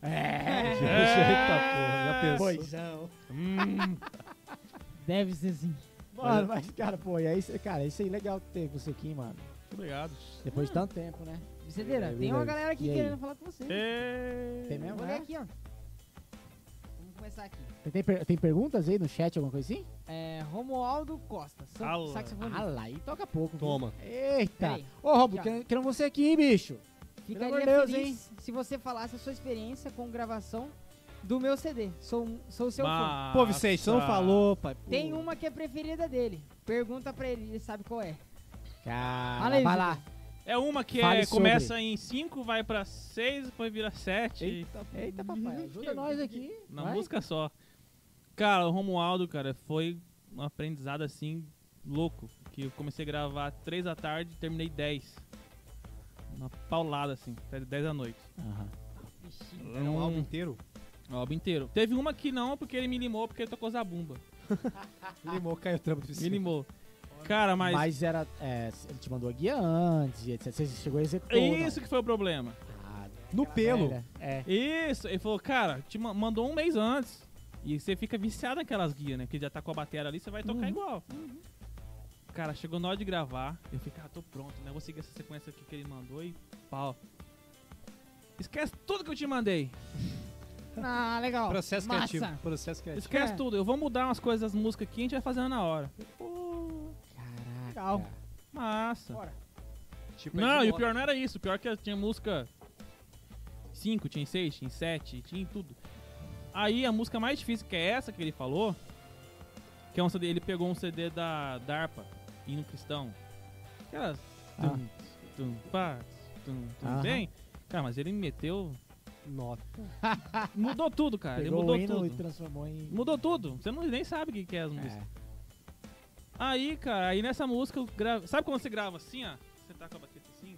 Speaker 1: É,
Speaker 5: Eita porra, já pensou? assim.
Speaker 1: boizão.
Speaker 4: Hum,
Speaker 2: Deve ser sim.
Speaker 1: Mano, mas, cara, pô, e aí, cê- cara, isso aí é legal ter você aqui, mano.
Speaker 4: obrigado.
Speaker 1: Depois de
Speaker 2: Hum.
Speaker 1: tanto tempo, né?
Speaker 2: Brincadeira,
Speaker 5: Beleza,
Speaker 2: tem uma
Speaker 5: beleza.
Speaker 2: galera aqui
Speaker 1: E aí?
Speaker 2: querendo falar com você.
Speaker 1: Tem
Speaker 4: É...
Speaker 1: mesmo?
Speaker 2: Vou ler
Speaker 1: né?
Speaker 2: aqui, ó. Vamos começar aqui.
Speaker 1: Tem, tem per- tem perguntas aí no chat, alguma coisa assim?
Speaker 2: É, Romualdo Costa, sa-
Speaker 4: Ala.
Speaker 2: saxofonista.
Speaker 1: Ah lá, aí toca pouco. viu?
Speaker 5: Toma.
Speaker 1: Eita.
Speaker 2: Peraí.
Speaker 1: Ô, Robo,
Speaker 2: Aqui, ó.
Speaker 1: quer- queremos você aqui, hein, bicho?
Speaker 2: Ficaria
Speaker 1: amor de Deus,
Speaker 2: feliz se você falasse a sua experiência com gravação do meu CD. Sou, um, sou
Speaker 1: é
Speaker 2: seu fã.
Speaker 4: Massa.
Speaker 5: Pô, Vicente, você não
Speaker 4: tá.
Speaker 5: falou, pai. pô.
Speaker 2: Tem uma que é preferida dele. Pergunta pra ele, ele sabe qual é.
Speaker 1: Cara,
Speaker 2: Fala aí,
Speaker 1: vai
Speaker 2: Vitor.
Speaker 1: lá.
Speaker 4: É uma que
Speaker 1: Fale
Speaker 4: é,
Speaker 1: sobre.
Speaker 4: começa em 5, vai pra 6, depois vira 7.
Speaker 5: Eita,
Speaker 2: Eita, papai.
Speaker 1: Ajuda nós aqui.
Speaker 4: Na
Speaker 1: vai.
Speaker 4: música só. Cara, o Romualdo, cara, foi um aprendizado assim, louco. Que eu comecei a gravar 3 da tarde e terminei 10. Uma paulada, assim, até 10 da noite.
Speaker 1: Aham.
Speaker 5: É um álbum inteiro.
Speaker 4: O álbum inteiro. Teve uma que não, porque ele me limou, porque ele tocou Zabumba.
Speaker 5: Limou, caiu o trampo do
Speaker 4: Me
Speaker 5: vizinho.
Speaker 4: limou. Cara,
Speaker 1: Mas,
Speaker 4: mas.
Speaker 1: era. é, ele te mandou a guia antes, e etc. Você chegou a executar.
Speaker 4: é Isso que foi o problema.
Speaker 5: No pelo.
Speaker 1: É.
Speaker 4: Isso. Ele falou, cara, te ma- mandou um mês antes. E você fica viciado naquelas guias, né? Porque já tá com a bateria ali, você vai tocar igual. Cara, chegou na hora de gravar. Eu fiquei, ah, tô pronto, né? Vou seguir essa sequência aqui que ele mandou e pau. Esquece tudo que eu te mandei.
Speaker 2: Ah, legal.
Speaker 5: Processo
Speaker 2: Massa.
Speaker 5: criativo. Processo criativo.
Speaker 4: Esquece
Speaker 2: É.
Speaker 4: tudo. Eu vou mudar umas coisas das músicas aqui e a gente vai fazendo na hora. Pô,
Speaker 1: Caraca.
Speaker 2: Legal.
Speaker 4: massa.
Speaker 5: Tipo,
Speaker 4: Não,
Speaker 5: é
Speaker 4: e
Speaker 5: de
Speaker 4: o pior não era isso. O pior é que tinha música 5, tinha 6, tinha 7, tinha em tudo. Aí a música mais difícil, que é essa que ele falou, que é um CD, ele pegou um CD da DARPA, Hino Cristão. Aquelas.
Speaker 1: Ah.
Speaker 4: Tum, tum, pá, tum, tum,
Speaker 1: Aham.
Speaker 4: bem. Cara, mas ele meteu.
Speaker 5: Nota.
Speaker 4: Mudou tudo, cara.
Speaker 1: Pegou o
Speaker 4: ele
Speaker 1: hino
Speaker 4: mudou
Speaker 1: e
Speaker 4: tudo.
Speaker 1: transformou em.
Speaker 4: Mudou tudo. Você não, nem sabe o que que é as músicas.
Speaker 1: É.
Speaker 4: Aí, cara, aí nessa música eu gravo. Sabe quando você grava assim, ó? Você tá com a baqueta assim?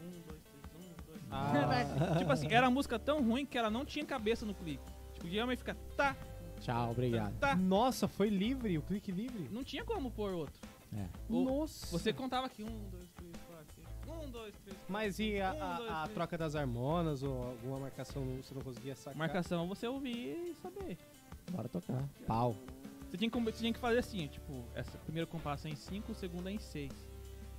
Speaker 4: Um, dois, três, um, dois, três.
Speaker 1: Ah,
Speaker 4: tipo assim, era uma música tão ruim que ela não tinha cabeça no clipe. Tipo, geralmente fica tá,
Speaker 1: Tchau, obrigado.
Speaker 4: tá, tá.
Speaker 5: Ah. Nossa, foi livre, o clique livre.
Speaker 4: Não tinha como pôr outro.
Speaker 1: É.
Speaker 4: Ou
Speaker 5: Nossa.
Speaker 4: Você contava aqui, um, dois, três, quatro, cinco. Um, dois, três, quatro.
Speaker 5: Mas e a, a-
Speaker 4: Um, dois,
Speaker 5: a
Speaker 4: três.
Speaker 5: troca das harmonas ou alguma marcação você não conseguia sacar?
Speaker 4: Marcação você ouvir e saber.
Speaker 1: Bora tocar. Pau.
Speaker 4: Você tinha, que, você tinha que fazer assim, tipo, essa, o primeiro compasso é em 5, o segundo é em Um, 6.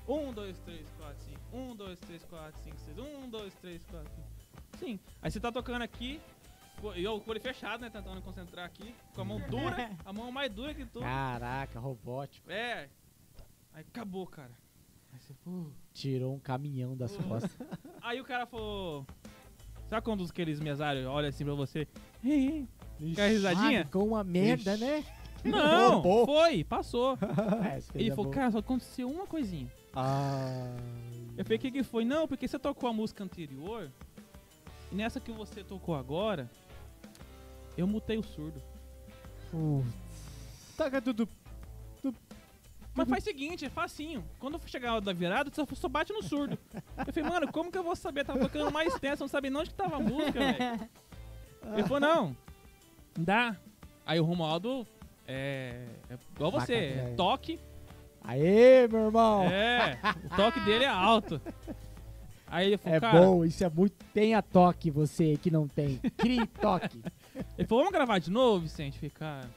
Speaker 4: 1, 2, 3, 4, 5. 1, 2, 3, 4, 5, 6. 1, 2, 3, 4, 5. Sim. Aí você tá tocando aqui, co- e eu com o olho fechado, né? Tentando me concentrar aqui, com a mão dura, a mão mais dura que tu.
Speaker 1: Caraca, robótico.
Speaker 4: É. Aí acabou, cara. Aí, você, uh.
Speaker 1: Tirou um caminhão das
Speaker 4: Uh.
Speaker 1: costas.
Speaker 4: Aí o cara falou. Sabe quando os- aqueles mesários olham assim pra você?
Speaker 5: Ixi,
Speaker 4: Quer risadinha?
Speaker 1: Ah, ficou uma merda,
Speaker 5: Ixi.
Speaker 1: né?
Speaker 4: Não!
Speaker 1: Roubou.
Speaker 4: Foi, passou.
Speaker 1: É, esse fez
Speaker 4: Ele
Speaker 1: a
Speaker 4: falou,
Speaker 1: boa.
Speaker 4: cara, só aconteceu uma coisinha.
Speaker 5: Ah.
Speaker 4: Eu falei, o que, que foi? Não, porque você tocou a música anterior e nessa que você tocou agora, eu mutei o surdo.
Speaker 5: Taca tudo.
Speaker 2: Uhum.
Speaker 4: Mas faz o seguinte, é facinho. Quando eu chegar a hora da virada, você só bate no surdo. Eu falei, mano, como que eu vou saber? Tava tocando mais tenso, eu não sabia nem onde que tava a música, velho. Ele falou, não, dá. Aí o Romualdo é, é igual você, é
Speaker 1: Macaco, é.
Speaker 4: toque.
Speaker 1: Aê, meu irmão! É,
Speaker 4: É, o toque dele é alto. Aí ele falou, cara,
Speaker 1: bom, isso é muito. Tenha toque, você que não tem. Crie toque.
Speaker 4: Ele falou, vamos gravar de novo, Vicente? Eu falei, cara.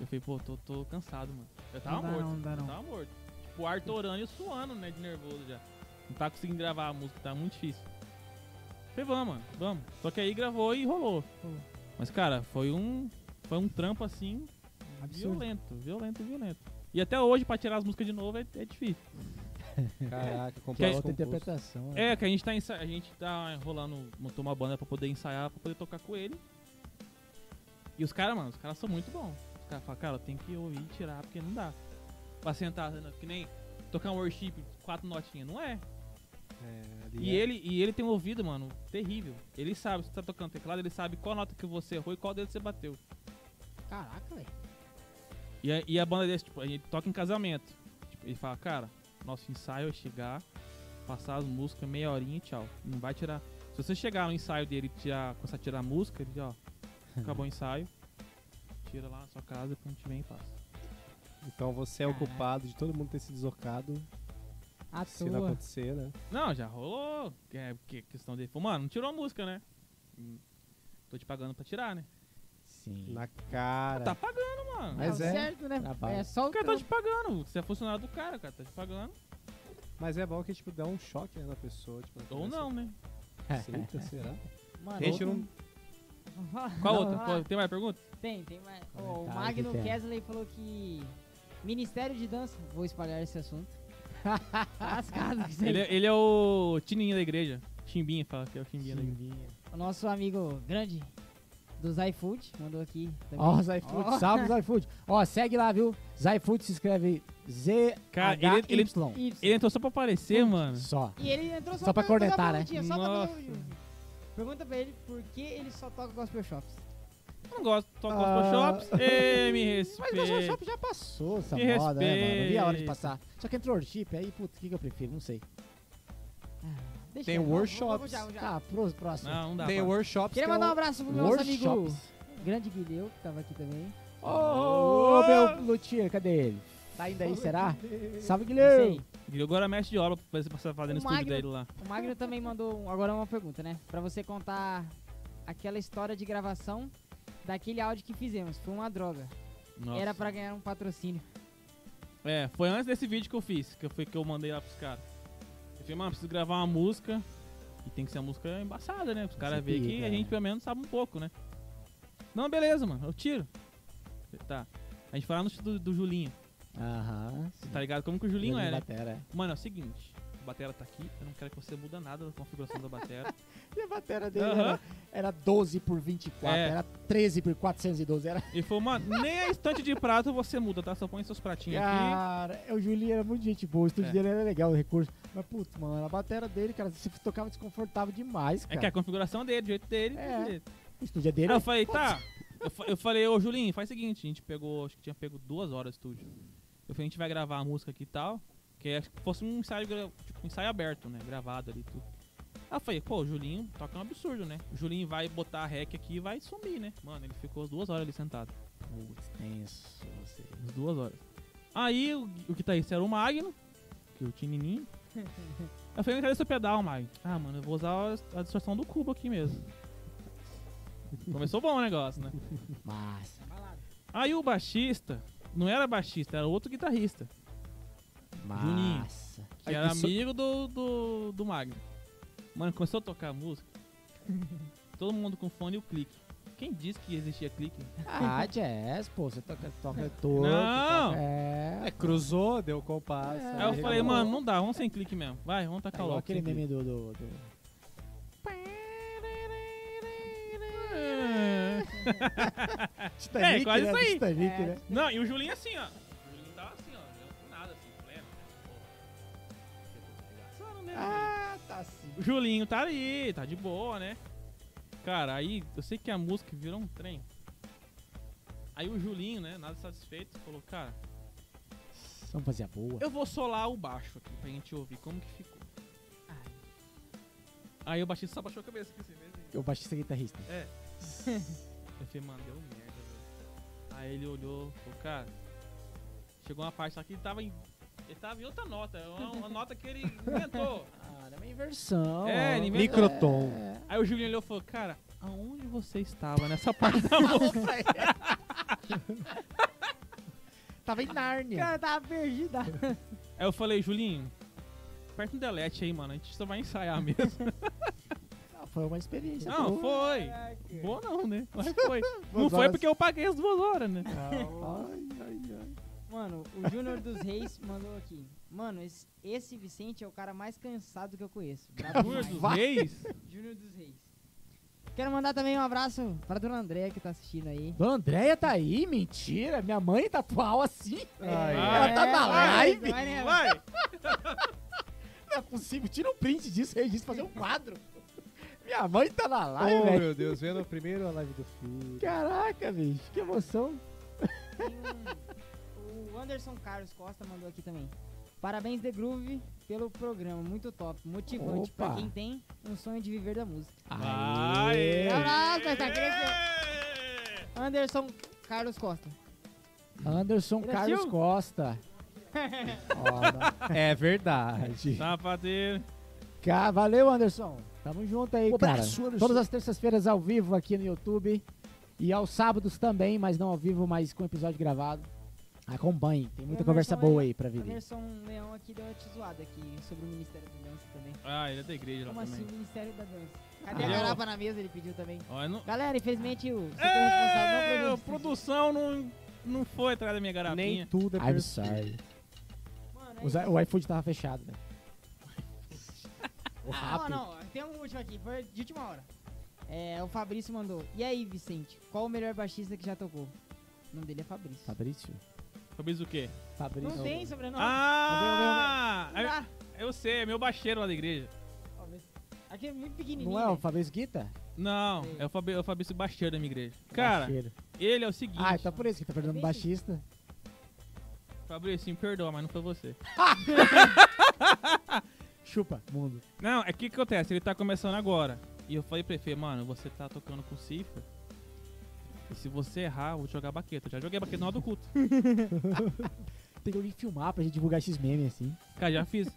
Speaker 4: Eu falei, pô, tô, tô cansado, mano. Eu
Speaker 2: Não
Speaker 4: tava
Speaker 2: dá
Speaker 4: morto.
Speaker 2: não, não dá
Speaker 4: eu
Speaker 2: não.
Speaker 4: tava morto. Tipo, o Artorânio suando, né, de nervoso já. Não tá conseguindo gravar a música, tá muito difícil. Eu falei, vamos, mano, vamos. Só que aí gravou e rolou.
Speaker 2: Rolou.
Speaker 4: Mas, cara, foi um. Foi um trampo assim.
Speaker 2: Absurdo.
Speaker 4: Violento, violento, violento. E até hoje, pra tirar as músicas de novo, é, é difícil.
Speaker 5: Caraca,
Speaker 1: Que é
Speaker 5: comprar
Speaker 1: outra interpretação. né?
Speaker 4: É, que a gente tá ensa- a gente tá enrolando, montou uma banda pra poder ensaiar, pra poder tocar com ele. E os caras, mano, os caras são muito bons. Os caras falam, cara, tem que ouvir e tirar, porque não dá. Pra sentar, né, que nem tocar um worship, quatro notinhas, não é.
Speaker 5: É,
Speaker 4: E ele, e ele tem um ouvido, mano, terrível. Ele sabe, se você tá tocando teclado, ele sabe qual nota que você errou e qual dedo você bateu.
Speaker 2: Caraca, velho.
Speaker 4: E a, e a banda desse, tipo, ele toca em casamento. Tipo, ele fala, cara, nosso ensaio é chegar, passar as músicas meia horinha e tchau. Não vai tirar. Se você chegar no ensaio dele e tirar, começar a tirar a música, ele, ó, acabou o ensaio, tira lá na sua casa, quando te vem e passa.
Speaker 5: Então você é o culpado de todo mundo ter se deslocado
Speaker 2: À
Speaker 5: se não
Speaker 2: toa.
Speaker 5: acontecer, né?
Speaker 4: Não, já rolou. É, porque questão dele. Falou, mano, não tirou a música, né? Hum, Tô te pagando pra tirar, né?
Speaker 1: Sim.
Speaker 5: Na cara.
Speaker 4: Tá pagando, mano.
Speaker 5: Mas
Speaker 2: Tá
Speaker 5: é.
Speaker 2: certo, né?
Speaker 1: Trabalho.
Speaker 2: É só
Speaker 4: O
Speaker 2: o
Speaker 4: cara tá te
Speaker 2: trampo.
Speaker 4: pagando. Você é funcionário do cara, o cara tá te pagando.
Speaker 5: Mas é bom que tipo dá um choque né, na pessoa, tipo, ela
Speaker 4: Ou
Speaker 5: começa-
Speaker 4: não, né?
Speaker 5: Eita, será?
Speaker 2: Mano,
Speaker 5: Gente, eu não
Speaker 4: Qual
Speaker 2: Não, é.
Speaker 4: outra?
Speaker 2: vai lá.
Speaker 4: Qual- tem mais pergunta?
Speaker 2: Tem, tem mais. Ó, o
Speaker 1: Comentário
Speaker 2: Magno
Speaker 1: que tem.
Speaker 2: Kesley falou que. Ministério de Dança. Vou espalhar esse assunto. Tá Lascado com isso aí.
Speaker 4: Ele, é- ele é o Tininho da igreja. Chimbinha, fala que é o Chimbinha da igreja.
Speaker 2: O nosso amigo grande do Zaifood, mandou aqui também.
Speaker 1: Ó, Zaifood,
Speaker 2: Ó.
Speaker 1: salve Zaifood. Ó, segue lá, viu? Zaifood se escreve Z
Speaker 4: Cara,
Speaker 1: H
Speaker 4: ele-
Speaker 1: Y.
Speaker 2: Isso.
Speaker 4: Ele entrou só pra aparecer, mano.
Speaker 1: Só.
Speaker 2: E ele entrou só,
Speaker 1: Só pra
Speaker 2: fazer uma
Speaker 1: cornetar, né?
Speaker 2: perguntinha, Só pra
Speaker 4: Nossa.
Speaker 2: fazer um- Pergunta pra ele por que ele só toca gospel shops.
Speaker 4: Eu não gosto. Toca
Speaker 1: Ah.
Speaker 4: os shops. Ei, me
Speaker 1: Mas o
Speaker 4: respeita.
Speaker 1: Shop já passou essa
Speaker 4: Me
Speaker 1: moda, né, mano? Eu Vi a hora de
Speaker 4: respeita.
Speaker 1: passar. Só que entrou worship, aí, putz, o que, que eu prefiro? Não sei.
Speaker 2: Deixa
Speaker 5: Tem
Speaker 2: eu- vamos-
Speaker 5: workshops.
Speaker 2: vamos já, vamos já.
Speaker 1: Tá, pro próximo.
Speaker 4: Não, não dá.
Speaker 5: Tem
Speaker 4: pra-
Speaker 5: workshops.
Speaker 2: Queria
Speaker 5: tem
Speaker 2: mandar um
Speaker 5: o-
Speaker 2: abraço pro meu amigo
Speaker 1: Workshops.
Speaker 2: Grande Guilherme, que tava aqui também.
Speaker 1: Ô, ô, ô, meu Luthier, cadê ele? Tá ainda aí, será? Salve, Guilherme.
Speaker 2: Sim.
Speaker 4: Ele agora mexe de obra pra você passar fazendo
Speaker 2: O
Speaker 4: o estúdio
Speaker 2: Magno-
Speaker 4: dele lá.
Speaker 2: O Magno também mandou um- agora uma pergunta, né? Pra você contar aquela história de gravação daquele áudio que fizemos. Foi uma droga.
Speaker 4: Nossa.
Speaker 2: Era pra ganhar um patrocínio.
Speaker 4: É, foi antes desse vídeo que eu fiz, que eu, foi que eu mandei lá pros caras. Eu falei, mano, preciso gravar uma música. E tem que ser uma música embaçada, né? Os caras
Speaker 1: ser
Speaker 4: verem que
Speaker 1: pica,
Speaker 4: a
Speaker 1: né?
Speaker 4: gente pelo menos sabe um pouco, né? Não, beleza, mano, eu tiro. Tá. A gente foi lá no estúdio do Julinho.
Speaker 1: Aham. sim.
Speaker 4: Tá ligado? Como que o Julinho
Speaker 1: Grande
Speaker 4: é, né?
Speaker 1: Batera.
Speaker 4: Mano, é o seguinte. A batera tá aqui, eu não quero que você muda nada da configuração da batera.
Speaker 1: E a batera dele
Speaker 4: Aham.
Speaker 1: era, era 12 por 24,
Speaker 4: É.
Speaker 1: era 13 por 412, era...
Speaker 4: Ele falou, mano, nem a estante de prato você muda, tá? Só põe seus pratinhos aqui.
Speaker 1: Cara, o Julinho era muito gente boa, o estúdio
Speaker 4: É.
Speaker 1: dele era legal, o recurso. Mas, putz, mano, a batera dele, cara, você tocava desconfortável demais,
Speaker 4: É que
Speaker 1: cara.
Speaker 4: a configuração dele, do jeito dele.
Speaker 1: É.
Speaker 4: desse jeito.
Speaker 1: O estúdio é dele...
Speaker 4: Aí eu falei, tá. Eu, fa- eu falei, ô Julinho, faz o seguinte, a gente pegou, acho que tinha pego duas horas de estúdio. Eu falei, a gente vai gravar a música aqui e tal. Que acho que fosse um ensaio, gra- tipo, um ensaio aberto, né? Gravado ali e tudo. Aí eu falei, pô, o Julinho toca um absurdo, né? O Julinho vai botar a rec aqui e vai sumir, né? Mano, ele ficou as duas horas ali sentado.
Speaker 1: Putz, tenso, você.
Speaker 4: As duas horas. Aí o, o guitarrista era o Magno, que eu tinha nininho. Eu falei, cadê seu pedal, Magno? Ah, mano, eu vou usar a, a distorção do cubo aqui mesmo. Começou bom o negócio, né?
Speaker 1: Massa.
Speaker 4: Aí o baixista, não era baixista, era outro guitarrista, Juninho.
Speaker 1: Massa.
Speaker 4: que
Speaker 5: Aí
Speaker 4: era
Speaker 5: isso-
Speaker 4: amigo do, do, do Magno. Mano, começou a tocar a música, todo mundo com fone e o clique. Quem disse que existia clique?
Speaker 1: Ah, jazz, pô, você toca, toca todo.
Speaker 4: É. Não.
Speaker 1: toca- é.
Speaker 5: É, cruzou, deu compasso.
Speaker 1: É.
Speaker 4: Aí eu
Speaker 1: Aí
Speaker 4: falei,
Speaker 1: acabou.
Speaker 4: mano, não dá, vamos sem clique mesmo. Vai, vamos
Speaker 1: É
Speaker 4: tacar
Speaker 1: igual
Speaker 4: logo.
Speaker 1: aquele
Speaker 4: sem clique.
Speaker 1: meme do. do, do-
Speaker 4: É.
Speaker 1: Titanic,
Speaker 4: É, quase
Speaker 1: né?
Speaker 4: isso
Speaker 1: Do
Speaker 4: aí.
Speaker 1: Titanic,
Speaker 2: É.
Speaker 1: né?
Speaker 4: Não, e o Julinho assim, ó. O Julinho tava assim, ó, não com nada, assim, pleno. Pô, só não lembro.
Speaker 1: Ah, tá sim.
Speaker 4: né? O Julinho tá ali, tá de boa, né? Cara, aí eu sei que a música virou um trem. Aí o Julinho, né, nada satisfeito, falou, cara,
Speaker 1: Vamos fazer a boa.
Speaker 4: eu vou solar o baixo aqui pra gente ouvir como que ficou. Aí o baixista só baixou a cabeça aqui assim mesmo.
Speaker 1: Eu baixista guitarrista.
Speaker 4: É. eu falei, mano, deu merda, velho. Aí ele olhou, falou, cara, chegou uma parte lá que ele tava em. Ele tava em outra nota, é uma, uma nota que ele inventou.
Speaker 1: Ah, é uma inversão.
Speaker 4: É, ele inventou.
Speaker 5: Microtom.
Speaker 1: É.
Speaker 4: Aí o Julinho olhou e falou, cara, aonde você estava nessa parte da música?
Speaker 1: Tava em Nárnia.
Speaker 2: Cara, tava perdida.
Speaker 4: Aí eu falei, Julinho, aperta um delete aí, mano. A gente só vai ensaiar mesmo.
Speaker 1: Ah, foi uma experiência.
Speaker 4: não,
Speaker 1: boa.
Speaker 4: foi.
Speaker 2: Caraca.
Speaker 4: Boa não, né? Mas foi. não
Speaker 1: Duas
Speaker 4: foi
Speaker 1: horas.
Speaker 4: porque eu paguei as duas horas, né?
Speaker 1: Ai, ai, ai.
Speaker 2: Mano, o Júnior dos Reis mandou aqui. Mano, esse, esse Vicente é o cara mais cansado que eu conheço. Brabo
Speaker 4: Júnior
Speaker 2: demais.
Speaker 4: dos Reis.
Speaker 2: Júnior dos Reis. Quero mandar também um abraço pra dona Andréia que tá assistindo aí.
Speaker 1: Dona Andréia tá aí? Mentira. Minha mãe tá atual assim.
Speaker 5: Ai,
Speaker 1: Ela tá na
Speaker 2: É. vai,
Speaker 1: live?
Speaker 2: vai né? nela.
Speaker 4: Vai.
Speaker 1: Não é possível. Tira um print disso, registra, fazer um quadro. Minha mãe tá na live,
Speaker 5: oh,
Speaker 1: velho.
Speaker 5: meu Deus, vendo primeiro a live do filho.
Speaker 1: Caraca, bicho. Que emoção.
Speaker 2: Tem um- o Anderson Carlos Costa mandou aqui também. Parabéns, The Groove, pelo programa. Muito top. Motivante pra
Speaker 1: Opa.
Speaker 2: quem tem um sonho de viver da música.
Speaker 1: Aê.
Speaker 4: Aê.
Speaker 2: Abraço, mas tá crescendo. Anderson Carlos Costa.
Speaker 1: Anderson
Speaker 2: Ele
Speaker 1: Carlos
Speaker 2: assistiu?
Speaker 1: Costa. Ó, não.
Speaker 5: É verdade.
Speaker 4: Sapateiro.
Speaker 1: Ca- Valeu, Anderson. Tamo junto aí,
Speaker 5: Um
Speaker 1: cara.
Speaker 5: abraço, Anderson.
Speaker 1: Todas as terças-feiras ao vivo aqui no YouTube. E aos sábados também, mas não ao vivo, mas com episódio gravado. Acompanhe, tem muita
Speaker 2: Anderson
Speaker 1: conversa
Speaker 2: é-
Speaker 1: boa aí pra viver.
Speaker 2: Anderson Leão aqui deu uma te zoada aqui sobre o Ministério da Dança também.
Speaker 4: Ah, ele é da igreja lá
Speaker 2: Como assim,
Speaker 4: também.
Speaker 2: Ministério da Dança? Cadê
Speaker 1: Ah.
Speaker 2: a garapa na mesa? Ele pediu também.
Speaker 4: Olha, não...
Speaker 2: Galera, infelizmente o setor
Speaker 4: É,
Speaker 2: responsável não
Speaker 4: a produção não, não foi atrás da minha
Speaker 5: Nem
Speaker 4: garapinha.
Speaker 5: tudo é
Speaker 1: I'm
Speaker 5: perfeito.
Speaker 1: sorry.
Speaker 2: Mano, é
Speaker 1: O, za- o iFood tava fechado, né? velho. O
Speaker 2: Ah,
Speaker 1: rápido.
Speaker 2: não, não, tem um último aqui, foi de última hora. É, o Fabrício mandou. E aí, Vicente, qual o melhor baixista que já tocou? O nome dele é Fabrício.
Speaker 1: Fabrício?
Speaker 4: Fabrício o quê?
Speaker 1: Fabrício.
Speaker 2: Não tem sobrenome.
Speaker 1: Ah!
Speaker 4: Ah!
Speaker 2: Não dá.
Speaker 4: eu- Eu sei, é meu baixeiro lá da igreja.
Speaker 2: Aqui é muito pequenininho.
Speaker 1: Não é o
Speaker 2: velho.
Speaker 1: Fabrício Guita?
Speaker 4: Não,
Speaker 2: Sei.
Speaker 4: é o, Fabi, é o Fabrício Baixeiro da minha igreja. Cara,
Speaker 1: Baixeiro.
Speaker 4: ele é o seguinte.
Speaker 1: Ah, então por isso que tá perdendo o
Speaker 2: Fabrício?
Speaker 1: baixista.
Speaker 4: Fabrício, me perdoa, mas não foi você.
Speaker 1: Chupa, mundo.
Speaker 4: Não, é que que acontece? Ele tá começando agora. E eu falei pra ele, falei, mano, você tá tocando com cifra. E se você errar, eu vou jogar baqueta. Eu já joguei baqueta na hora do culto.
Speaker 1: Tem que alguém filmar pra gente divulgar esses memes assim.
Speaker 4: Cara, já fiz.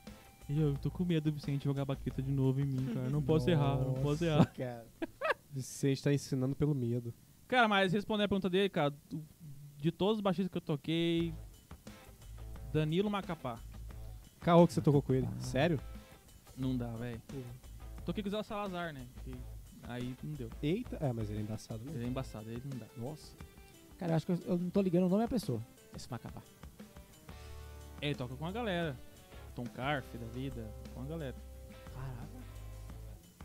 Speaker 4: E Eu tô com medo do Vicente jogar baqueta de novo em mim, cara. Não posso errar, não posso errar.
Speaker 5: Cara. Vicente tá ensinando pelo medo.
Speaker 4: Cara, mas respondendo a pergunta dele, cara, do- de todos os baixistas que eu toquei, Danilo Macapá.
Speaker 5: Caô que você tocou com ele.
Speaker 1: Ah.
Speaker 5: Sério?
Speaker 4: Não dá, velho. Toquei com o Zé Salazar, né? Que- Aí não deu.
Speaker 5: Eita. É, mas ele é embaçado mesmo.
Speaker 4: Ele é embaçado, aí não dá.
Speaker 1: Nossa. Cara, eu acho que eu, eu não tô ligando o nome da pessoa. Esse macapá.
Speaker 4: Ele toca com a galera. Tom Carf da vida, com a galera.
Speaker 1: Caraca.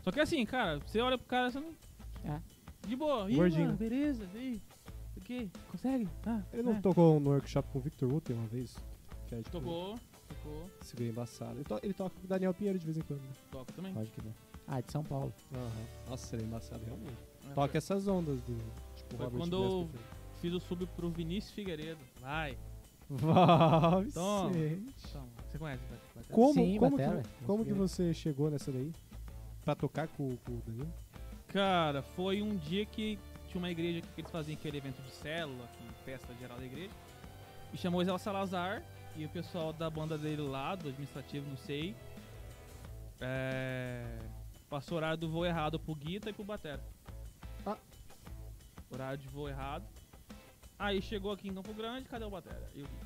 Speaker 4: Só que assim, cara, você olha pro cara, você não.
Speaker 1: É.
Speaker 4: De boa, Ih,
Speaker 5: Gordinho.
Speaker 4: mano, beleza, e o quê? Consegue? Ah,
Speaker 5: Ele não
Speaker 4: é.
Speaker 5: tocou no workshop com o Victor Rutten uma vez? Que era, tipo,
Speaker 4: Tocou, tocou,
Speaker 5: Segura embaçado. Ele, to- ele toca com o Daniel Pinheiro de vez em quando. né?
Speaker 4: toca também.
Speaker 1: Pode que não. Ah, é de São Paulo.
Speaker 5: Nossa, ele é embaçado realmente.
Speaker 4: É,
Speaker 5: Toca essas ondas do. Tipo,
Speaker 4: Foi
Speaker 5: Robert
Speaker 4: quando
Speaker 5: Glasper.
Speaker 4: Fiz o sub pro Vinícius Figueiredo. Vai.
Speaker 5: Uau,
Speaker 4: Toma.
Speaker 5: Vicente.
Speaker 4: Então, você conhece? vai- vai- vai-
Speaker 5: Como,
Speaker 1: Sim,
Speaker 5: como,
Speaker 1: batera.
Speaker 5: que, como que você chegou nessa daí? Pra tocar com, o- com o Danilo?
Speaker 4: Cara, foi um dia que tinha uma igreja que eles faziam aquele evento de célula, aqui, festa geral da igreja. E chamou o Zé Salazar e o pessoal da banda dele lá, do administrativo, não sei. É, passou o horário do voo errado pro Guita e pro Batera.
Speaker 1: Ah.
Speaker 4: Horário de voo errado. Aí chegou aqui em Campo Grande, cadê o Batera? E o Guita.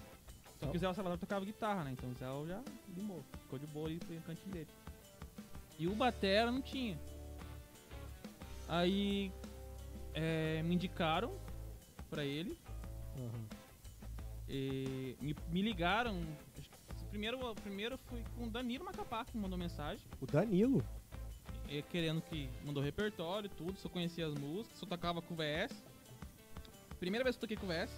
Speaker 4: Só que o Zé Salazar tocava guitarra, né? Então o Zé já limou. Ficou de boa ali foi no cantinho dele. E o Batera não tinha. Aí é, me indicaram pra ele. E me, me ligaram. acho que Primeiro, primeiro fui com o Danilo Macapá, que mandou mensagem.
Speaker 5: O Danilo?
Speaker 4: eh, Querendo que mandou repertório, tudo, só conhecia as músicas, só tocava com o VS. Primeira vez que eu toquei com o VS.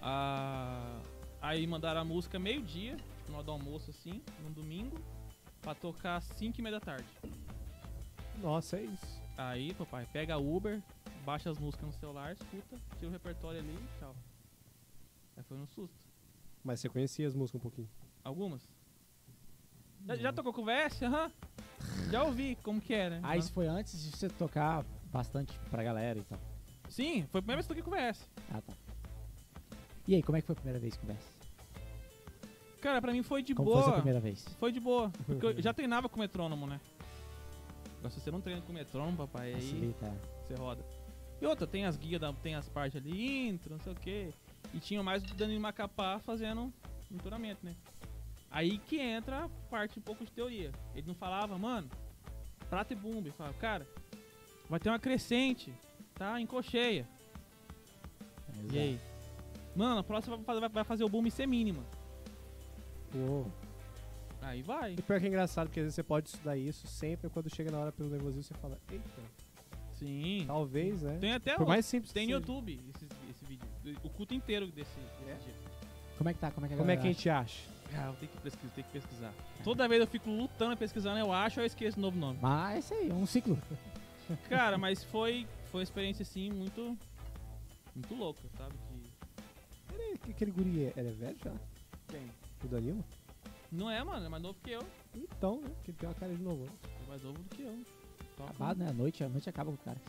Speaker 4: Ah, aí mandaram a música meio-dia, tipo, no almoço assim, num domingo, pra tocar às 5 e meia da tarde.
Speaker 5: Nossa, é isso.
Speaker 4: Aí, papai, pega a Uber, baixa as músicas no celular, escuta, tira o repertório ali e tchau. Aí foi um susto.
Speaker 5: Mas você conhecia as músicas um pouquinho.
Speaker 4: Algumas? Já, já tocou com o VS? Aham. Já ouvi como que era.
Speaker 1: Ah, isso
Speaker 4: Aham.
Speaker 1: foi antes de você tocar bastante pra galera e tal.
Speaker 4: Sim, foi a primeira vez que eu toquei com o VS.
Speaker 1: Ah, tá. E aí, como é que foi a primeira vez que conversa?
Speaker 4: Cara, pra mim foi de
Speaker 1: Como foi
Speaker 4: boa.
Speaker 1: a sua primeira vez?
Speaker 4: Foi de boa. Porque eu já treinava com o metrônomo, né? Agora se você não treina com o metrônomo,
Speaker 1: Ah,
Speaker 4: papai, aí
Speaker 1: Facilita.
Speaker 4: você roda. E outra, tem as guias, da- tem as partes ali, intro, não sei o quê. E tinha mais o Danilo Macapá fazendo um monitoramento, né? Aí que entra a parte um pouco de teoria. Ele não falava, mano, prata e bumba. Ele falava, cara, vai ter uma crescente, tá? Em cocheia. E aí? Mano, a próxima vai fazer, vai fazer o boom em ser mínima.
Speaker 5: Uou.
Speaker 4: Aí vai.
Speaker 5: E pior que é engraçado, porque às vezes você pode estudar isso sempre, quando chega na hora pelo nervosismo, você fala, eita,
Speaker 4: Sim.
Speaker 5: talvez, né?
Speaker 4: Tem até
Speaker 5: Por
Speaker 4: o-
Speaker 5: mais simples
Speaker 4: tem
Speaker 5: que
Speaker 4: no
Speaker 5: seja.
Speaker 4: YouTube esse, esse vídeo. O culto inteiro desse, desse
Speaker 5: É?
Speaker 4: dia.
Speaker 1: Como é que tá? Como é que a
Speaker 5: Como é que a
Speaker 1: galera
Speaker 5: gente acha?
Speaker 4: Ah, eu tenho que pesquisar, tenho que pesquisar. Toda vez eu fico lutando, pesquisando, eu acho, eu esqueço o novo nome.
Speaker 1: acha? Mas é isso aí, é um ciclo.
Speaker 4: Cara, mas foi, foi uma experiência assim muito. Muito louca, sabe? Que
Speaker 5: Ele- Aquele guri, é- ele é velho já? O Danilo?
Speaker 4: não é, mano, é mais novo que eu.
Speaker 5: Então, né? Porque ele tem uma cara de novo.
Speaker 4: É mais novo do que eu. Toca-
Speaker 1: Acabado, né? A noite, a noite acaba com o cara.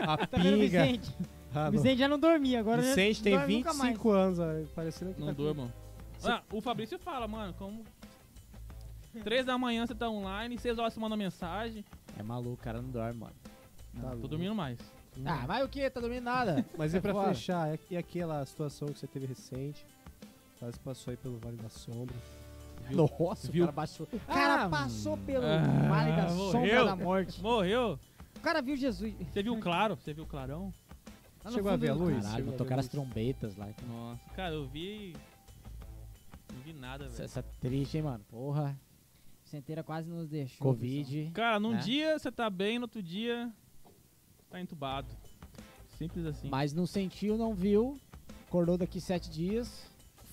Speaker 5: A
Speaker 2: Tá vendo,
Speaker 5: pinga.
Speaker 2: Vicente?
Speaker 5: Ah,
Speaker 1: Tá
Speaker 2: O
Speaker 5: não.
Speaker 2: Vicente já não dormia, agora já
Speaker 5: Vicente tem
Speaker 2: dorme nunca mais.
Speaker 5: 25 anos, ó, parecendo que
Speaker 4: Não
Speaker 5: tá com-
Speaker 4: durmam. Ah, o Fabrício fala, mano, como. Três da manhã você tá online, seis horas você manda mensagem.
Speaker 1: É maluco, o cara não dorme, mano.
Speaker 4: Não,
Speaker 5: Tá
Speaker 4: tô
Speaker 5: louco.
Speaker 4: dormindo mais.
Speaker 1: Ah, mas o que? Tá dormindo nada.
Speaker 5: Mas e pra
Speaker 1: Bora.
Speaker 5: fechar, e aquela situação que você teve recente? Quase passou aí pelo Vale da Sombra.
Speaker 1: Nossa,
Speaker 4: Viu?
Speaker 1: o cara baixou.
Speaker 2: O cara
Speaker 1: Ah,
Speaker 2: passou pelo
Speaker 4: Ah,
Speaker 2: vale da
Speaker 4: morreu.
Speaker 2: sombra da morte.
Speaker 4: Morreu?
Speaker 2: O cara viu Jesus.
Speaker 4: Você viu o claro? Você viu o clarão?
Speaker 2: Lá no
Speaker 5: Chegou a
Speaker 2: fundo
Speaker 5: ver a
Speaker 2: do-
Speaker 5: luz?
Speaker 1: Caralho, vou tocar as trombetas lá.
Speaker 4: Nossa, cara, eu vi. Não vi nada,
Speaker 1: Essa,
Speaker 4: velho.
Speaker 1: é essa triste, hein, mano? Porra.
Speaker 2: Centeira quase nos deixou. pessoal.
Speaker 1: Covid.
Speaker 4: Cara, num
Speaker 1: Né?
Speaker 4: dia você tá bem, no outro dia tá entubado. Simples assim.
Speaker 1: Mas não sentiu, não viu. Acordou daqui sete dias.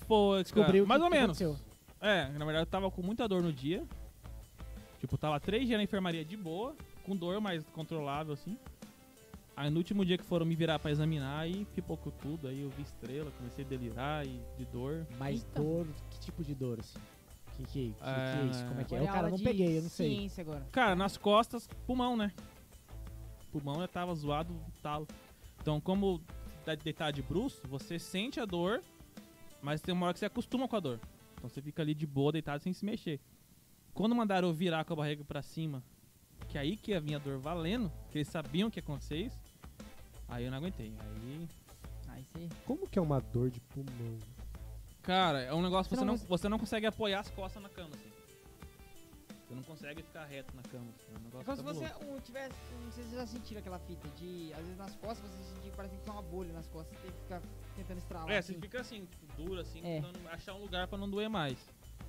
Speaker 4: Foi,
Speaker 1: Descobriu
Speaker 4: cara.
Speaker 1: que-
Speaker 4: Mais ou
Speaker 1: que
Speaker 4: menos.
Speaker 1: aconteceu.
Speaker 4: É, na verdade eu tava com muita dor no dia. Tipo, tava três dias na enfermaria de boa, com dor, mas controlável, assim. Aí no último dia que foram me virar pra examinar, aí pipocou tudo, aí eu vi estrela, comecei a delirar e de dor.
Speaker 1: Mas
Speaker 2: Eita.
Speaker 1: dor, que tipo de dor, assim? Que que, que, que é
Speaker 4: É.
Speaker 1: isso? Como é que é?
Speaker 2: Foi
Speaker 1: Eu, cara,
Speaker 2: aula
Speaker 1: não
Speaker 2: de
Speaker 1: peguei, eu não sei.
Speaker 2: Ciência agora.
Speaker 4: Cara, nas costas, pulmão, né? Pulmão já tava zoado, talo. Então, como tá- deitar de bruxo, você sente a dor, mas tem uma hora que você acostuma com a dor. Então você fica ali de boa, deitado, sem se mexer. Quando mandaram eu virar com a barriga pra cima, que aí que ia vir a dor valendo, que eles sabiam que ia acontecer isso, aí eu não aguentei. Aí...
Speaker 2: Aí você.
Speaker 5: Como que é uma dor de pulmão?
Speaker 4: Cara, é um negócio
Speaker 2: Você
Speaker 4: que você
Speaker 2: não
Speaker 4: não, você não consegue apoiar as costas na cama, assim. Você não consegue ficar reto na cama. assim. É um
Speaker 2: É
Speaker 4: negócio
Speaker 2: como se
Speaker 4: cabuloso.
Speaker 2: você um, tivesse. Não sei se vocês já sentiram aquela fita de. Às vezes nas costas você sentia que parece que tem uma bolha nas costas. Você tem que ficar tentando estralar.
Speaker 4: É,
Speaker 2: assim.
Speaker 4: você fica assim, tipo, duro assim,
Speaker 2: É.
Speaker 4: tentando achar um lugar pra não doer mais.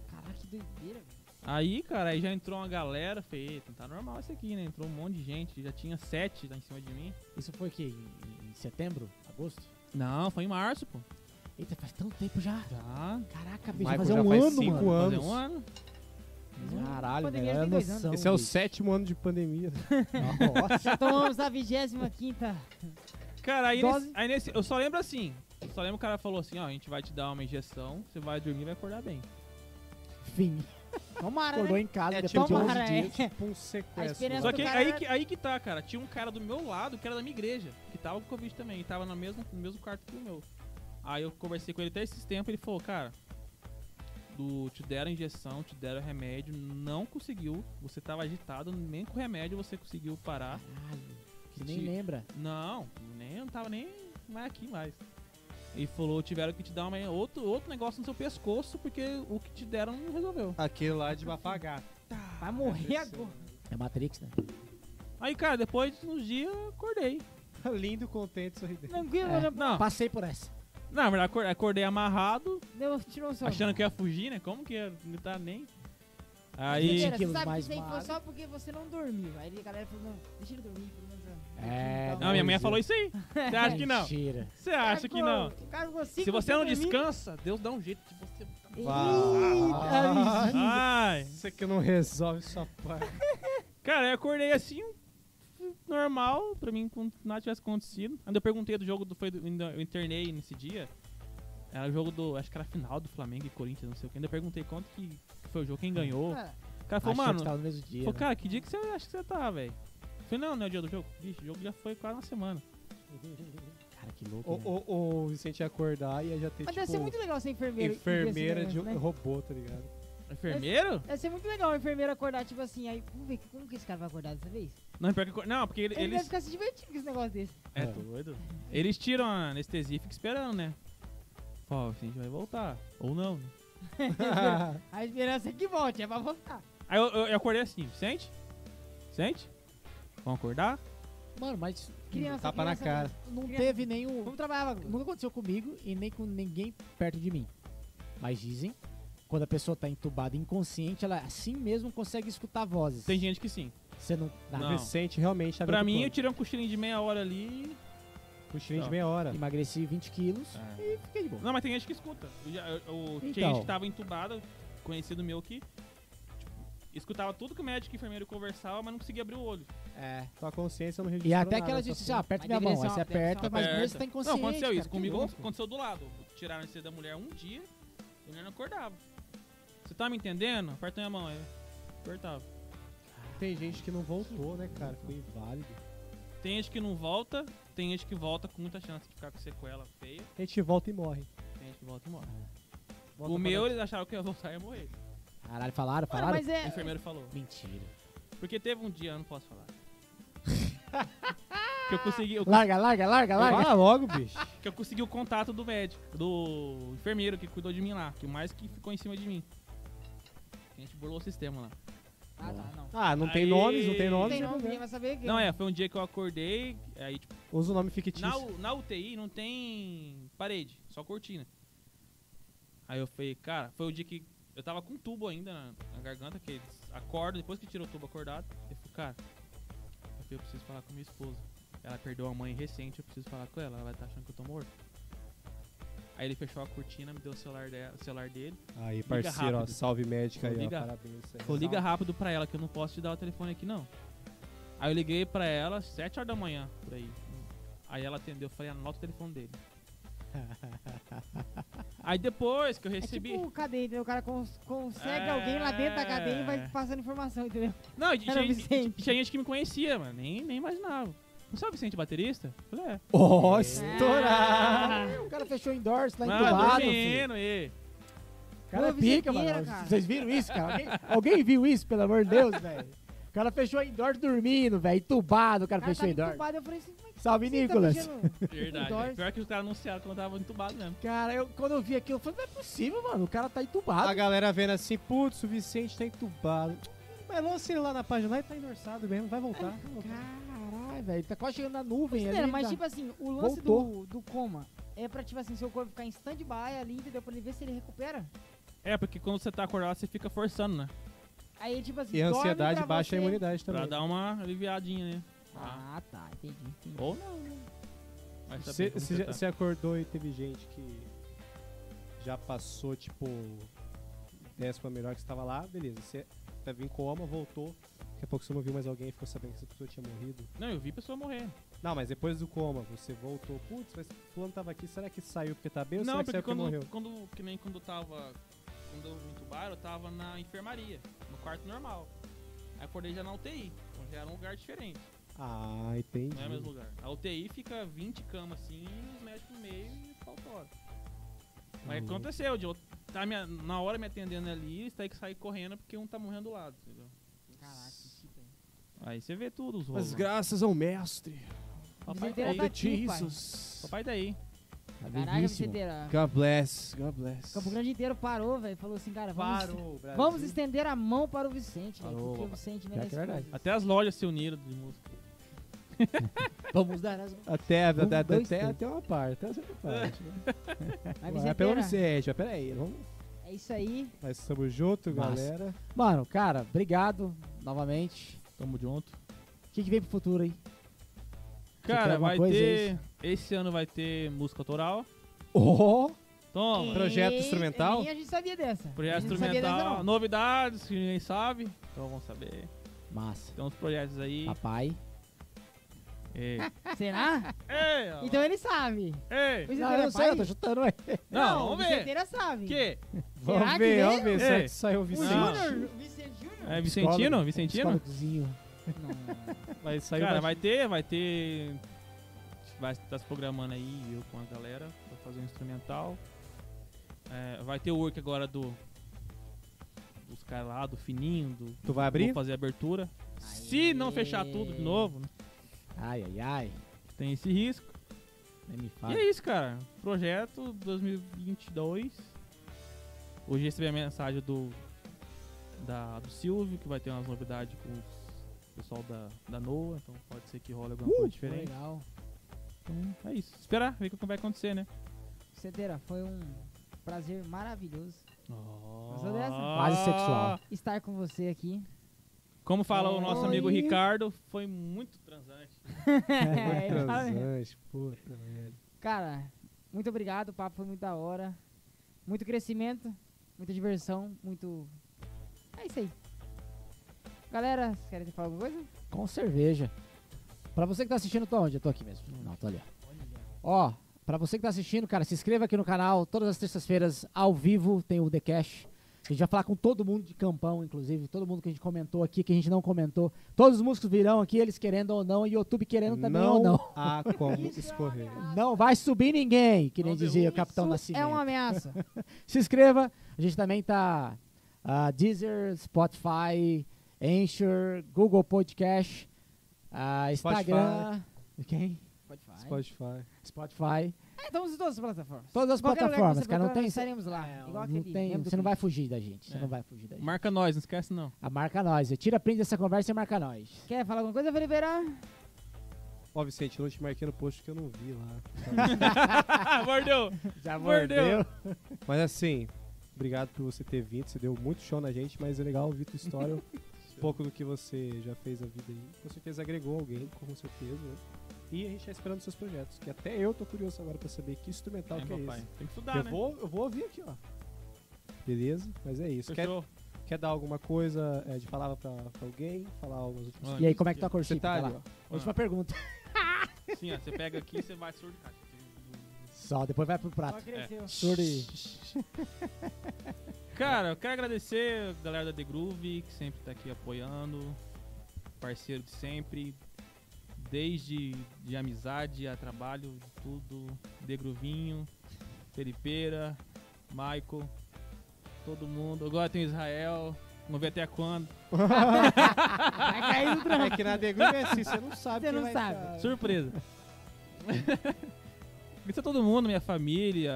Speaker 2: Caraca, que doideira, velho.
Speaker 4: Aí, cara, aí já entrou uma galera, falei, "Eita, tá normal isso aqui, né? Entrou um monte de gente, já tinha sete lá em cima de mim.
Speaker 1: Isso foi que em, em setembro, agosto?
Speaker 4: Não, foi em março, pô.
Speaker 1: Eita, faz tanto tempo já.
Speaker 4: Já.
Speaker 1: Caraca, bicho, vai
Speaker 5: Michael
Speaker 1: fazer
Speaker 5: já
Speaker 1: um
Speaker 5: faz
Speaker 1: ano,
Speaker 5: cinco
Speaker 1: mano.
Speaker 4: Fazer
Speaker 5: anos.
Speaker 4: um ano.
Speaker 1: Caralho,
Speaker 2: Pandemia
Speaker 1: velho, olha a
Speaker 2: tem dois
Speaker 1: noção.
Speaker 2: anos.
Speaker 5: Esse é o
Speaker 1: bicho.
Speaker 5: sétimo ano de pandemia.
Speaker 1: Nossa.
Speaker 2: Já tomamos a 25.
Speaker 4: Cara, aí
Speaker 2: Dose.
Speaker 4: nesse, aí nesse- Eu só lembro assim. eu Só lembro o cara falou assim, ó, a gente vai te dar uma injeção, você vai dormir e vai acordar bem.
Speaker 1: Fim.
Speaker 2: Tomara,
Speaker 1: Acordou
Speaker 2: né?
Speaker 1: em casa,
Speaker 5: É
Speaker 1: depois de
Speaker 2: tipo-
Speaker 1: 11
Speaker 2: Tomara, é.
Speaker 5: dias, tipo um sequestro.
Speaker 2: esperança-
Speaker 5: né?
Speaker 4: Só que
Speaker 2: cara
Speaker 4: aí,
Speaker 2: era-
Speaker 4: que aí que tá, cara. Tinha um cara do meu lado que era da minha igreja, que tava com Covid também, e tava no mesmo, no mesmo quarto que o meu. Aí eu conversei com ele até esses tempos, ele falou, cara, do, te deram injeção, te deram remédio, não conseguiu, você tava agitado, nem com remédio você conseguiu parar.
Speaker 2: é.
Speaker 1: Caralho, você nem
Speaker 4: Te-
Speaker 1: lembra.
Speaker 4: Não, nem não tava nem mais aqui mais. Ele falou, tiveram que te dar uma, outro, outro negócio no seu pescoço, porque o que te deram não resolveu.
Speaker 5: Aquele lá é de apagar.
Speaker 2: Tá,
Speaker 5: Tá
Speaker 2: Vai morrer agora.
Speaker 1: É Matrix, né?
Speaker 4: Aí, cara, depois de uns dias, eu acordei.
Speaker 5: Tá Lindo, contente, sorridente.
Speaker 2: Tranquilo,
Speaker 1: É.
Speaker 2: né?
Speaker 4: Não,
Speaker 1: Passei por essa.
Speaker 4: não, na verdade, acor- acordei amarrado,
Speaker 2: Deu, tirou o som.
Speaker 4: Achando que ia fugir, né? Como que ia? Não tá nem.
Speaker 1: Mentira,
Speaker 4: Aí.
Speaker 2: Você
Speaker 1: quilos
Speaker 2: sabe que
Speaker 1: mais
Speaker 2: isso aí foi
Speaker 1: magro.
Speaker 2: só porque você não dormiu. Aí a galera falou, não, deixa ele dormir, pelo menos. ó.
Speaker 1: É,
Speaker 2: Então,
Speaker 4: Não, minha mulher
Speaker 1: Pois é.
Speaker 4: falou isso aí. Você acha que não? Tá
Speaker 1: Mentira.
Speaker 4: Você acha que não?
Speaker 2: O cara ficou cinco
Speaker 4: Se você não
Speaker 2: dias dormindo.
Speaker 4: descansa, Deus dá um jeito de você.
Speaker 2: Eita,
Speaker 4: ah,
Speaker 2: bicho.
Speaker 4: Ai.
Speaker 5: Você que não resolve sua parte.
Speaker 4: Cara, eu acordei assim, normal, pra mim, como se nada tivesse acontecido. Ainda eu perguntei do jogo do. Foi do ainda eu internei nesse dia. Era o jogo do. Acho que era a final do Flamengo e Corinthians, não sei o que. Ainda eu perguntei quanto que foi o jogo, quem ganhou. O
Speaker 2: Ah,
Speaker 4: cara
Speaker 1: Achou
Speaker 4: falou,
Speaker 1: que
Speaker 4: mano,
Speaker 1: tava no mesmo dia.
Speaker 4: Falei,
Speaker 1: né?
Speaker 4: cara, que dia que você acha que você tá, velho? Falei, não, não é o dia do jogo. Bicho, o jogo já foi quase uma semana.
Speaker 1: Cara, que louco.
Speaker 5: Ou,
Speaker 1: né?
Speaker 5: ou, ou o Vicente ia acordar e ia já ter,
Speaker 2: Mas deve ser
Speaker 5: tipo,
Speaker 2: muito legal ser enfermeiro. e ver esse
Speaker 5: enfermeira de
Speaker 2: negócio, né?
Speaker 5: robô, tá ligado?
Speaker 4: É Enfermeiro?
Speaker 2: Deve ser muito legal o enfermeiro acordar, tipo assim, aí, vamos ver como que esse cara vai acordar dessa vez?
Speaker 4: Não, é pior que acor- não porque ele-
Speaker 2: Ele deve
Speaker 4: eles.
Speaker 2: ficar se divertindo com esse negócio desse.
Speaker 4: É doido. Eles tiram a anestesia e ficam esperando, né? Fala, a gente vai voltar. Ou não. né?
Speaker 2: A esperança é que volte, é pra voltar.
Speaker 4: Aí eu, eu- eu acordei assim, sente? Sente? Vamos acordar?
Speaker 1: Mano, mas
Speaker 2: Criança,
Speaker 5: Tapa na
Speaker 2: criança,
Speaker 5: cara.
Speaker 2: criança.
Speaker 1: não
Speaker 2: Criança.
Speaker 1: teve nenhum.
Speaker 2: Vamos trabalhar, bagulho.
Speaker 1: Nunca aconteceu comigo e nem com ninguém perto de mim. Mas dizem, quando a pessoa tá entubada inconsciente, ela assim mesmo consegue escutar vozes.
Speaker 4: Tem gente que sim.
Speaker 1: Você não. tá
Speaker 5: O
Speaker 4: Não.
Speaker 5: Vicente realmente abre
Speaker 4: Pra
Speaker 5: outro
Speaker 4: mim, eu
Speaker 5: plano.
Speaker 4: tirei um cochilinho de meia hora ali.
Speaker 5: Cochilinho de
Speaker 4: Não.
Speaker 5: meia hora.
Speaker 1: Emagreci 20 quilos
Speaker 4: É.
Speaker 1: e fiquei de boa.
Speaker 4: Não, mas tem gente que escuta. Eu já- eu- eu- Tinha
Speaker 1: Então.
Speaker 4: gente que tava entubada, conhecido meu que. tipo, Escutava tudo que o médico e o enfermeiro conversavam, mas não conseguia abrir o olho.
Speaker 1: É.
Speaker 5: Tua consciência não registra
Speaker 1: E até
Speaker 5: nada,
Speaker 1: que ela
Speaker 5: só
Speaker 1: disse,
Speaker 5: assim.
Speaker 1: ah, aperta
Speaker 2: é né? Mas
Speaker 1: minha mão.
Speaker 2: deveria
Speaker 1: Aí
Speaker 2: ser
Speaker 1: você
Speaker 2: uma- deve ser
Speaker 1: aperta,
Speaker 2: uma
Speaker 1: mas
Speaker 4: aperta.
Speaker 1: mesmo você tá
Speaker 4: Não,
Speaker 1: inconsciente.
Speaker 4: aconteceu
Speaker 1: cara,
Speaker 4: isso.
Speaker 1: que
Speaker 4: Comigo
Speaker 1: louco.
Speaker 4: aconteceu do lado. Tiraram a anestesia da mulher um dia, a mulher não acordava. Você tá me entendendo? Aperta minha mão aí. Apertava.
Speaker 5: Tem gente que não voltou, né, cara? Foi inválido.
Speaker 4: Tem gente que não volta, tem gente que volta com muita chance de ficar com sequela feia,
Speaker 5: A gente volta e morre.
Speaker 4: tem gente que volta e morre.
Speaker 5: Volta
Speaker 4: o
Speaker 5: pra
Speaker 4: meu,
Speaker 5: dar-
Speaker 4: eles acharam que eu ia voltar e ia morrer.
Speaker 1: Caralho, falaram,
Speaker 2: Mano,
Speaker 1: falaram.
Speaker 2: mas
Speaker 4: O
Speaker 2: é...
Speaker 4: enfermeiro falou.
Speaker 1: Mentira.
Speaker 4: Porque teve um dia, eu não posso falar. que eu consegui, eu-
Speaker 1: Larga, larga,
Speaker 4: é
Speaker 1: larga, larga.
Speaker 5: Fala logo, bicho.
Speaker 4: que eu consegui o contato do médico, do enfermeiro que cuidou de mim lá, que mais que ficou em cima de mim. A gente burlou o sistema lá.
Speaker 2: Ah, tá, não.
Speaker 5: Ah, não tem
Speaker 4: Aí.
Speaker 5: nomes, não tem
Speaker 2: Não
Speaker 5: nomes.
Speaker 2: tem
Speaker 5: né,
Speaker 2: nome,
Speaker 5: né?
Speaker 2: ninguém vai saber quem.
Speaker 4: Não, é, foi um dia que eu acordei, aí, tipo,
Speaker 5: Usa o nome fictício.
Speaker 4: na, U- na UTI não tem parede, só cortina. Aí eu falei, cara, foi o dia que Eu tava com um tubo ainda na, na garganta, que eles acordam, depois que tirou o tubo acordado, eu falei, cara, eu, falei, eu preciso falar com minha esposa. Ela perdeu a mãe recente, eu preciso falar com ela, ela vai estar achando que eu tô morto. Aí ele fechou a cortina, me deu o celular, dela- o celular dele.
Speaker 5: Aí,
Speaker 4: Liga
Speaker 5: parceiro, ó,
Speaker 4: rápido.
Speaker 5: salve médica aí, ó,
Speaker 4: Liga.
Speaker 5: parabéns. aí.
Speaker 4: Falou, liga rápido pra ela que eu não posso te dar o telefone aqui não. Aí eu liguei pra ela, 7 horas da manhã, por aí. Aí ela atendeu, eu falei, anota o telefone dele. aí depois que eu
Speaker 2: É
Speaker 4: recebi.
Speaker 2: tipo cadeia, entendeu? O cara cons-
Speaker 4: É.
Speaker 2: consegue alguém lá dentro da cadeia e vai passando informação, entendeu?
Speaker 4: Não, e tinha,
Speaker 2: Era o
Speaker 4: gente-
Speaker 2: Vicente.
Speaker 4: tinha gente que me conhecia, mano. Nem, nem imaginava. Não sabe o Vicente baterista? Eu falei, é.
Speaker 1: Ó, estourar! O cara fechou o endorse
Speaker 2: Tá
Speaker 1: lá
Speaker 4: Mano, tá
Speaker 1: entubado, filho.
Speaker 4: dormindo, e...
Speaker 1: O cara é
Speaker 2: Pô,
Speaker 1: pica,
Speaker 2: visequeira,
Speaker 1: mano.
Speaker 2: cara.
Speaker 1: Vocês viram isso, cara? Alguém, alguém viu isso, pelo amor de Deus, velho? O cara fechou a indoor dormindo, velho. Entubado, o
Speaker 2: O
Speaker 1: cara
Speaker 2: cara
Speaker 1: fechou
Speaker 2: tá
Speaker 1: a indoor.
Speaker 2: entubado, eu falei assim, como é que
Speaker 1: Salve,
Speaker 2: você tá
Speaker 1: Nicolas.
Speaker 2: mexendo?
Speaker 4: Verdade.
Speaker 2: Indoors.
Speaker 4: é Pior que os caras anunciaram quando eu tava entubado mesmo.
Speaker 1: Cara, eu, quando eu vi aquilo, eu falei, não é possível, mano. O cara tá
Speaker 5: A
Speaker 1: entubado.
Speaker 5: galera vendo assim, putz, o Vicente tá entubado. Mas lança ele lá na página, lá ele tá endorçado mesmo, vai voltar. vai voltar.
Speaker 1: Caralho, velho. Tá quase chegando na nuvem
Speaker 2: Considera,
Speaker 1: ali.
Speaker 2: mas
Speaker 1: tá-
Speaker 2: tipo assim, o lance do,
Speaker 1: Voltou.
Speaker 2: do coma é pra, tipo assim, seu corpo ficar em stand-by ali, entendeu? Pra ele ver se ele recupera.
Speaker 4: É, porque quando você tá acordado, você fica forçando, né?
Speaker 2: Aí, tipo assim,
Speaker 5: E a
Speaker 2: dorme
Speaker 5: ansiedade
Speaker 2: pra
Speaker 5: baixa
Speaker 2: você-
Speaker 5: a imunidade
Speaker 4: Pra
Speaker 5: também.
Speaker 4: dar uma aliviadinha, né?
Speaker 2: Ah, tá, entendi. entendi.
Speaker 4: Ou não, né? Vai saber
Speaker 5: Você,
Speaker 4: como
Speaker 5: você
Speaker 4: você
Speaker 5: já-
Speaker 4: tá.
Speaker 5: você acordou e teve gente que já passou, tipo, décima melhor que você tava lá, beleza. Você tava em coma, voltou. Daqui a pouco você não viu mais alguém e ficou sabendo que essa pessoa tinha morrido.
Speaker 4: Não, eu vi pessoa morrer.
Speaker 5: Não, mas depois do coma, você voltou. Putz, mas fulano tava aqui, será que saiu porque tá bem ou será
Speaker 4: não,
Speaker 5: que
Speaker 4: porque
Speaker 5: saiu porque morreu?
Speaker 4: quando, quando. Que nem quando eu tava. Quando eu me entubaram, eu tava na enfermaria, no quarto normal. Aí acordei já na UTI, então já era um lugar diferente.
Speaker 5: Ah, entendi.
Speaker 4: Não é o mesmo lugar. A UTI fica 20 camas assim, e os médicos no meio e faltou. Mas
Speaker 5: Hum.
Speaker 4: aconteceu, de eu tá me- na hora me atendendo ali, eles têm que sair correndo porque um tá morrendo do lado, entendeu?
Speaker 2: Caraca, que fita.
Speaker 4: Aí você vê tudo, os rolos. né?
Speaker 3: Mas graças ao mestre,
Speaker 4: Papai
Speaker 2: Miserável.
Speaker 4: daí.
Speaker 2: Tá
Speaker 3: de
Speaker 2: aqui, pai.
Speaker 3: Jesus.
Speaker 4: Papai daí.
Speaker 1: Tá
Speaker 2: Caraca,
Speaker 1: vivíssimo.
Speaker 2: Viceteira.
Speaker 3: God bless, God bless.
Speaker 2: é, Campo Grande inteiro parou, velho. Falou assim, cara, vamos,
Speaker 5: Parou, Brasil.
Speaker 2: vamos estender a mão para o Vicente, velho.
Speaker 1: Parou,
Speaker 2: Porque o
Speaker 1: papai.
Speaker 2: Vicente
Speaker 1: Pior que
Speaker 2: merece
Speaker 1: é verdade.
Speaker 2: coisas.
Speaker 4: Até as lojas se uniram de música.
Speaker 1: Vamos dar as
Speaker 5: Até, até,
Speaker 1: Um,
Speaker 5: até,
Speaker 1: dois,
Speaker 5: até,
Speaker 1: três.
Speaker 5: até uma parte, até uma certa parte. né?
Speaker 2: Mas,
Speaker 5: Mas é pelo
Speaker 2: Viceteira,
Speaker 5: Vicente, mas peraí. Vamos...
Speaker 2: é isso aí.
Speaker 5: Nós estamos juntos,
Speaker 1: Massa.
Speaker 5: galera.
Speaker 1: Mano, cara, obrigado novamente.
Speaker 4: Tamo junto.
Speaker 1: O que, que vem pro futuro aí? quer
Speaker 4: Cara,
Speaker 1: alguma
Speaker 4: vai
Speaker 1: coisa,
Speaker 4: ter. Esse ano vai ter música autoral.
Speaker 1: Oh!
Speaker 4: Toma! um
Speaker 5: Projeto
Speaker 2: E-
Speaker 5: instrumental?
Speaker 2: nem é, a gente sabia dessa. A
Speaker 4: Projeto
Speaker 2: gente não sabia dessa,
Speaker 4: instrumental,
Speaker 2: não.
Speaker 4: novidades que ninguém sabe. Então vamos saber.
Speaker 1: Massa.
Speaker 4: Tem uns projetos aí.
Speaker 1: Papai.
Speaker 4: Ei.
Speaker 2: Será?
Speaker 4: Ei,
Speaker 2: Ah.
Speaker 4: ó.
Speaker 2: Então ele sabe.
Speaker 4: Ei.
Speaker 2: Mas
Speaker 1: Não,
Speaker 2: ele
Speaker 1: eu
Speaker 2: é
Speaker 1: não sei, eu
Speaker 2: pai?
Speaker 1: tô chutando, ué.
Speaker 4: Não, vamos
Speaker 2: o
Speaker 4: ver.
Speaker 2: Vicenteira sabe.
Speaker 4: Que?
Speaker 2: Será
Speaker 5: Vamos
Speaker 2: que
Speaker 5: ver,
Speaker 2: veio?
Speaker 5: vamos ver. Será
Speaker 4: Ei,
Speaker 5: que saiu o
Speaker 2: O
Speaker 5: Vicente?
Speaker 2: Júnior? O Vicente Júnior?
Speaker 4: É Vicentino?
Speaker 5: Psicólogo.
Speaker 4: Vicentino?
Speaker 1: Psicólogozinho.
Speaker 5: Mas saiu
Speaker 4: Cara,
Speaker 5: mais-
Speaker 4: vai ter, vai ter. Vai tá se programando aí, eu com a galera, pra fazer um instrumental. É, vai ter o work agora do. Dos caras lá, do fininho, do.
Speaker 5: Tu vai
Speaker 4: Vou
Speaker 5: abrir?
Speaker 4: fazer a abertura. Se não fechar tudo de novo, né,
Speaker 1: Ai, ai, ai.
Speaker 4: tem esse risco.
Speaker 1: Nem me
Speaker 4: E
Speaker 1: fala.
Speaker 4: é isso, cara. Projeto 2022. Hoje recebi a mensagem do, da, do Silvio, que vai ter umas novidades com o pessoal da, da NOA, então pode ser que role alguma
Speaker 1: Uh,
Speaker 4: coisa diferente.
Speaker 1: Legal.
Speaker 4: Então, é isso. Esperar, ver o que vai acontecer, né?
Speaker 2: Vicenteira, foi um prazer maravilhoso Gostou dessa?
Speaker 1: Quase sexual.
Speaker 2: estar com você aqui.
Speaker 4: Como fala o nosso amigo
Speaker 5: Oi.
Speaker 4: Ricardo, foi muito transante.
Speaker 2: É, ele fala mesmo.
Speaker 5: Transante, puta merda.
Speaker 2: Cara, muito obrigado, o papo foi muito da hora. Muito crescimento, muita diversão, muito. É isso aí. Galera, vocês querem falar alguma coisa?
Speaker 1: Com cerveja. Pra você que tá assistindo, tô onde? Eu tô aqui mesmo. Não, tô ali. Ó, Ó, pra você que tá assistindo, cara, se inscreva aqui no canal. Todas as terças-feiras, ao vivo, tem o The Cash. A gente vai falar com todo mundo de campão, inclusive. Todo mundo que a gente comentou aqui, que a gente não comentou. Todos os músicos virão aqui, eles querendo ou não. E o YouTube querendo também
Speaker 5: Não
Speaker 1: ou não.
Speaker 5: há como escorrer.
Speaker 1: Não vai subir ninguém, que nem
Speaker 4: Não
Speaker 1: dizia o
Speaker 4: derruba.
Speaker 1: Capitão
Speaker 2: Isso
Speaker 1: Nascimento.
Speaker 2: é uma ameaça.
Speaker 1: Se inscreva. A gente também tá ah, Deezer, Spotify, Anchor, Google Podcast, ah, Instagram, quem?
Speaker 2: Spotify.
Speaker 5: Spotify.
Speaker 1: Spotify.
Speaker 2: É, estamos em todas as plataformas.
Speaker 1: Todas as
Speaker 2: Qualquer lugar que
Speaker 1: plataformas,
Speaker 2: você
Speaker 1: cara, não
Speaker 2: procurar,
Speaker 1: tem É,
Speaker 2: Estaremos lá. igual
Speaker 1: não
Speaker 2: aquele
Speaker 1: tem,
Speaker 2: meme do
Speaker 1: você não vai
Speaker 2: Clint.
Speaker 1: fugir da gente, você
Speaker 4: É.
Speaker 1: não vai fugir da gente.
Speaker 4: Marca nós, não esquece não.
Speaker 1: A marca nós. Tira print dessa conversa e marca nós.
Speaker 2: Quer falar alguma coisa, Felipeira?
Speaker 5: Ó, Vicente, eu não te marquei no post que eu não vi lá.
Speaker 4: Ah, mordeu!
Speaker 1: Já
Speaker 4: Mordeu.
Speaker 5: Mas assim, Obrigado por você ter vindo, você deu muito show na gente, mas é legal ouvir tua história, um pouco do que você já fez na vida aí. Com certeza agregou alguém, com certeza. né? E a gente tá esperando seus projetos, que até eu tô curioso agora pra saber que instrumental
Speaker 4: É,
Speaker 5: que é
Speaker 4: papai.
Speaker 5: esse.
Speaker 4: Tem que estudar,
Speaker 5: eu,
Speaker 4: né?
Speaker 5: vou, eu vou ouvir aqui, ó. Beleza? Mas é isso. Quer,
Speaker 4: Fechou.
Speaker 5: quer dar alguma coisa é, de palavra pra, pra alguém? Falar algumas últimas
Speaker 4: Olha,
Speaker 1: E aí, como é que tá a cor
Speaker 5: Você
Speaker 1: chip?
Speaker 5: tá
Speaker 1: Vai
Speaker 5: ali,
Speaker 1: lá.
Speaker 5: ó.
Speaker 4: ó.
Speaker 1: Última pergunta.
Speaker 4: Ah, Sim, ó, você pega aqui e você vai surdo. Ah,
Speaker 1: Só, depois vai pro
Speaker 2: Só
Speaker 1: prato.
Speaker 2: cresceu.
Speaker 1: Surdo e...
Speaker 4: Cara, eu quero agradecer a galera da The Groove, que sempre tá aqui apoiando, parceiro de sempre, desde de amizade a trabalho, de tudo. The Groovinho, Felipeira, Michael, todo mundo. Agora tem o Israel, vamos ver até quando.
Speaker 2: Vai cair no
Speaker 5: É que na The Group é assim, você não sabe
Speaker 2: Você
Speaker 5: quem
Speaker 2: não
Speaker 5: vai
Speaker 2: sabe.
Speaker 5: tá.
Speaker 4: Surpresa. Agradecer a todo mundo, minha família,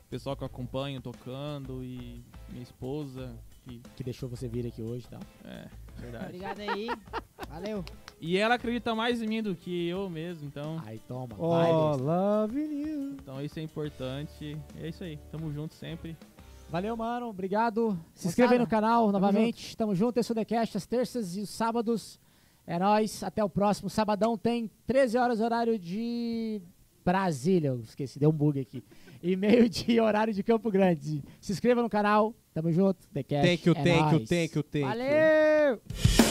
Speaker 4: o pessoal que eu acompanho tocando e minha esposa, que
Speaker 1: Que deixou você vir aqui hoje e tal.
Speaker 4: é verdade.
Speaker 2: Obrigado aí. Valeu.
Speaker 4: E ela acredita mais em mim do que eu mesmo, então,
Speaker 1: Aí, toma. Vai,
Speaker 5: Oh,
Speaker 1: Deus.
Speaker 5: love you.
Speaker 4: então isso é importante. É isso aí, tamo junto sempre.
Speaker 1: Valeu, mano. Obrigado. Se inscreva aí no canal novamente. Tamo junto. Esse é o The Cast, às terças e os sábados. É nóis. Até o próximo. Sabadão tem 13 horas, horário de Brasília. Eu esqueci, deu um bug aqui. E meio-dia, horário de Campo Grande. Se inscreva no canal. Thank you, é
Speaker 2: É
Speaker 5: Thank you, thank you, thank you, thank you.
Speaker 2: Valeu.